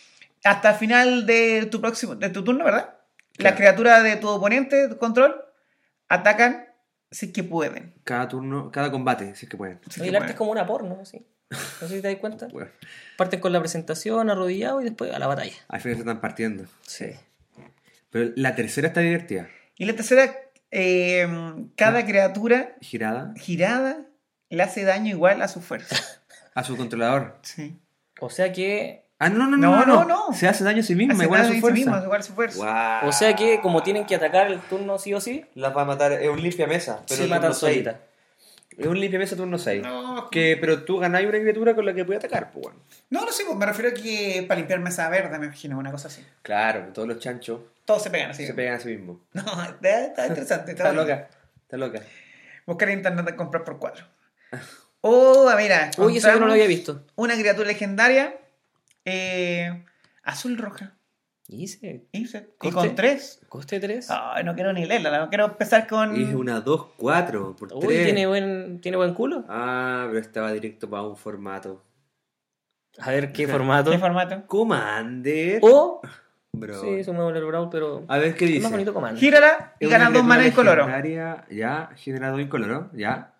A: hasta el final de tu próximo, de tu turno, ¿verdad? Las criaturas de tu oponente, de tu control, atacan si es que pueden.
C: Cada turno, cada combate, si es que pueden.
A: si es
B: Oye,
A: que
B: el arte es
A: pueden.
B: como una porno, así. No sé si te das cuenta.
C: Bueno,
B: Parten con la presentación, arrodillado y después a la batalla.
C: al final se están partiendo.
B: Sí.
C: Pero la tercera está divertida.
A: Y la tercera, eh, cada criatura
C: Girada
A: girada le hace daño igual a su
C: (laughs)
A: fuerza.
C: a su controlador.
A: Sí.
B: O sea que.
C: Ah, no, no,
A: No,
C: no.
A: no, no.
C: Se hace daño a sí misma,
A: Hace
C: igual a
A: daño
C: su
A: sí
C: fuerza.
A: mismo, igual a su fuerza.
C: Guau.
B: O sea que como tienen que atacar el turno sí o sí,
E: Las va a matar, es un limpia mesa. Pero
B: se matan solita.
C: Es un limpia mesa turno 6.
A: No,
C: Que, pero tú ganáis una criatura con la que puedes atacar, pues bueno.
A: no, no sé, pues, me refiero a que para limpiar mesa verde, me imagino, una cosa así.
C: Claro, todos los chanchos
A: Todos se pegan así.
C: se pegan a sí mismos.
A: (laughs) No, está, está interesante. Está
C: Está
A: bueno.
C: loca, está loca.
A: Buscar en internet y comprar por cuatro. Oh, mira.
B: Uy, eso yo no
A: encontramos
B: lo había visto.
A: Una criatura legendaria. eh, azul roja.
B: Hice.
A: Insect. Y
B: ¿Coste?
A: con tres.
B: Coste 3.
A: Ay, no quiero ni leerla, no quiero empezar con.
C: Y es una 2-4 por 3.
B: Uy, tiene buen, tiene buen culo.
C: Ah, pero estaba directo para un formato.
B: A ver qué formato. Oh.
A: ¿Qué este formato?
C: Commander.
B: O.
C: Bro.
B: Sí, es un nuevo el Brawl, pero.
C: A ver qué dice.
B: Es más bonito comando.
A: Gírala y
C: Es una
A: ganas dos
C: criatura
A: manas en color.
C: legendaria, Ya, genera dos incoloro. Ya.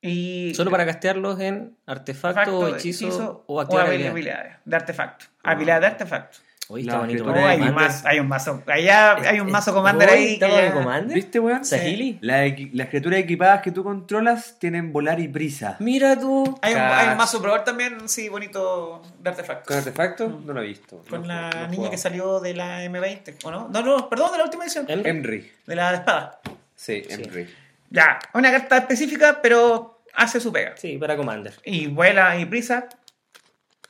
A: Y
B: Solo para castearlos en artefacto, o hechizo, o activar habilidad.
A: habilidades de artefacto. Habilidad de artefacto.
B: Uy,
C: La
B: está bonito.
A: Oh, hay,
C: Ahora hay
A: un
C: Commander.
A: mazo, hay un mazo. Allá hay un mazo commander
B: Uy,
A: ahí.
B: Está
A: que
B: con
A: ya-
B: el commander.
C: ¿Viste, weón?
B: Sahili.
C: La equi- las criaturas equipadas que tú controlas tienen volar y prisa.
B: Mira tú.
A: Hay un,
C: Cacha.
A: hay un mazo probar también, sí, bonito de artefacto.
C: ¿Con artefacto? No lo he visto.
A: Con
C: No,
A: la
C: no he
A: niña
C: jugado.
A: que salió de la M20, ¿o no? No, no, perdón, de la última edición.
B: Em-
C: Emry.
A: De la espada.
C: Sí, Emry.
A: Ya, una carta específica, pero hace su pega.
B: Sí, para commander.
A: Y vuela y prisa.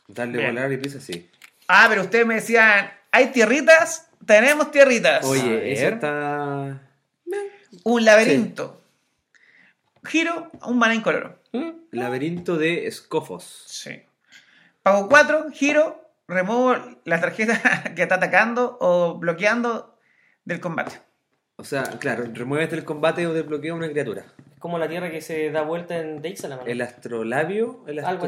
C: Darle
A: Bien.
C: volar y prisa, sí.
A: Ah, pero ustedes me decían, hay tierritas, tenemos tierritas.
B: A
C: Oye, eso
B: ver.
C: está.
A: Un laberinto. Giro, un maná incoloro.
B: ¿Mm?
C: Laberinto de Escofos.
A: Sí. Pago 4, giro, remuevo la tarjeta (laughs) que está atacando o bloqueando del combate.
C: O sea, claro, remueves del combate o desbloquea una criatura.
B: Es como la tierra que se da vuelta en Deixalam.
C: El astrolabio, el
B: Algo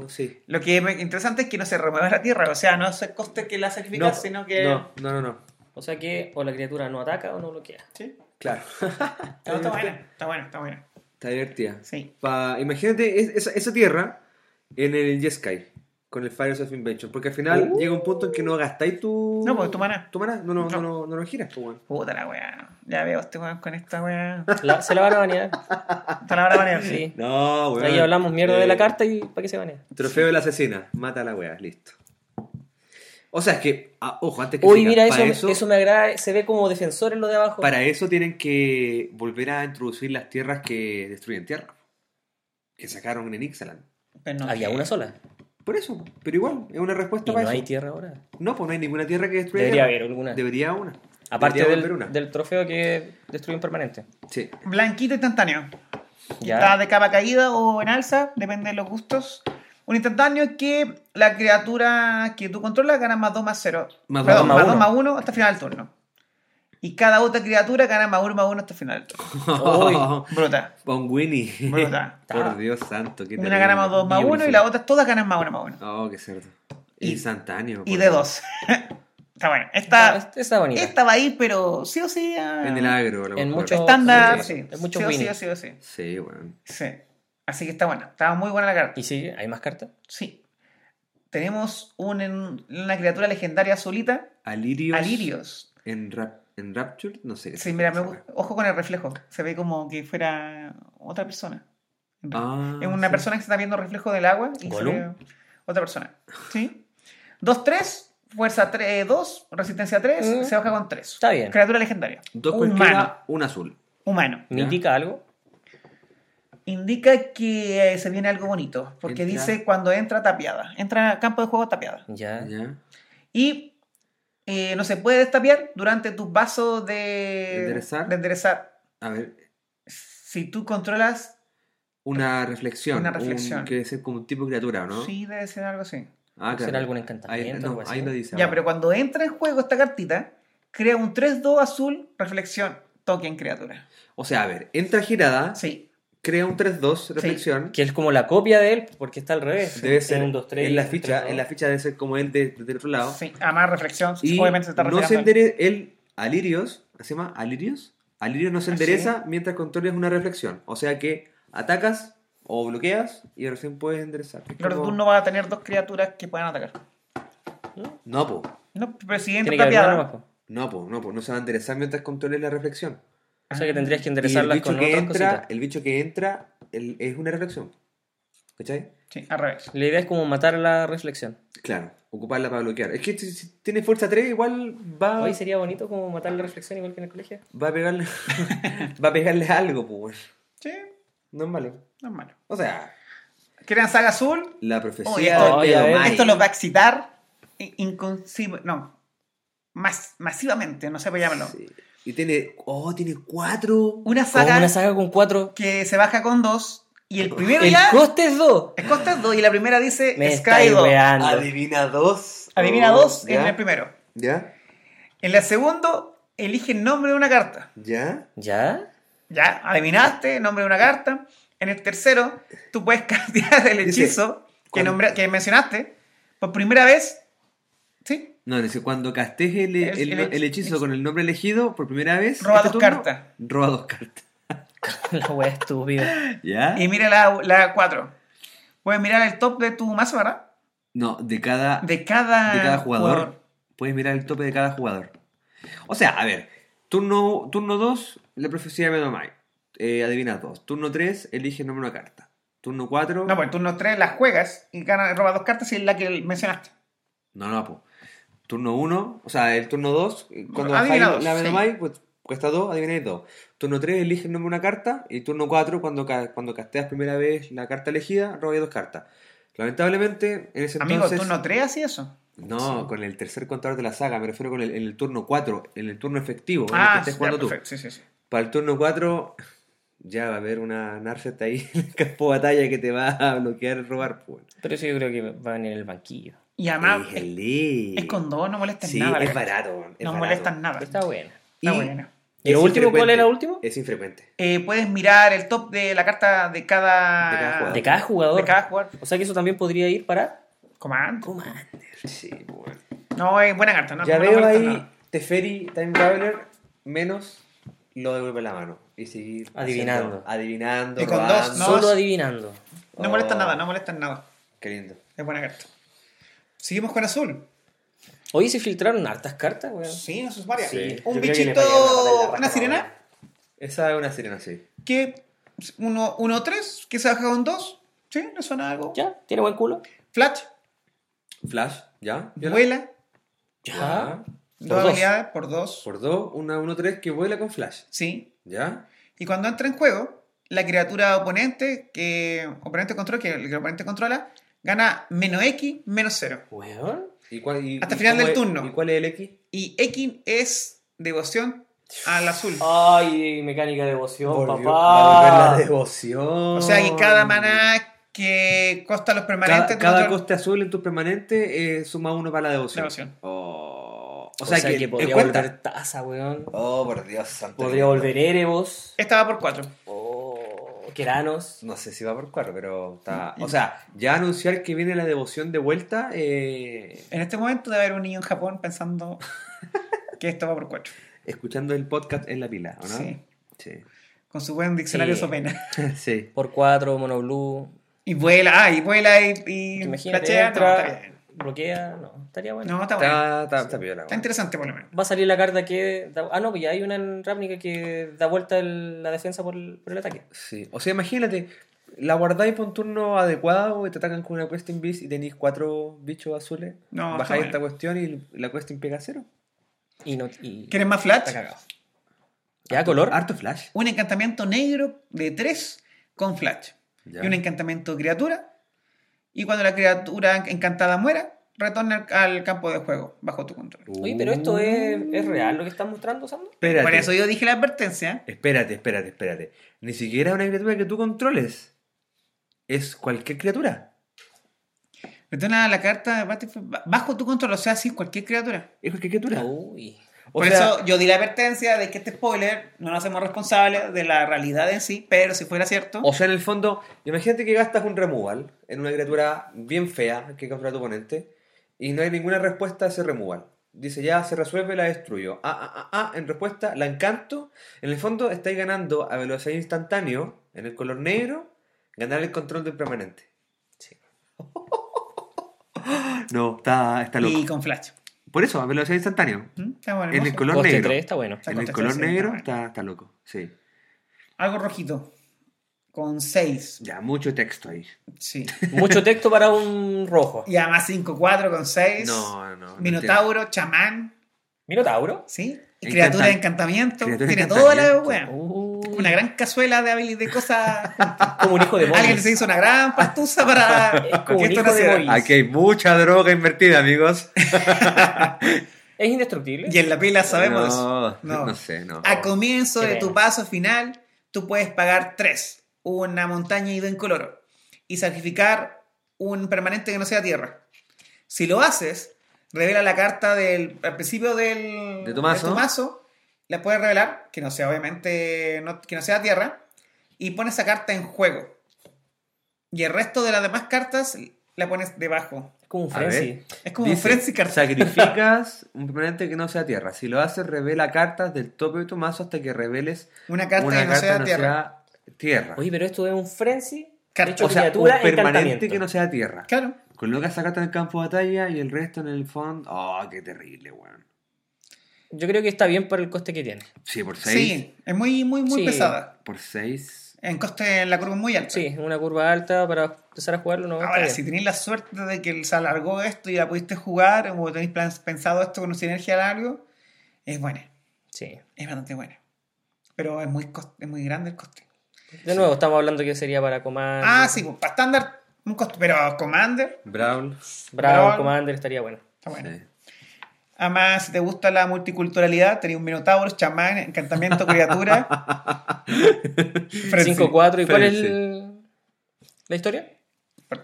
C: astro. Sí.
A: Lo que es interesante es que no se remueve la tierra, o sea, no es el coste que la sacrificas,
C: No,
A: sino que
C: no, no, no, no.
B: O sea que o la criatura no ataca o no bloquea.
A: Sí.
C: Claro. (laughs)
A: Está, está buena, está buena, está buena.
C: Está divertida.
A: Sí.
C: Pa- imagínate es- esa, esa tierra en el Jeskai con el Fires of Invention. Porque al final
B: Uh.
C: llega un punto en que no gastáis tu.
A: No, pues tu maná.
C: Tu maná no, no, no.
A: No.
C: no- no lo giras, pues, weón.
A: Puta la weá. Ya veo este weón con esta weá.
B: La- se la van a
C: (laughs)
B: banear.
A: Hasta la hora de banear.
B: Sí.
C: No, weón.
B: Ahí hablamos mierda de la
C: Eh,
B: carta y para qué se banea.
C: Trofeo de la asesina. Mata a la wea, listo. O sea, es que, ah, ojo, antes que
B: Uy,
C: siga,
B: mira, eso,
C: para
B: eso... me agrada. Se ve como defensor en lo de abajo.
C: Para eso tienen que volver a introducir las tierras que destruyen tierra. Que sacaron en Ixalan.
A: Pero no,
B: Había
A: que-
B: una sola.
C: Por eso, pero igual, es una respuesta
B: Y no
C: para
B: hay
C: eso.
B: tierra ahora.
C: No, pues no hay ninguna tierra que destruya.
B: Debería haber
C: tierra.
B: alguna.
C: Debería una.
B: Aparte
C: Debería
B: del,
C: volver una.
B: del trofeo que destruye un permanente.
C: Sí.
A: Blanquito instantáneo.
B: Ya.
A: Está de capa caída o en alza, depende de los gustos. Un instantáneo es que la criatura que tú controlas gana más 2 más 0.
C: Más dos,
A: Perdón,
B: más
A: más 2
B: uno.
A: más 1 hasta final del turno. Y cada otra criatura gana más 1 más 1 hasta final
C: (laughs)
A: del turno.
B: Uy.
A: Bruta,
C: Pon Winnie.
A: bruta.
C: (laughs) Por Dios santo. qué
A: Una
C: terrible.
A: gana más 2 más 1 y la otra todas ganan más 1 más 1.
C: Oh, qué cerdo.
A: Y-
C: Instantáneo.
A: Y
C: por
A: de
C: Dios.
A: 2. (laughs) Está bueno.
B: Está,
A: Esta,
B: está bonita.
A: esta va a ir, pero sí o sí. ah,
C: En el agro. la
B: En
C: mejor.
B: muchos-
A: Estándar,
B: Sí,
A: sí.
B: es mucho
A: sí, o sí,
B: winning.
A: o sí, o sí.
C: Sí, weón.
A: Sí. Así que está buena. Estaba muy buena la carta.
B: ¿Y sigue? ¿Hay más cartas?
A: Sí. Tenemos un, en- una criatura legendaria solita,
C: Alirios.
A: Alirios.
C: En, rap, en Rapture, no sé. qué
A: Sí,
C: se
A: mira, me
C: llama.
A: gu- ojo con el reflejo. Se ve como que fuera otra persona.
C: Ah,
A: es una
C: sí.
A: persona que se está viendo reflejo del agua y se
B: ¿Gollum?
A: ve otra persona. ¿Sí? 2-3, fuerza 2, resistencia 3,
B: Mm.
A: se baja con 3.
B: Está bien.
A: Criatura legendaria.
C: Dos
A: Humano.
C: cualquiera, un azul.
A: Humano.
B: ¿Me
C: Ya.
B: indica algo?
A: Indica que eh, se viene algo bonito, porque
C: Entra.
A: dice cuando entra tapiada. Entra a campo de juego tapiada.
B: Ya.
C: ¿Ya?
A: Y eh, no se puede destapear durante tus vasos de de
C: enderezar.
A: enderezar.
C: A ver,
A: Si tú controlas,
C: una reflexión.
A: Una
C: un-
A: reflexión.
C: que es como un tipo de criatura, ¿no?
A: sí debe ser algo así.
C: Ah, claro.
B: ¿Será algún
C: Ahí,
B: encantamiento?
C: no,
B: algo así?
C: ahí lo dice.
A: ya,
C: ahora.
A: pero cuando entra en juego esta cartita, crea un 3-2 azul, reflexión, token criatura.
C: O sea, a ver, entra girada,
A: Sí,
C: crea un 3-2, reflexión.
B: Que es como la copia de él, porque está al revés.
C: Debe
B: Tiene
C: ser
B: un 2-3,
C: en la
B: un
C: ficha,
B: 3-2.
C: en la ficha debe ser como él de- desde el otro lado.
A: sí. Además, reflexión,
C: Ah. Y
A: obviamente se está
C: no se
A: reflejando.
C: endereza, él, Alirios, ¿se llama Alirios? Alirios no se endereza mientras controles una reflexión. O sea que atacas o bloqueas y recién puedes enderezar. Es
A: Claro,
C: como-
A: tú no vas a tener dos criaturas que puedan atacar.
C: No, po.
A: No, pero si entra
B: Tiene que haber una
A: tapiada,
B: nomás, po.
C: No, po, no, po, no se va a enderezar mientras controles la reflexión.
B: O sea que tendrías que
C: Y el
B: enderezarlas
C: bicho
B: con
C: que
B: otras
C: entra,
B: cositas.
C: el bicho que entra el- es una reflexión. ¿Cachai?
A: sí, al revés.
B: La idea es como matar la reflexión.
C: Claro, ocuparla para bloquear. Es que si, si tiene fuerza 3, igual va,
B: Hoy sería bonito como matar la reflexión igual que en el colegio.
C: va a pegarle (laughs) va a pegarle algo, pues.
A: Sí,
C: No es malo.
A: no es malo.
C: O sea,
A: ¿Quieren saga azul?
C: la profecía
A: Oye, esto-
C: de
B: oye, a ver,
C: Edomai.
A: Esto los va a excitar in- inconcibe, no, mas, masivamente, no sé cómo llamarlo.
C: Sí. Y tiene, oh, tiene 4.
A: Una
B: Como
A: saga
B: Oh, una saga con cuatro.
A: que se baja con dos y el primero
B: El
A: ya
B: coste es dos.
A: es coste dos y la primera dice
B: Me
A: Sky
B: estáis
A: 2.
B: weando.
C: Adivina 2.
A: Adivina dos en el
C: ¿Ya?
A: primero.
C: ¿Ya?
A: En la segundo elige el nombre de una carta.
C: ¿Ya?
B: ¿Ya?
A: Ya, adivinaste el nombre de una carta. En el tercero tú puedes (laughs) cambiar el
C: Dice,
A: hechizo que,
C: cuando-
A: nombre, que mencionaste por primera vez. ¿Sí?
C: No, dice, cuando castes el,
A: Es-
C: el-
A: el hech-
C: el hechizo con el nombre elegido por primera vez.
A: Roba
C: este
A: dos
C: turno,
A: cartas.
C: Roba dos cartas. (laughs)
B: La wea estúpida.
C: ¿Ya?
A: Y mira la- la 4. Puedes mirar el top de tu mazo, ¿verdad?
C: No, de cada, de
A: De cada,
C: cada jugador, Puedes mirar el tope de cada jugador. O sea, a ver. Turno 2, la profecía de Medomai. Eh, adivina 2. Turno 3, elige el nombre de una carta. Turno 4.
A: No, pues turno 3 las juegas y gana, roba dos cartas y es la que mencionaste.
C: No, no, po. Turno 1, o sea, el turno 2, cuando bajáis
A: Adivina
C: la
A: dos, sí.
C: Venomite, pues cuesta 2, adivináis 2. Turno 3, elige el nombre de una carta. Y turno 4, cuando, ca- cuando casteas primera vez la carta elegida, robáis dos cartas. Lamentablemente, en ese
A: Amigo,
C: entonces.
A: turno 3 así eso.
C: No, con el tercer contador de la saga, me refiero con el, en el turno 4, en el turno efectivo, en el que
A: ah,
C: estés
A: ya,
C: jugando tú.
A: perfecto, sí, sí, sí.
C: Para el turno 4, ya va a haber una Narset ahí en el campo de batalla que te va a bloquear el robar, pues.
B: Pero eso yo creo que va a venir en el banquillo.
A: Y además, es,
C: Ejele.
A: es con dos, no molestan
C: Sí,
A: nada. la
C: es
A: gente.
C: barato, weón, es
A: no
C: barato.
A: molestan nada. Está,
B: Está buena.
C: Y-
A: bueno.
B: ¿Y lo
C: Es
B: último? ¿Cuál
C: infrecuente.
B: era lo último?
C: Es infrecuente.
A: Eh, puedes mirar el top de la carta de cada,
C: De cada jugador.
B: De cada jugador.
A: de cada jugador.
B: O sea que eso también podría ir para.
A: Comando.
B: Commander.
C: Sí, bueno.
A: No, es buena carta. No,
C: ya
A: pues, no
C: veo
A: molesta
C: ahí
A: nada.
C: Teferi Time Traveler menos lo devuelve la mano. Y seguir
B: Adivinando.
C: haciendo- adivinando,
A: Y con dos,
C: robando.
A: No,
B: Solo
A: sí.
B: adivinando.
A: No molestan
C: Oh.
A: nada, no molestan nada.
C: Qué lindo.
A: Es buena carta. Seguimos con azul.
B: Hoy se filtraron hartas cartas, weón.
A: Sí, eso es varias.
C: Sí.
A: Un
B: Yo creo que le fallaron la patada en la
A: bichito,
B: raja,
A: una sirena,
C: Esa es una sirena, sí.
A: que uno, uno tres, que se baja con dos. ¿Sí? ¿Le suena algo?
B: Ya, tiene buen culo.
A: Flash,
C: Flash, ¿ya? ¿Viola?
A: vuela,
B: Ya.
A: dos
B: Por dos.
A: habilidades por dos.
C: Por dos, una, uno, tres, que vuela con Flash.
A: Sí.
C: ¿Ya?
A: Y cuando entra en juego, la criatura oponente que oponente control, que el que el oponente controla, gana menos X, menos cero.
B: Weón.
C: ¿Y cuál- y-
A: Hasta
C: y
A: final
C: cómo
A: del
C: es-
A: turno.
C: ¿Y cuál es el X?
A: Y X es devoción al azul.
B: Ay, mecánica de devoción,
C: Volvió- va a volver
B: papá.
C: la devoción.
A: O sea que cada maná que costa los
C: Cada,
A: permanentes.
C: cada
A: no te-
C: coste azul en tus permanentes eh, suma uno para la devoción.
A: Devoción.
C: Oh,
B: O sea, que, podría
C: cuenta.
B: volver taza, weón.
C: Oh, por Dios santo.
B: Podría volver Erebos. Oh,
A: Esta va por cuatro.
B: O Keranos.
C: No sé si va por cuatro, pero está. O sea, ya anunciar que viene la devoción de vuelta. eh,
A: En este momento debe haber un niño en Japón pensando (laughs) que esto va por cuatro.
C: escuchando el podcast en la pila, ¿o no?
A: Sí.
C: Sí. (laughs)
A: Con su buen diccionario
B: Sí.
A: sopena.
C: Sí.
B: Por 4, Mono Blue.
A: (laughs) Y vuela, ah, y vuela y, y
B: Imagínate,
A: flashea, no,
B: entra,
A: está bien.
B: bloquea. No, estaría bueno.
A: No, está bueno.
C: Está, está, está piola,
A: Está
C: bueno.
A: interesante por lo menos.
B: Va a salir la carta que. da- ah, no, pues ya hay una en Ravnica que da vuelta el- la defensa por el, por el ataque.
C: Sí. O sea, imagínate, la guardáis por un turno adecuado y te atacan con una quest invis y tenéis cuatro bichos azules.
A: No, está
C: bajáis
A: bueno.
C: esta cuestión y la quest pega cero.
B: Y no. Y,
A: ¿Quieren más flash?
B: ¿Ya color?
C: Harto flash.
A: Un encantamiento negro de 3 con flash.
C: Ya.
A: Y un encantamiento criatura. Y cuando la criatura encantada muera, retorna al al campo de juego bajo tu
C: Uh,
A: control.
B: Oye, pero esto es, es real lo que están mostrando, Sandro.
C: Espérate.
A: Por eso yo dije la advertencia.
C: Espérate, espérate, espérate. Ni siquiera una criatura que tú controles. Es cualquier criatura.
A: Retorna la carta de Battlefield ba- bajo tu control, o sea, sí, cualquier criatura.
C: Es cualquier criatura.
B: Uy.
C: O
A: Por
C: sea,
A: eso yo di la advertencia de que este spoiler no nos hacemos responsables de la realidad en sí, pero si fuera cierto,
C: o sea, en el fondo, imagínate que gastas un removal en una criatura bien fea que controla tu oponente y no hay ninguna respuesta a ese removal. Dice ya, se resuelve, la destruyo. Ah, ah, ah, ah, en respuesta, la encanto. En el fondo, estáis ganando a velocidad instantáneo, en el color negro, ganar el control del permanente.
B: Sí.
C: (laughs) no, está, está loco.
A: y con flash.
C: Por eso, a velocidad instantánea.
A: ¿Mm? Está bueno,
C: En el
A: hermoso.
C: color
B: Coste
C: negro.
B: tres, está bueno.
A: Está
C: en el
A: contestado,
C: color
A: sí,
C: negro
A: está
C: está, está loco. Sí.
A: Algo rojito. Con 6.
C: Ya, mucho texto ahí.
A: Sí.
B: Mucho texto para un rojo.
A: Y además 5-4 con 6.
C: No, no. no
A: Minotauro, chamán,
B: Minotauro.
A: ¿sí? Y
C: Encanta-
A: criatura de encantamiento.
C: criatura de
A: Tiene toda la
C: encantamiento.
A: wea.
B: Uy.
A: Una gran cazuela de habili- de cosas.
B: Como un hijo
A: (laughs)
B: de
A: Alguien se
B: Boris.
A: hizo una gran pastusa para
B: Es como
A: que
B: un
A: esto
B: hijo de
A: naciera.
B: Boris.
C: Aquí hay mucha droga invertida, amigos.
B: Es indestructible.
A: Y en la pila sabemos de eso.
C: no,
A: No. Ah,
C: no. sé, no.
A: A comienzo
B: Qué
A: de tu
B: pena.
A: paso final, tú puedes pagar 3. Una montaña y dos incoloro. Y sacrificar un permanente que no sea tierra. Si lo haces, revela la carta del, al principio del,
C: De tu mazo.
A: mazo, La puedes revelar, que no sea obviamente, no- que no sea tierra. Y pones esa carta en juego. Y el resto de las demás cartas la pones debajo.
B: Es como un
C: A ver.
B: frenzy.
A: Es como un
C: Dice,
A: frenzy card.
C: Sacrificas un permanente que no sea tierra. Si lo haces, revela cartas del tope de tu mazo hasta que reveles
A: Una carta
C: una
A: que no
C: carta
A: sea
C: que no
A: tierra.
C: sea tierra.
B: Oye, pero esto es un frenzy.
A: Carta-
B: hecho
A: o
C: o sea, un
B: criatura
C: permanente
B: encantamiento.
C: que no sea tierra.
A: Claro.
C: Coloca esa carta en el campo de batalla y el resto en el fondo. Oh, qué terrible, weón.
B: Yo creo que está bien por el coste que tiene.
C: Sí, por 6.
A: Sí, es muy, muy, muy
B: Sí.
A: pesada.
C: Por 6.
A: En coste en la curva es muy alta.
B: Sí, una curva alta para empezar a jugarlo. No,
A: Ahora,
B: está
A: si
B: bien.
A: tenéis la suerte de que se alargó esto y la pudiste jugar, o tenéis plan- pensado esto con una sinergia largo, es buena,
B: sí.
A: es bastante buena. Pero es muy, cos- es muy grande el coste.
B: De nuevo, estamos hablando que sería para Commander.
A: Ah, sí, pues, para estándar, un coste. Pero Commander,
C: Brawl.
B: Bravo,
A: Brawl.
B: Commander estaría bueno.
A: está Ah, bueno.
C: Sí.
A: Además, si te gusta la multiculturalidad, tenéis un minotauro, chamán, encantamiento, criatura.
B: (laughs)
A: Frenzy.
B: 5-4. ¿Y cuál es
C: Frenzy.
B: el- la historia?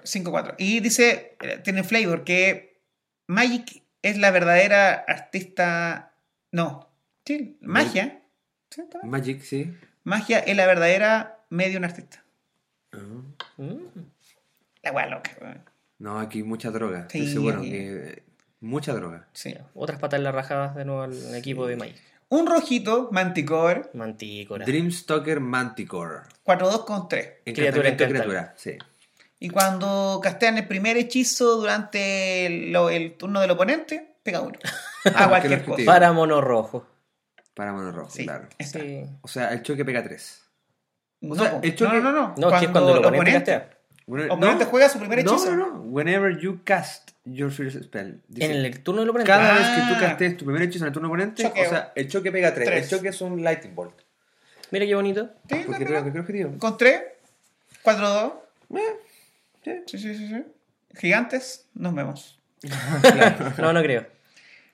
A: 5-4. Y dice, eh, tiene flavor, que Magic es la verdadera artista. No, sí, magia. Sí, está bien.
C: Magic, sí.
A: Magia es la verdadera medium artista.
B: Mm.
A: La wea loca. weón.
C: No, aquí mucha droga.
A: Sí,
C: Estoy seguro
A: aquí.
C: que eh, Mucha droga.
A: Sí.
B: Otras patas en la rajada de nuevo al equipo de Magic.
A: Un rojito, Manticore,
B: Mantícora.
C: Dreamstalker Manticore.
A: 4-2 con 3.
B: Criatura
C: Encantamiento de
B: encantable.
C: criatura, sí.
A: Y cuando castean el primer hechizo durante el, lo- el turno del oponente, pega uno.
C: Ah,
A: A
C: porque
A: cualquier
C: lo
A: cosa.
C: objetivo.
B: Para mono rojo.
C: Para mono rojo,
A: Sí,
C: claro.
A: está.
B: Sí.
C: O sea, el choque pega 3.
A: No,
C: O sea, el choque-
A: no, no, no.
B: No, es que es cuando el oponente castea.
A: oponente juega su primer hechizo.
C: No, no, no. Whenever you cast your first spell. dice,
B: En el turno del oponente.
C: Cada
A: Ah.
C: vez que tú castees tu primer hechizo en el turno oponente,
A: Choqueo.
C: o sea, el choque pega 3.
A: Tres.
C: El choque es un lightning bolt.
B: Mira qué bonito.
A: Sí, no,
C: Porque creo
A: no,
C: que creo que
A: no.
C: digo.
A: Con 3, 4-2.
C: Eh, sí.
A: Sí, sí, sí, sí. Gigantes, nos vemos.
B: No, no creo.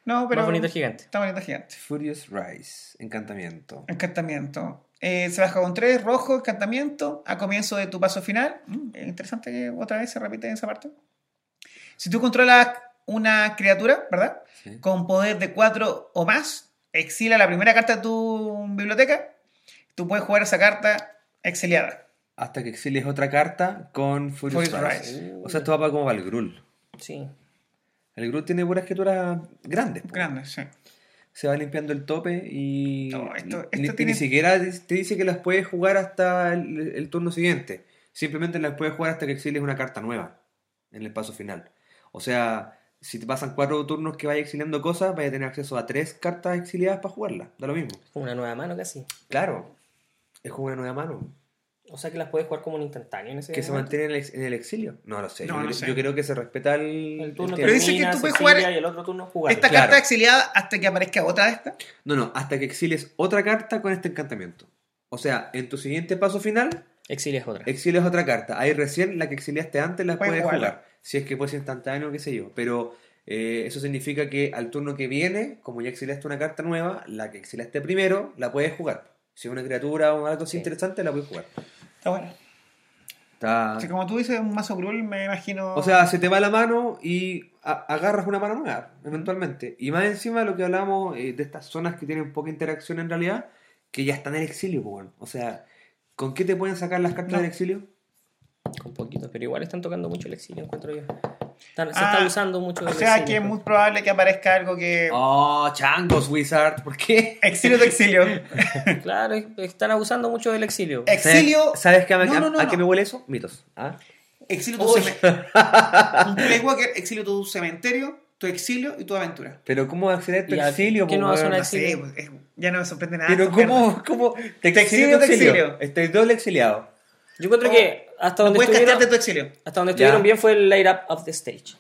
A: No, (laughs) pero.
B: Más bonito el gigante.
A: Está bonito el gigante.
C: Furious Rise,
A: (laughs)
C: encantamiento.
A: Encantamiento. Eh, se baja con 3, rojo, encantamiento, a comienzo de tu paso final. Mm, es interesante que otra vez se repite esa parte. Si tú controlas una criatura, ¿verdad?
C: Sí.
A: Con poder de 4 o más, exila la primera carta de tu biblioteca. Tú puedes jugar esa carta exiliada.
C: Hasta que exiles otra carta con Furious,
A: Furious
C: Rise. O sea, esto va para como para el Grul.
B: Sí.
C: El Grul tiene puras criaturas grandes. po.
A: Grande, sí.
C: Se va limpiando el tope y.
A: No, esto-
C: y-
A: esto
C: y ni,
A: tiene-
C: siquiera te dice que las puedes jugar hasta el, el turno siguiente. Simplemente las puedes jugar hasta que exiles una carta nueva en el paso final. O sea, si te pasan cuatro turnos que vayas exiliando cosas, vayas a tener acceso a tres cartas exiliadas para jugarlas. Da lo mismo.
B: Como una nueva mano casi.
C: Claro. Es como una nueva mano.
B: O sea que las puedes jugar como un instantáneo en ese
C: que se
B: momento.
C: mantiene en el, ex- en el exilio. No lo sé.
A: No,
C: yo,
A: no
C: creo-
A: sé.
C: yo creo que se respeta el,
B: El turno
C: el
A: Pero
C: tiempo.
A: dice que
B: termina,
A: tú
B: se
A: puedes
B: sella
A: jugar-
B: Y el otro turno jugar.
A: Esta
C: claro.
A: carta exiliada hasta que aparezca otra de esta.
C: No, no, hasta que exiles otra carta con este encantamiento. O sea, en tu siguiente paso final,
B: Exilias otra.
C: exiles otra carta. Ahí recién la que exiliaste antes la
A: Puedes
C: puedes
A: jugarla.
C: jugar. Si es que fuese instantáneo, qué sé yo. Pero eh, eso significa que al turno que viene, como ya exiliaste una carta nueva, la que exiliaste primero, la puedes jugar. Si es una criatura o algo así
B: Sí.
C: interesante, la puedes jugar.
A: Está bueno.
C: Está-
A: O sea, como tú dices, un mazo cruel, me imagino.
C: Ah. O sea, se te va la mano y a- agarras una mano nueva, eventualmente. Y más encima de lo que hablamos eh, de estas zonas que tienen poca interacción en realidad, que ya están en el exilio, pues, bueno. O sea, ¿con qué te pueden sacar las cartas
A: No.
C: del exilio?
B: Con poquito. Pero igual están tocando mucho el exilio, encuentro yo. Están- se
A: Ah,
B: está usando mucho
A: o
B: del
A: sea que
B: exilio. pues.
A: es muy probable que aparezca algo que.
C: Oh, changos, Wizard, ¿por qué?
A: Exilio de
C: (laughs)
A: exilio.
B: Claro, es- están abusando mucho del exilio.
A: Eh, Exilio.
C: ¿Sabes, sabes que a,
A: No,
C: a-
A: no, no,
C: a qué
A: no.
C: me huele eso? Mitos. ¿ah?
A: Exilio tu
B: Uy.
C: (laughs)
A: cementerio. Un Play Walker, exilio tu cementerio, tu exilio y tu aventura.
C: Pero ¿cómo va a acceder a tu
B: ¿Y a-
C: exilio?
B: qué
C: po,
B: no hace
C: weón?
B: una
A: No sé,
B: Exilio.
A: pues, es- ya no me sorprende nada.
C: Pero
A: esta mierda.
C: ¿cómo? cómo te
A: Te
C: exilio,
A: exilio,
C: te
A: te
C: exilio?
A: exilio.
C: Estoy doble exiliado.
B: Yo encuentro
A: Oh,
B: que hasta
A: No
B: donde
A: puedes
B: estuvieron,
A: castearte tu exilio.
B: hasta donde
C: Ya.
B: estuvieron bien fue el Light Up of the Stage.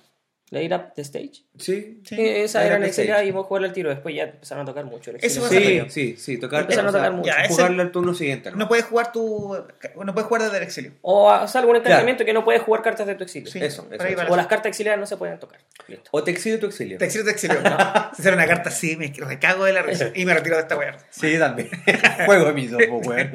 B: Light Up the Stage.
C: Sí.
A: Sí.
B: Eh, esa
C: Light
B: era
C: Up
B: la
C: the
B: exilio
C: Stage.
B: y vos jugar al tiro. Después ya empezaron a tocar mucho el
A: Eso
B: exilio.
A: va a
C: Sí,
A: ser-
C: sí, sí, tocar,
B: Empezaron a
C: o sea,
B: tocar mucho.
A: Ya, ese-
C: jugarle al turno siguiente. ¿no?
A: No puedes jugar tu. No puedes jugar desde el exilio.
B: O hace algún encantamiento que no puedes jugar cartas de tu exilio.
A: Sí,
C: Eso,
A: por
C: eso,
A: ahí
C: eso.
A: va la-
B: O las cartas exiliadas no se pueden tocar. Listo.
C: O te exilio tu exilio.
A: Te exilio, te
C: (laughs)
A: exilio. No. Si era una carta así, me recago de la risa y me retiro de esta weá.
C: Sí,
A: (laughs)
C: yo también. Juego mis dos, weón.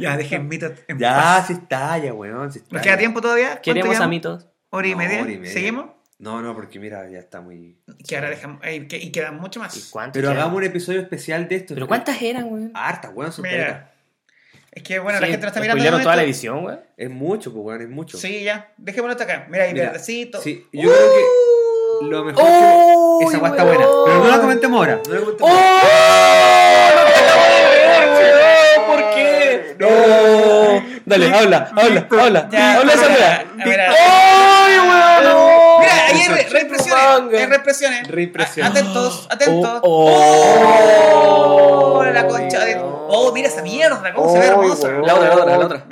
A: Ya, dejen mito en
C: Ya,
A: paz.
C: si está, ya, weón. si está,
A: ¿Nos queda
C: ya.
A: tiempo todavía? ¿Cuánto
B: Queremos a
A: llevamos?
B: mitos.
A: Hora y,
C: No,
A: media.
C: hora y media.
A: ¿Seguimos?
C: No, no, porque mira, ya está muy.
A: Que ahora dejamos. eh, que- y quedan mucho más.
B: ¿Y cuántos
C: Pero
B: eran?
C: hagamos un episodio especial de esto.
B: ¿Pero cuántas eran, güey?
C: Harta, weón, son
A: Mira.
C: caleta.
A: Es que, bueno, la
B: Sí,
A: gente no está
B: spoilearon
A: mirando. de
B: toda la
A: momento.
B: edición, güey.
C: Es mucho, pues, weón, es mucho.
A: Sí, ya. Dejémoslo hasta acá. Mira, ahí
C: Mira,
A: verdecito.
C: sí, yo creo que lo mejor. que- Esa weá está buena. Pero no la comentemos ahora. No la comentemos ahora.
B: ¿Por qué? No. Dale, habla, habla, habla.
A: Ya,
B: habla esa
A: ahora,
B: weá.
A: a ver, a ver.
B: ¡Ay, weón!
A: Mira, ahí hay re- represiones.
B: Manga.
A: Hay represiones.
C: Reimpresión.
A: A- Atentos, atentos.
B: Oh,
A: Oh, la concha de. Oh, mira esa mierda, cómo se ve
C: Oh,
A: hermosa.
C: weón.
B: La otra, la otra, la otra.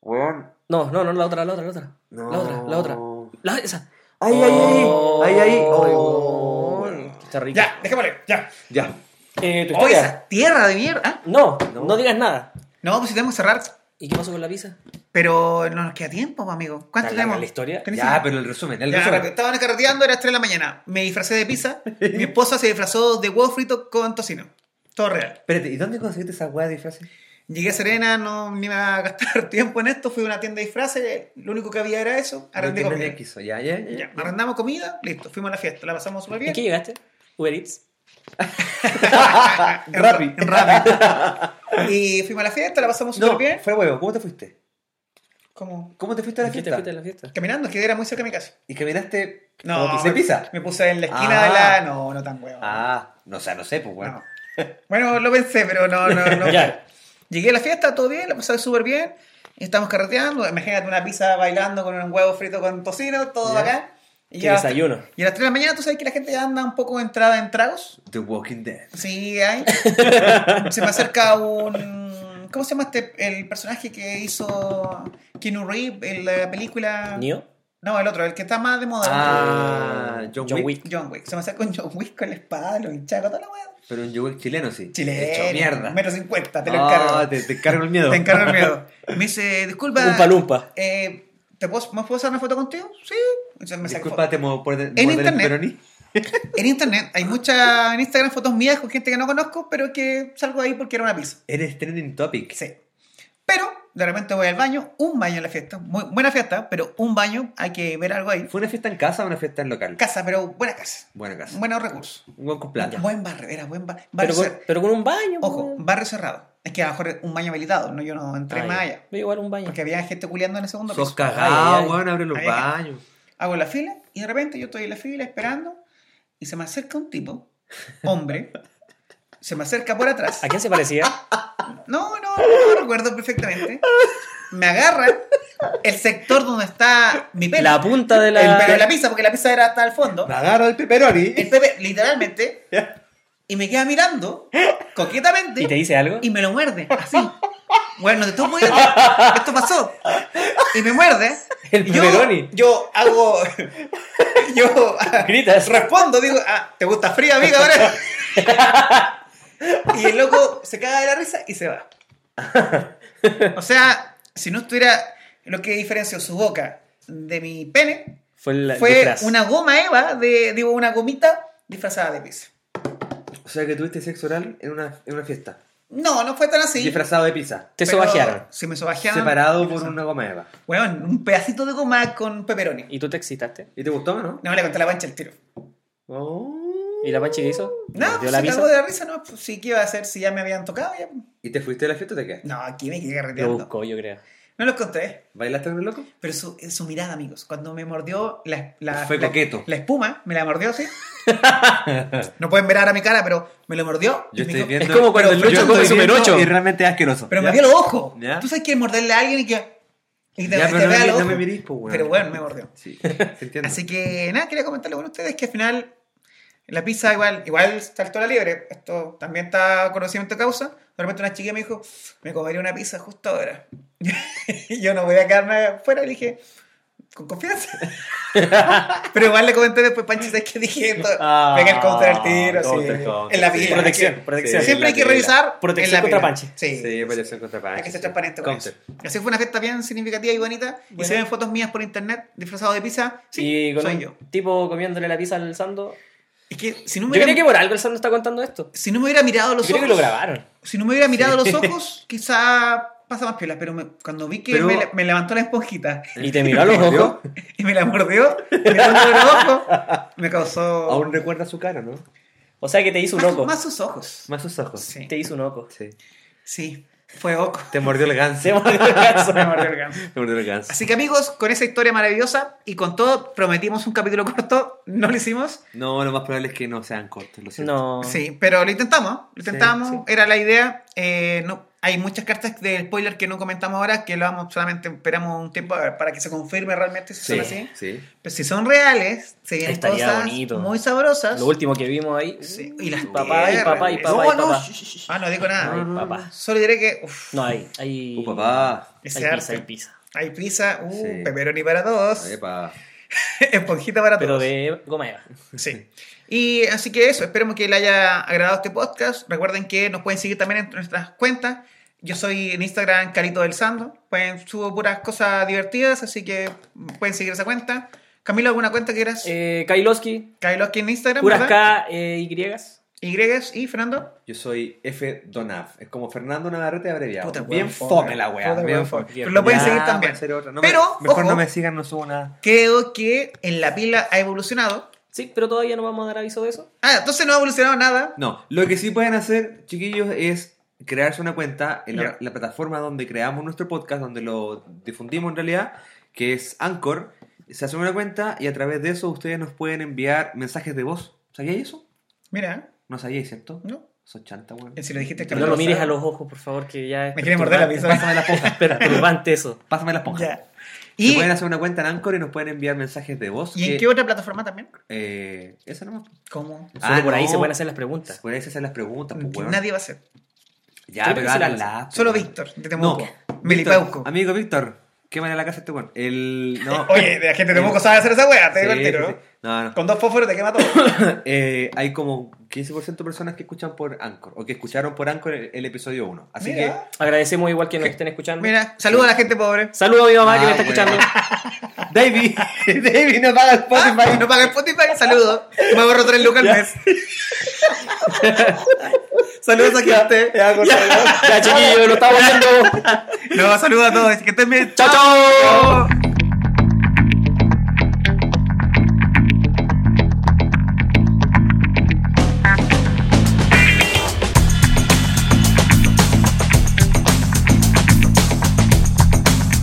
C: Weón.
B: No, no, no, la otra, la otra, la otra.
C: No.
B: La otra, la otra. La esa.
C: Ay, ay, ay. Ay, ay.
B: Oh,
C: Oh, weón.
B: Está rico.
A: Ya, dejémosle, ya.
C: Ya.
B: Eh, tu
A: Oh,
B: historia.
A: esa tierra de mierda. Ah,
B: No, no, digas nada.
A: No, pues si tenemos que cerrar.
B: ¿Y qué pasó con la pizza?
A: Pero no nos queda tiempo, pues, amigo. ¿Cuánto
B: ¿Tan larga
A: tenemos?
B: la historia?
A: ¿Tenés idea?
C: Ya, pero el resumen, el
A: Ya, rápido.
C: resumen.
A: Estaban carreteando, era 3 de la mañana. Me disfracé de pizza.
C: (laughs)
A: mi esposa se disfrazó de huevo frito con tocino. Todo real.
C: Espérate, ¿y dónde conseguiste esa weá de disfraces?
A: Llegué a Serena, no ni me iba a gastar (laughs) tiempo en esto. Fui a una tienda de disfraces, lo único que había era eso. Arrendé
C: No tenía
A: comida.
C: quiso, ya, ya, ya.
A: Ya, arrendamos comida, listo. Fuimos a la fiesta, la pasamos súper
B: ¿En
A: bien.
B: qué llegaste? Uber Eats.
A: (laughs) En
C: Rappi. (laughs)
A: en Rappi. Y fuimos a la fiesta, la pasamos súper
C: No,
A: bien.
C: fue huevo, ¿cómo te fuiste?
A: Como.
C: ¿Cómo te fuiste a la
B: ¿Qué te
C: fiesta?
B: fuiste a la fiesta?
A: Caminando, es que era muy cerca de mi casa.
C: ¿Y caminaste
A: No,
C: como pizza pizza?
A: Me puse en la esquina
C: Ah.
A: de la. No, no tan huevo.
C: Ah, no, o sea, no sé, pues bueno.
A: No. Bueno, lo pensé, pero no, no, no.
B: Ya.
A: Llegué a la fiesta, todo bien, la pasé súper bien. Estamos carreteando. Imagínate una pizza bailando con un huevo frito con tocino, todo
C: Ya.
A: acá. Y,
B: ¿Qué
A: ya-
B: desayuno?
A: y a las 3 de la mañana, tú sabes que la gente ya anda un poco entrada en tragos.
C: The Walking Dead.
A: Sí, hay. se me acerca un. ¿Cómo se llama este, el personaje que hizo Keanu Reeves en la película?
B: ¿Nio?
A: No, el otro, el que está más de moda.
C: Ah, John,
B: John
C: Wick.
B: Wick.
A: John Wick. Se me acerca un John Wick con la espada, lo hinchaco, toda la wea.
C: Pero un John Wick chileno, sí.
A: Chile.
C: Hecho mierda.
A: Metro 50, te lo
C: Ah,
A: encargo.
C: te, te encargo el miedo.
A: Te encargo el miedo. Me dice, disculpa.
B: Un palumpa.
A: eh, ¿te puedo, ¿Me puedo hacer una foto contigo? Sí. Entonces me saco
C: Disculpa, te mo- por de-
A: En
C: morder el
A: internet.
C: peroni.
A: foto. En internet hay muchas en Instagram fotos mías con gente que no conozco, pero que salgo ahí porque era una pizza.
C: Eres trending topic.
A: Sí. Pero de repente voy al baño, un baño en la fiesta. Muy buena fiesta, pero un baño, hay que ver algo ahí.
C: ¿Fue una fiesta en casa o una fiesta en local?
A: Casa, pero buena casa.
C: Buena casa.
A: Buenos recursos.
C: Un buen con plata.
A: Buen barrio, era buen bar- barrio.
B: Pero con,
A: cer-
B: pero con un baño.
A: Ojo,
B: pues.
A: barrio cerrado. Es que a lo mejor un baño habilitado, no yo no entré
B: Ah,
A: más
B: ya.
A: allá.
B: Yo igual un baño.
A: Porque había gente culiando en el segundo
C: Sos
A: piso.
B: Ay,
C: cagado,
B: ay.
C: weón, abre los
A: Ay, ay.
C: baños.
A: Hago la fila y de repente yo estoy en la fila esperando y se me acerca un tipo, hombre, se me acerca por atrás.
B: ¿A quién se parecía?
A: Ah, No, no, no, recuerdo perfectamente. Me agarra el sector donde está mi pelo.
B: La punta de la.
A: El pelo de la pizza, porque la pizza era hasta el fondo.
C: Me agarro el pepperoni.
A: El Pepe, literalmente, y me queda mirando coquetamente
B: ¿Y te dice algo?
A: y me lo muerde, así. Bueno, te estoy moviendo. Esto pasó. Y me muerde.
B: El
A: y yo,
B: pepperoni.
A: yo hago. Yo
B: (laughs) Gritas.
A: respondo, digo, ah, ¿te gusta fría, amiga? Ahora? Y el loco se caga de la risa y se va. O sea, si no estuviera. Lo que diferenció su boca de mi pene
B: Fue, el
A: fue
B: disfraz.
A: una goma Eva, de, digo, una gomita disfrazada de pizza.
C: O sea que tuviste sexo oral en una, en una fiesta.
A: No, no fue tan así.
C: Disfrazado de pizza.
B: Te
A: pero
B: sobajearon.
A: Se me sobajearon.
C: Separado por una goma eva.
A: Weón, un pedacito de goma con peperoni.
B: ¿Y tú te excitaste?
C: ¿Y te gustó, no?
A: No, le conté la pancha el tiro.
C: Oh.
B: ¿Y la pancha que hizo?
A: No,
B: ¿Dio
A: pues
B: la
A: se
B: visa?
A: cagó de la risa, no. Pues, sí, ¿qué iba a hacer si ya me habían tocado? Ya.
C: ¿Y te fuiste de la fiesta o te quedaste?
A: No, aquí me quedé
B: Lo
A: carreteando.
B: buscó, yo creo.
A: No los conté.
C: ¿Bailaste con el loco?
A: Pero su, eh, su mirada, amigos, cuando me mordió la, la-
C: Fue
A: la-
C: coqueto.
A: la espuma, me la mordió así. (laughs) no pueden ver ahora mi cara, pero me lo mordió. y
C: Yo
A: me
C: estoy
A: dijo-
C: viendo.
B: Es como cuando
C: Pero
B: el Lucho
C: yo
B: come
C: estoy
B: Super
C: viendo
B: 8.
C: Y realmente es asqueroso.
A: Pero
C: Ya.
A: me vio los ojos.
C: Ya.
A: Tú sabes que morderle a alguien y que. Y te,
C: Ya,
A: te
C: pero no,
A: pega
C: me-
A: los
C: no me
A: ojos.
C: mirís, pues, weón.
A: Pero bueno, me mordió.
C: Sí, (laughs) te entiendo.
A: Así que nada, quería comentarlo con ustedes que al final la pizza igual, igual saltó la liebre. Esto también está conocimiento de causa. De repente una chica me dijo, me comería una pizza justo ahora. (laughs) y yo no voy a quedarme afuera. Le dije, con confianza. (laughs) Pero igual le comenté después, Pancho, ¿sabes qué dije? Esto,
B: Ah,
A: venga el counter al tiro, sí.
C: counter, counter,
A: en la
C: sí.
A: pila.
B: Protección,
A: hay que-
B: protección.
C: Sí,
A: Siempre hay que
C: en la
A: revisar.
B: Protección
A: en la
B: contra
A: pila.
B: Pancho.
A: Sí,
C: Sí, variación contra
B: Ah,
C: Pancho.
A: hay que ser
C: sí.
A: transparente con eso.
C: Counter.
A: Así fue una fiesta bien significativa y bonita. Y
B: Bueno.
A: se ven fotos mías por internet disfrazado de pizza. Sí,
B: y con
A: soy
B: un
A: yo.
B: tipo comiéndole la pizza al Sando.
A: Es que si no
B: Yo
A: me, hubiera,
B: creo que por algo el Sando está contando esto.
A: si no me hubiera mirado a
B: Yo
A: los
B: creo que
A: ojos,
B: lo grabaron.
A: si no me hubiera mirado a los
B: (laughs)
A: ojos, quizá pasa más piola, pero me- cuando vi que
C: Pero-
A: me, le- me levantó la esponjita
B: Y te miró a los
C: ¿Mordió?
B: ojos.
A: y me la mordió, me levantó los ojos, me causó
C: Aún recuerda su cara, ¿no?
B: O sea que te hizo un
A: más,
B: loco.
A: más sus ojos.
C: Más sus ojos.
A: Sí,
B: Te hizo un oco.
C: Sí.
A: sí, fue oco.
C: Te mordió el ganso.
B: Se mordió (laughs) el brazo.
A: Me mordió el ganso.
C: (laughs) Te mordió el ganso.
A: Así que amigos, con esa historia maravillosa y con todo, prometimos un capítulo corto, no lo hicimos.
C: No, lo más probable es que no sean cortos, lo siento.
B: No.
A: Sí, pero lo intentamos, lo intentamos,
C: sí.
A: era la idea. Eh, no, hay muchas cartas de spoiler que no comentamos ahora, que lo vamos solamente esperamos un tiempo a ver, para que se confirme realmente si son así.
C: sí.
A: Pero si son reales, se vienen
B: Estaría
A: cosas
B: bonito.
A: muy sabrosas.
B: Lo último que vimos ahí.
A: Sí, y las
B: Papá y
A: tierras.
B: papá y papá
A: No,
B: y
A: no,
B: papá.
A: sh- sh- sh- Ah, no digo nada.
B: Ay, papá.
A: Solo diré que uf,
B: No, ahí. ahí
C: Uh, papá.
A: Ese
B: Hay pizza,
A: arte.
B: hay pizza.
A: hay pizza, uh,
C: Sí.
A: pepperoni para todos,
C: Epa.
A: (laughs) esponjita para
B: Pero
A: todos.
B: de goma eva.
A: Sí. Y así que eso, esperemos que les haya agradado este podcast. Recuerden que nos pueden seguir también en nuestras cuentas. Yo soy en Instagram Carito del Sando. Pueden, subo puras cosas divertidas, así que pueden seguir esa cuenta. Camilo, ¿alguna cuenta que eras?
B: Eh, Kailoski,
A: Kailoski en Instagram,
B: puras
A: ¿verdad?
B: K, eh, Y.
A: Y y Fernando.
C: Yo soy F. Donav. Es como Fernando Navarrete abreviado.
A: Puta,
C: bien
A: weón,
C: fome la weá.
A: Puta,
C: Bien
A: weón,
C: fome.
A: fome. Pero lo pueden
C: Ya,
A: seguir
C: voy a
A: también.
C: hacer otra. No me-
A: Pero,
C: mejor
A: ojo,
C: no me sigan, no subo nada.
A: creo que en la pila ha evolucionado.
B: Sí, pero todavía no vamos a dar aviso de eso.
A: Ah, entonces no ha evolucionado nada.
C: No, lo que sí pueden hacer, chiquillos, es crearse una cuenta en la,
A: Ya.
C: la plataforma donde creamos nuestro podcast, donde lo difundimos en realidad, que es Anchor. Se hacen una cuenta y a través de eso ustedes nos pueden enviar mensajes de voz. ¿Sabíais eso?
A: Mira,
C: No sabíais, ¿cierto?
A: ¿no?
C: Sos chanta, weón.
A: Si lo dijiste,
B: No lo mires a los ojos, por favor, que ya es
A: Me quiere morder la
B: perturbante-
A: pizza.
C: Pásame la
B: (laughs)
C: esponja.
B: Perturbante eso.
C: Pásame la esponja.
A: Ya.
C: Se
A: ¿Y,
C: pueden hacer una cuenta en Anchor y nos pueden enviar mensajes de voz.
A: ¿Y en
C: que-
A: qué otra plataforma también?
C: eh, esa nomás.
A: ¿Cómo?
B: Solo por ahí
C: Ah, no.
B: se pueden hacer las preguntas.
C: Pueden hacer las preguntas, pues, weón.
A: Nadie va a hacer.
C: Ya,
B: Creo que
C: pero
B: se la
C: háganla,
A: Solo
C: pues,
A: Víctor, de
C: No,
A: Temuco.
C: Víctor,
A: Melipauco.
C: Amigo Víctor, ¿qué manera la casa este weón? El. No.
A: (laughs) Oye, la gente de Temuco sabe hacer esa weá, te digo
C: Sí, pues,
A: el tiro,
C: sí, sí. No, no.
A: ¿no? Con dos fósforos te
C: (coughs)
A: quema todo.
C: Eh, hay como 15% de personas que escuchan por Anchor o que escucharon por Anchor el, el episodio 1. Así
A: Mira.
B: Agradecemos igual que nos estén escuchando.
A: Mira, saludos a la gente pobre.
B: Saludos a mi mamá que me
C: Ah,
B: está
C: bueno.
B: escuchando.
C: que. David, David no paga (laughs) Spotify.
A: Ah, no paga Spotify, saludos. Me borro tres lucas al mes. (laughs) saludos
C: (laughs)
A: a gente.
B: Ya, chiquillos, lo estamos viendo.
A: No, saludos a todos. Que este estén bien.
B: ¡Chao, chao!